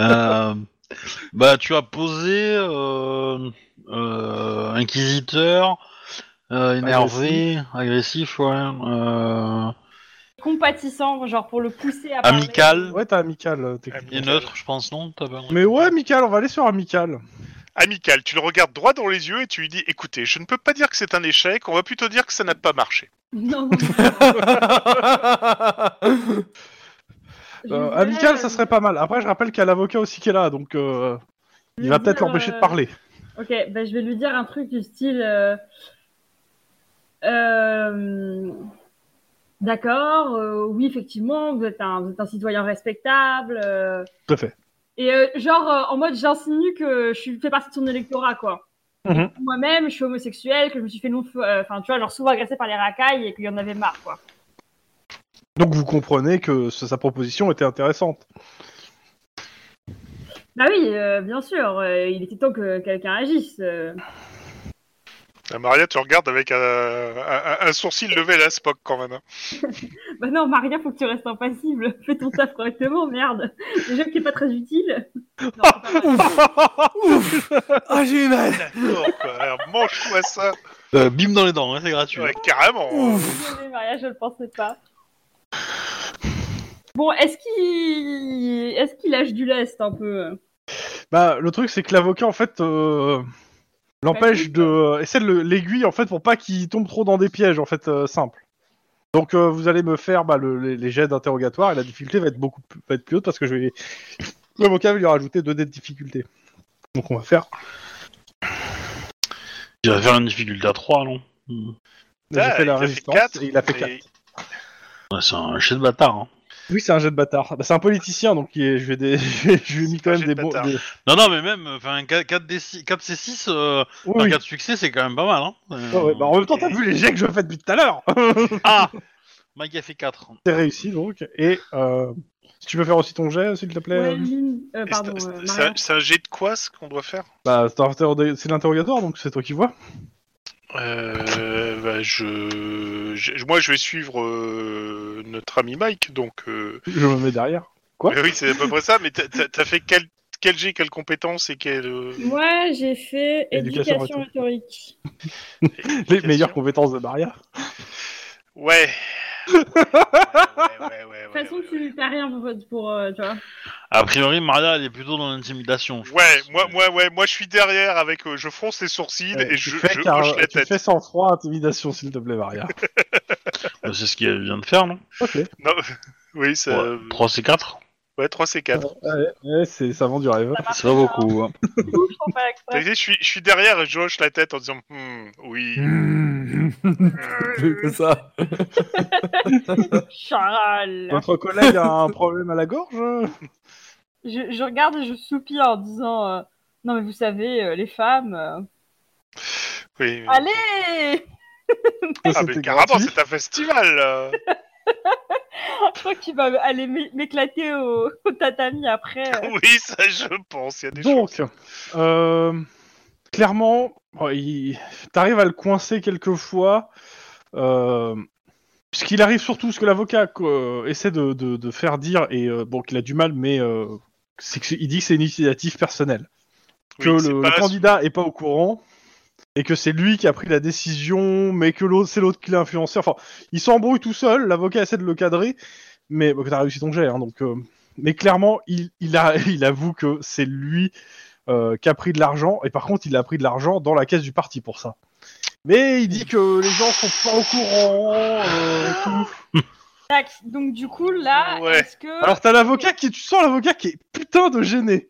Euh, bah, tu as posé euh, euh, inquisiteur, euh, énervé, agressif, ouais. euh,
Compatissant, genre pour le pousser
Ah,
à parler.
Amical.
Ouais, t'as amical. euh, t'es-
et neutre, je pense, non t'as pas-
Mais ouais, amical, on va aller sur amical.
Amical, tu le regardes droit dans les yeux et tu lui dis écoutez, je ne peux pas dire que c'est un échec, on va plutôt dire que ça n'a pas marché.
(laughs)
(laughs)
Non, non, non. Je
Euh,
disais,
amical,
euh,
ça serait pas mal. Après, je rappelle qu'il y a l'avocat aussi qui est là, donc euh,
je
il va
disais,
peut-être l'empêcher de
euh,
parler.
Ok, bah, je vais lui dire un truc du style. euh, euh, D'accord, euh, oui, effectivement, vous êtes un, vous êtes un citoyen respectable. euh,
Tout à fait.
Et euh, genre, euh, en mode, j'insinue que je suis, fais partie de son électorat, quoi.
Mhm.
Et que Moi-même, je suis homosexuel, que je me suis fait non... euh, Enfin, tu vois, genre souvent agressé par les racailles et qu'il y en avait marre, quoi.
Donc vous comprenez que ce- sa proposition était
(laughs)
intéressante.
Bah oui, euh, bien sûr, euh, il était temps que quelqu'un agisse. euh.
La Maria te regarde avec un, un- un- un sourcil levé à la Spock quand même. hein.
Bah non, Maria, faut que tu restes impassible. (laughs) Fais ton taf correctement, merde. Déjà que t'es pas très utile. Non, c'est pas vrai.
(laughs)
(laughs) Ah, j'ai eu mal
D'accord, quoi. Alors, Mange-toi ça.
Euh, bim dans les dents, hein, c'est gratuit.
Ouais, carrément.
Désolée, Maria, je le pensais pas. Bon, est-ce qu'il est-ce qu'il lâche du lest un peu
Bah, le truc, c'est que l'avocat, en fait, euh, l'empêche de... euh, essaie de le- l'aiguille, en fait, pour pas qu'il tombe trop dans des pièges, en fait, euh, simple. Donc euh, vous allez me faire bah, le- les, les jets d'interrogatoire et la difficulté va être beaucoup plus, va être plus haute parce que je vais... L'avocat va lui rajouter 2 dés de difficulté. Donc on va faire...
Il va faire une difficulté à 3, non Hmm.
J'ai
Ah,
fait la
il a
résistance
quatre,
et il a fait
et
4.
Ouais, c'est un chef de bâtard. hein.
Oui, c'est un jet de bâtard. Bah, c'est un politicien, donc il est- je, vais des... (laughs) je vais- je lui ai mis
un
quand même
jet
des
de
mots.
bâtard.
des-
Non, non, mais même, enfin, 4C6, euh,
Oui,
par
oui.
4 succès, c'est quand même pas mal. Hein Euh,
Ouais, ouais,
(laughs)
bah, en même temps, t'as vu les jets que je (laughs) fais depuis tout à l'heure
Ah Mike a fait 4.
C'est réussi donc. Et euh, Tu peux faire aussi ton jet, s'il te plaît
Ouais,
euh
Lynn- euh,
Et
pardon,
c'est-
euh,
c'est
Maria.
un- c'est un jet de quoi ce qu'on doit faire
Bah, c'est l'interro- c'est l'interrogatoire, donc c'est toi qui vois.
Euh, bah, je... je- moi, je vais suivre euh, notre ami Mike, donc. euh,
Je me mets derrière. Quoi
mais (laughs) oui, c'est à peu près ça. Mais t'as- t'as t'as fait quel quel jet, quelle compétence et quelle
(laughs)
euh,
Moi, j'ai fait
Éducation
éducation rhétorique.
Les
éducation
meilleures compétences de Maria. (laughs)
Ouais. Ouais, ouais, ouais, ouais, Ah ouais,
De toute façon,
ouais, ouais.
tu t'as rien pour, pour euh, tu (laughs) vois.
A priori, Maria, elle est plutôt dans l'intimidation. je
Ouais,
pense.
moi, moi, ouais, moi, je suis derrière avec, euh, je fronce les sourcils
Ouais,
et
tu
je,
fais,
je
car-
hoche la
tu
tête.
fais sans froid, intimidation, s'il te plaît,
(laughs)
Maria.
Euh, C'est ce qu'elle vient de faire, non
ok.
Non, oui, ça,
Ouais, 3 c'est 4
ouais, 3 c'est 4.
Ouais, ouais, c'est ça vend du rêve.
ah,
C'est pas beaucoup. hein.
Je sens pas l'exprès.
Je suis, je suis derrière et je hoche la tête en disant, Hmm, oui.
C'est ça.
Charal.
Votre collègue a un problème à la gorge
Ah,
Je, je regarde et je soupire en disant euh, Non, mais vous savez, euh, les femmes. euh,
oui.
Allez
Ça,
Ah,
c'était
mais carrément,
gratuit.
c'est un festival. euh.
Je crois que tu vas aller m'é- m'éclater au, (laughs) au tatami après.
(laughs)
euh.
oui, ça, je pense. Il y a des choses.
Donc, euh, clairement, bon, il- t'arrives à le coincer quelquefois. Euh, ce qu'il arrive surtout, ce que l'avocat euh, essaie de, de- de faire dire, et euh, bon, qu'il a du mal, mais euh, c'est que c'est- il dit que c'est une initiative personnelle. Que
Oui, c'est
euh, le,
pas
le
la-
candidat est pas au courant, et que c'est lui qui a pris la décision, mais que l'autre, c'est l'autre qui l'a influencé. Enfin, il s'embrouille tout seul, l'avocat essaie de le cadrer, mais bon, t'as réussi ton jet, hein, donc. euh, mais clairement, il, il, a, (laughs) il avoue que c'est lui euh, qui a pris de l'argent, et par contre, il a pris de l'argent dans la caisse du parti pour ça. Mais il dit que les gens sont pas au courant. euh, tout.
Tac. Donc, du coup, là,
Ouais.
est-ce que.
Alors t'as l'avocat qui, tu sens l'avocat qui est putain de gêné,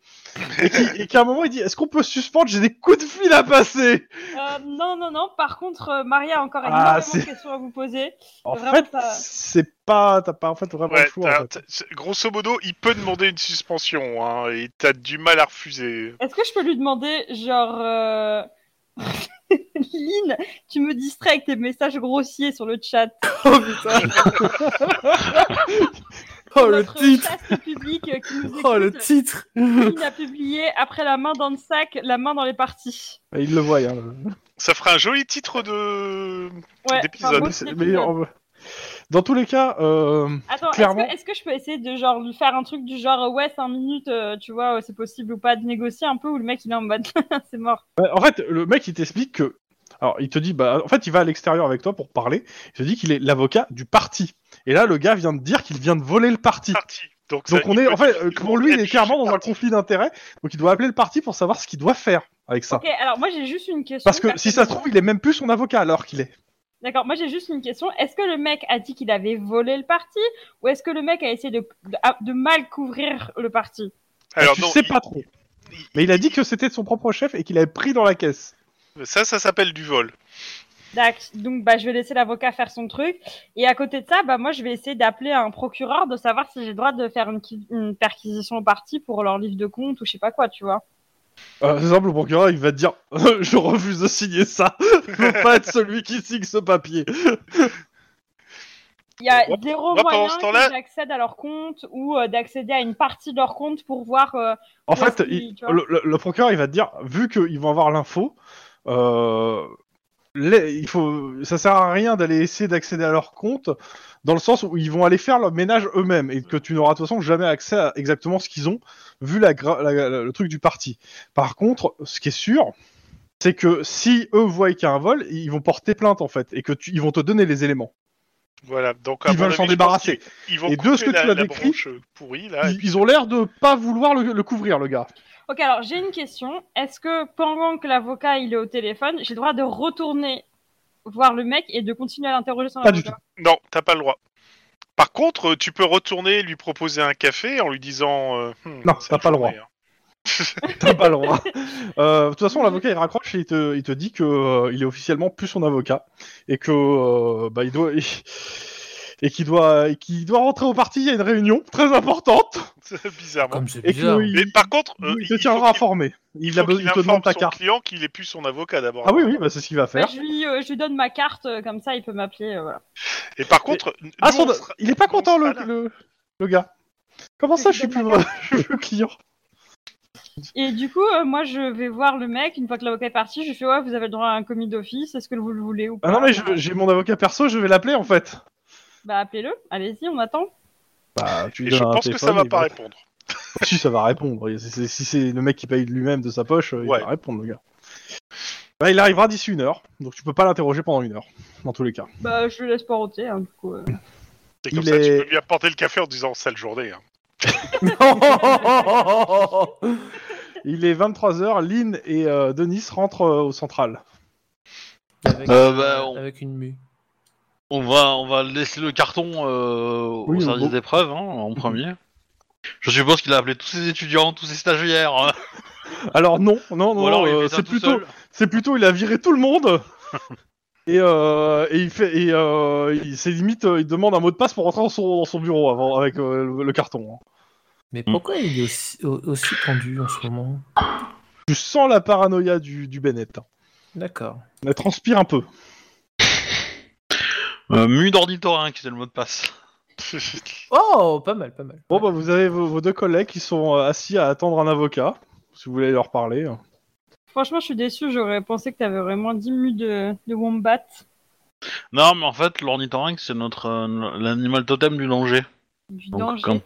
et qui, et qui, à un moment il dit, est-ce qu'on peut suspendre J'ai des coups de fil à passer.
Euh, non, non, non. Par contre, euh, Maria a encore
Ah,
énormément de
c'est-
questions à vous poser.
En
Vraiment,
fait,
ça-
c'est pas, t'as pas en fait vraiment
Ouais,
le choix.
t'as-
en fait.
t'as- c'est- grosso modo, il peut demander une suspension, hein, et t'as du mal à refuser.
Est-ce que je peux lui demander, genre. euh, (laughs) Lynn, tu me distrais avec tes messages grossiers sur le chat.
Oh
(laughs)
putain. oh le
Notre
titre.
chaste public euh, qui nous écoute.
(laughs) Oh le titre.
Lynn a publié après la main dans le sac, la main dans les parties.
Et Il le voit. Hein, le-
Ça fera un joli titre de.
Ouais,
D'épisode.
enfin,
Mais
bon,
c'est-
d'épisode.
(laughs) mais en- Dans tous les cas, euh,
Attends, est-ce
clairement-
que, est-ce que je peux essayer de genre lui faire un truc du genre euh, ouais, 5 minutes, euh, tu vois, euh, c'est possible ou pas de négocier un peu ou le mec il est en mode (laughs) c'est mort.
Bah, En fait, le mec, il t'explique que. Alors, il te dit, bah, en fait, il va à l'extérieur avec toi pour parler. Il te dit qu'il est l'avocat du parti. Et là, le gars vient de dire qu'il vient de voler le parti.
Parti. Donc,
Donc,
ça,
on
Ah, il
est,
peut-
en fait,
il
euh,
peut
pour lui, il est
être
clairement dans un
parti.
conflit d'intérêts. Donc, il doit appeler le parti pour savoir ce qu'il doit faire avec ça.
Ok, bah, alors moi j'ai juste une question.
Parce que si ça se trouve, il est même plus son avocat alors qu'il est.
D'accord, moi j'ai juste une question. Est-ce que le mec a dit qu'il avait volé le parti ou est-ce que le mec a essayé de, de, à- de mal couvrir le parti
Alors,
tu
non,
sais
il-
pas trop.
il-
Mais il a dit que c'était de son propre chef et qu'il avait pris dans la caisse.
Ça, ça s'appelle du vol.
D'accord, donc bah, je vais laisser l'avocat faire son truc. Et à côté de ça, bah, moi je vais essayer d'appeler un procureur de savoir si j'ai le droit de faire une, qui- une perquisition au parti pour leur livre de compte ou je sais pas quoi, tu vois.
Euh, c'est simple, le procureur, il va te dire (laughs) Je refuse de signer ça. (laughs) Je veux pas être celui qui signe ce papier.
Il y a
Moi-
zéro
moi, pendant
moyen
ce temps-là-
que j'accède à leur compte ou euh, d'accéder à une partie de leur compte pour voir. euh,
En
Ouais,
fait,
si,
il-
tu vois.
le, le- le procureur, il va te dire, vu qu'ils vont avoir l'info, euh, les- il faut, ça sert à rien d'aller essayer d'accéder à leur compte, dans le sens où ils vont aller faire leur ménage eux-mêmes et que tu n'auras de toute façon jamais accès à exactement ce qu'ils ont, vu la gra- la- la- le truc du parti. Par contre, ce qui est sûr, c'est que si eux voient qu'il y a un vol, ils vont porter plainte en fait et que tu- ils vont te donner les éléments.
Voilà. Donc, à
Ils
mon
veulent
avis,
s'en
je pense
débarrasser.
qu'ils- Ils vont
Et de ce
couper
que tu
la-
as
la
décrit,
branche euh, pourrie, là.
Ils, ils ont l'air de pas vouloir le- le couvrir, le gars.
Ok, alors j'ai une question. Est-ce que pendant que l'avocat il est au téléphone, j'ai le droit de retourner voir le mec et de continuer à l'interroger sans
Pas du
l'avocat
(laughs) Non, t'as pas le droit. Par contre, tu peux retourner lui proposer un café en lui disant. euh, Hmm,
Non,
cette
t'as pas le droit.
journée, hein. (laughs)
T'as pas le droit. Euh, de toute façon, l'avocat il raccroche et il te, il te dit que euh, il est officiellement plus son avocat et que euh, bah, il doit (laughs) et qu'il doit et qu'il doit rentrer au parti. Il y a une réunion très importante
C'est bizarrement.
Comme c'est
et
bizarre.
qu'il
Mais par contre,
il te
euh, il- il faut
tiendra
qu'il-
informé. Il, a
faut
be-
qu'il
il te
informe
demande ta
son
carte.
client qu'il est plus son avocat d'abord.
Ah oui, oui, bah, c'est ce qu'il va faire.
Bah, je, lui, euh, je lui donne ma carte, euh, comme ça il peut m'appeler. euh, voilà.
Et par contre,
Ah,
nous,
son-
on sera-
il est pas
nous, on
content le,
sera là.
le, le gars. Comment ça, je suis plus, (laughs) je suis plus client
Et du coup, euh, moi, je vais voir le mec. Une fois que l'avocat est parti, je lui fais Ouais, vous avez le droit à un commis d'office. Est-ce que vous le voulez ou pas
Ah non, mais je- j'ai mon avocat perso, je vais l'appeler en fait.
Bah, appelez-le. Allez-y, on attend.
Bah, tu lui
Et je
donnes un
pense que ça
téléphone,
va
il
pas répondre.
Si, ça va répondre. Il- c'est- c'est- Si c'est le mec qui paye de lui-même de sa poche, euh, il
Ouais.
va répondre, le gars. Bah, il arrivera d'ici une heure, donc tu peux pas l'interroger pendant une heure, dans tous les cas.
Bah, je le laisse poireauter. Hein, du coup, euh.
Et comme
Il
ça,
est-
tu peux lui apporter le café en disant sale journée. hein.
Oh,
Il est 23h, Lynn et euh, Denis rentrent euh, au central.
avec,
Euh, bah, on-
avec une mue.
On va, on va laisser le carton euh,
Oui,
au
on
service
va-
d'épreuve hein, en premier. Je suppose qu'il a appelé tous ses étudiants, tous ses stagiaires. hein.
Alors non, non, non,
Ou alors il
euh,
fait ça
c'est
tout
plutôt,
seul.
c'est plutôt, il a viré tout
(laughs)
le monde. Et, euh, et il fait, et euh, il, c'est limite, euh, il demande un mot de passe pour rentrer dans son, dans son bureau avant, avec euh, le, le carton. hein.
Mais
Mm.
pourquoi il est aussi, au- aussi tendu en ce moment
Tu sens la paranoïa du, du Bennett. hein.
D'accord.
Elle transpire un peu.
Euh, mu d'ornithorin, c'est le mot de passe.
Oh, pas mal, pas mal.
Bon, bah, vous avez vos, vos deux collègues qui sont euh, assis à attendre un avocat, si vous voulez leur parler. hein.
Franchement, je suis déçue. J'aurais pensé que t'avais vraiment 10 minutes de, de wombat.
Non, mais en fait, l'ornithorynque, c'est notre euh, l'animal totem du danger.
Du
Donc,
danger.
quand-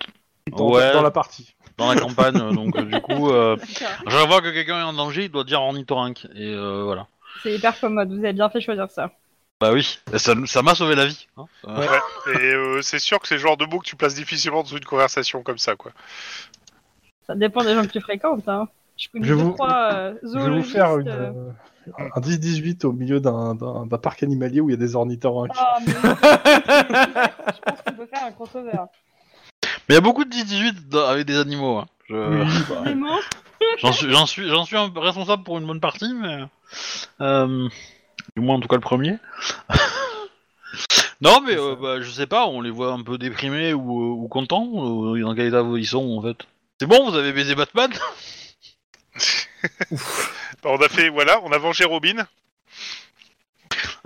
Dans,
ouais,
dans la partie.
dans la campagne. euh, donc, euh, du coup, euh,
D'accord.
chaque fois que quelqu'un est en danger, il doit dire ornithorynque. Et euh, voilà.
C'est hyper commode. Vous avez bien fait choisir ça.
Bah oui, ça ça m'a sauvé la vie. hein. Euh,
Et euh, c'est sûr que c'est le genre de mots que tu places difficilement dans une conversation comme ça, quoi.
Ça dépend des gens que tu fréquentes. Hein. Je connais
Je
deux,
vous-
trois euh,
Je vais vous
zoologistes.
faire une,
euh,
euh, un 10-18 au milieu d'un- d'un d'un parc animalier où il y a des ornithorynques.
Ah,
(laughs)
mais... je pense qu'on peut faire un crossover.
Mais il y a beaucoup de 10-18 dans- avec des animaux. hein. Je-
Des monstres
J'en suis, j'en suis, j'en suis un peu responsable pour une bonne partie, mais euh, du moins en tout cas le premier. (laughs) non, mais euh, bah, je sais pas, on les voit un peu déprimés ou, euh, ou contents. Ou, dans quel état ils sont en fait C'est bon, vous avez baisé Batman (laughs)
Bah, on a fait, voilà, on a vengé Robin. (laughs)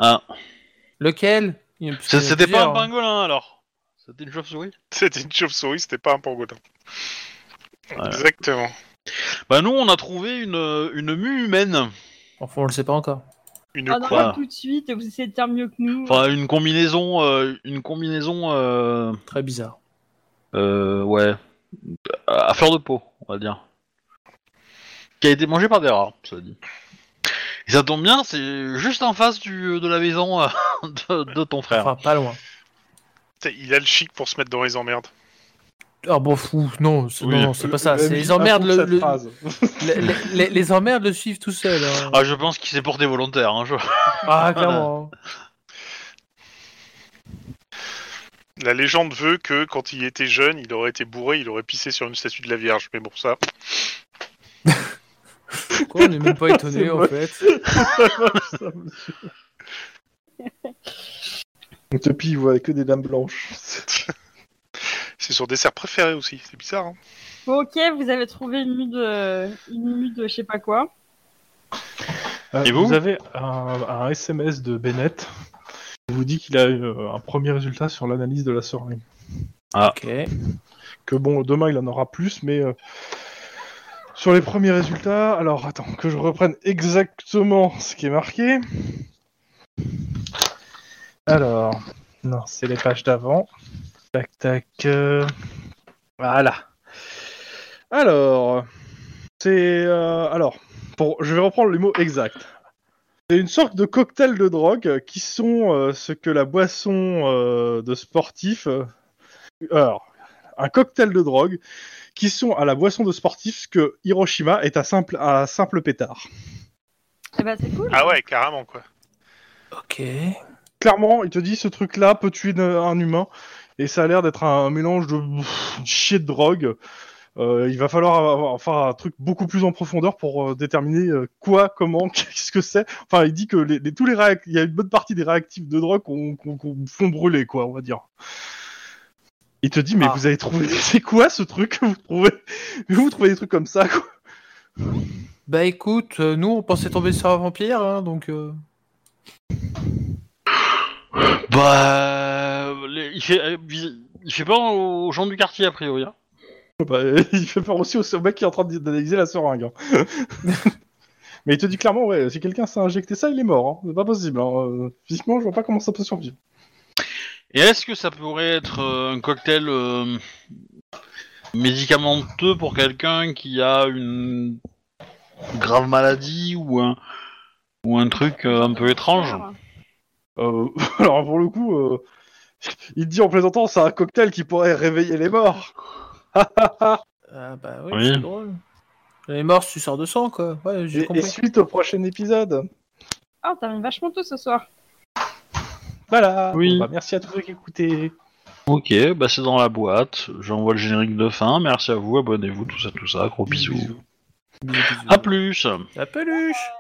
Lequel Il y en a-
C'est- C'était pas un
plusieurs, hein.
pingolin alors C'était une chauve-souris
C'était une chauve-souris, c'était pas un pangolin. Exactement.
Bah nous, on a trouvé une, euh, une mue humaine.
Enfin, on le sait pas encore.
Une
Ah non,
quoi
Voilà.
tout de suite, vous essayez de faire mieux que nous.
Enfin, une combinaison, euh, une combinaison, euh,
Très bizarre.
euh, ouais, à fleur de peau, on va dire. Qui a été mangée par des rats, ça dit. Et ça tombe bien, c'est juste en face du, de la maison euh, (laughs) de, de ton frère.
Enfin, pas loin.
Putain, Il a le chic pour se mettre dans les emmerdes.
Ah bon, fou, non, c'est
Oui.
non, non, c'est pas ça.
Le-
C'est
le-
les emmerdes, le,
cette
le-
phrase. (laughs)
le- le- les, les emmerdes le suivent tout seul. hein.
(laughs) Ah, je pense qu'il s'est porté volontaire. Hein, je-
Ah, clairement.
La légende veut que quand il était jeune, il aurait été bourré, il aurait pissé sur une statue de la Vierge. Mais bon, ça.
Quoi, on est même pas étonné
C'est
en
moche.
fait.
Donc, Tuppy, il voit que des dames blanches.
C'est son dessert préféré aussi. C'est bizarre. Hein
Bon, ok, vous avez trouvé une mue de, une mue de je sais pas quoi.
Euh,
Et vous
avez un, un SMS de Bennett qui vous dit qu'il a euh, un premier résultat sur l'analyse de la seringue.
Ok.
Que bon, demain il en aura plus, mais euh, sur les premiers résultats, alors attends, que je reprenne exactement ce qui est marqué. Alors, non, c'est les pages d'avant. Tac, tac. euh, Voilà. Alors, c'est. euh, alors, pour, je vais reprendre les mots exacts. C'est une sorte de cocktail de drogue qui sont euh, ce que la boisson euh, de sportif. euh, alors, un cocktail de drogue qui sont à la boisson de sportif ce que Hiroshima est à simple, à simple pétard.
Eh ben, c'est cool.
Ah ouais, carrément quoi.
Ok.
Clairement, il te dit ce truc-là peut tuer un humain et ça a l'air d'être un mélange de chier de drogue. Euh, il va falloir avoir, faire un truc beaucoup plus en profondeur pour euh, déterminer euh, quoi, comment, (laughs) qu'est-ce que c'est. Enfin, il dit que les, les- tous les réac- il y a une bonne partie des réactifs de drogue qu'on qu'on- qu'on font brûler, quoi, on va dire. Il te dit, mais
Ah.
vous avez trouvé, (laughs) c'est quoi ce truc que vous trouvez Mais vous trouvez des trucs comme ça, quoi.
Bah écoute, euh, nous on pensait tomber sur un vampire, hein, donc. euh,
bah, les- il fait, euh, il fait pas aux gens du quartier a priori. hein.
Bah, (laughs) il fait peur aussi au au mec qui est en train d'analyser la seringue.
(laughs)
hein. Mais il te dit clairement, ouais, si quelqu'un s'est injecté ça, il est mort. hein. C'est pas possible. hein. Euh, Physiquement, je vois pas comment ça peut survivre.
Et est-ce que ça pourrait être euh, un cocktail euh, médicamenteux pour quelqu'un qui a une grave maladie ou un, ou un truc euh, un peu étrange
Euh, (laughs) alors pour le coup, euh, il dit en plaisantant, c'est un cocktail qui pourrait réveiller les morts.
Ah bah oui,
Oui.
c'est drôle. Les morts, tu sors de sang, quoi. Ouais, j'ai
Et, et
compris.
suite au prochain épisode.
Ah, on termine vachement tôt ce soir.
Voilà.
Oui.
Bah, merci à tous ceux qui écoutaient.
Ok, bah c'est dans la boîte. J'envoie le générique de fin. Merci à vous, abonnez-vous, tout ça, tout ça. Gros bisous.
Bisous, bisous.
À plus.
La peluche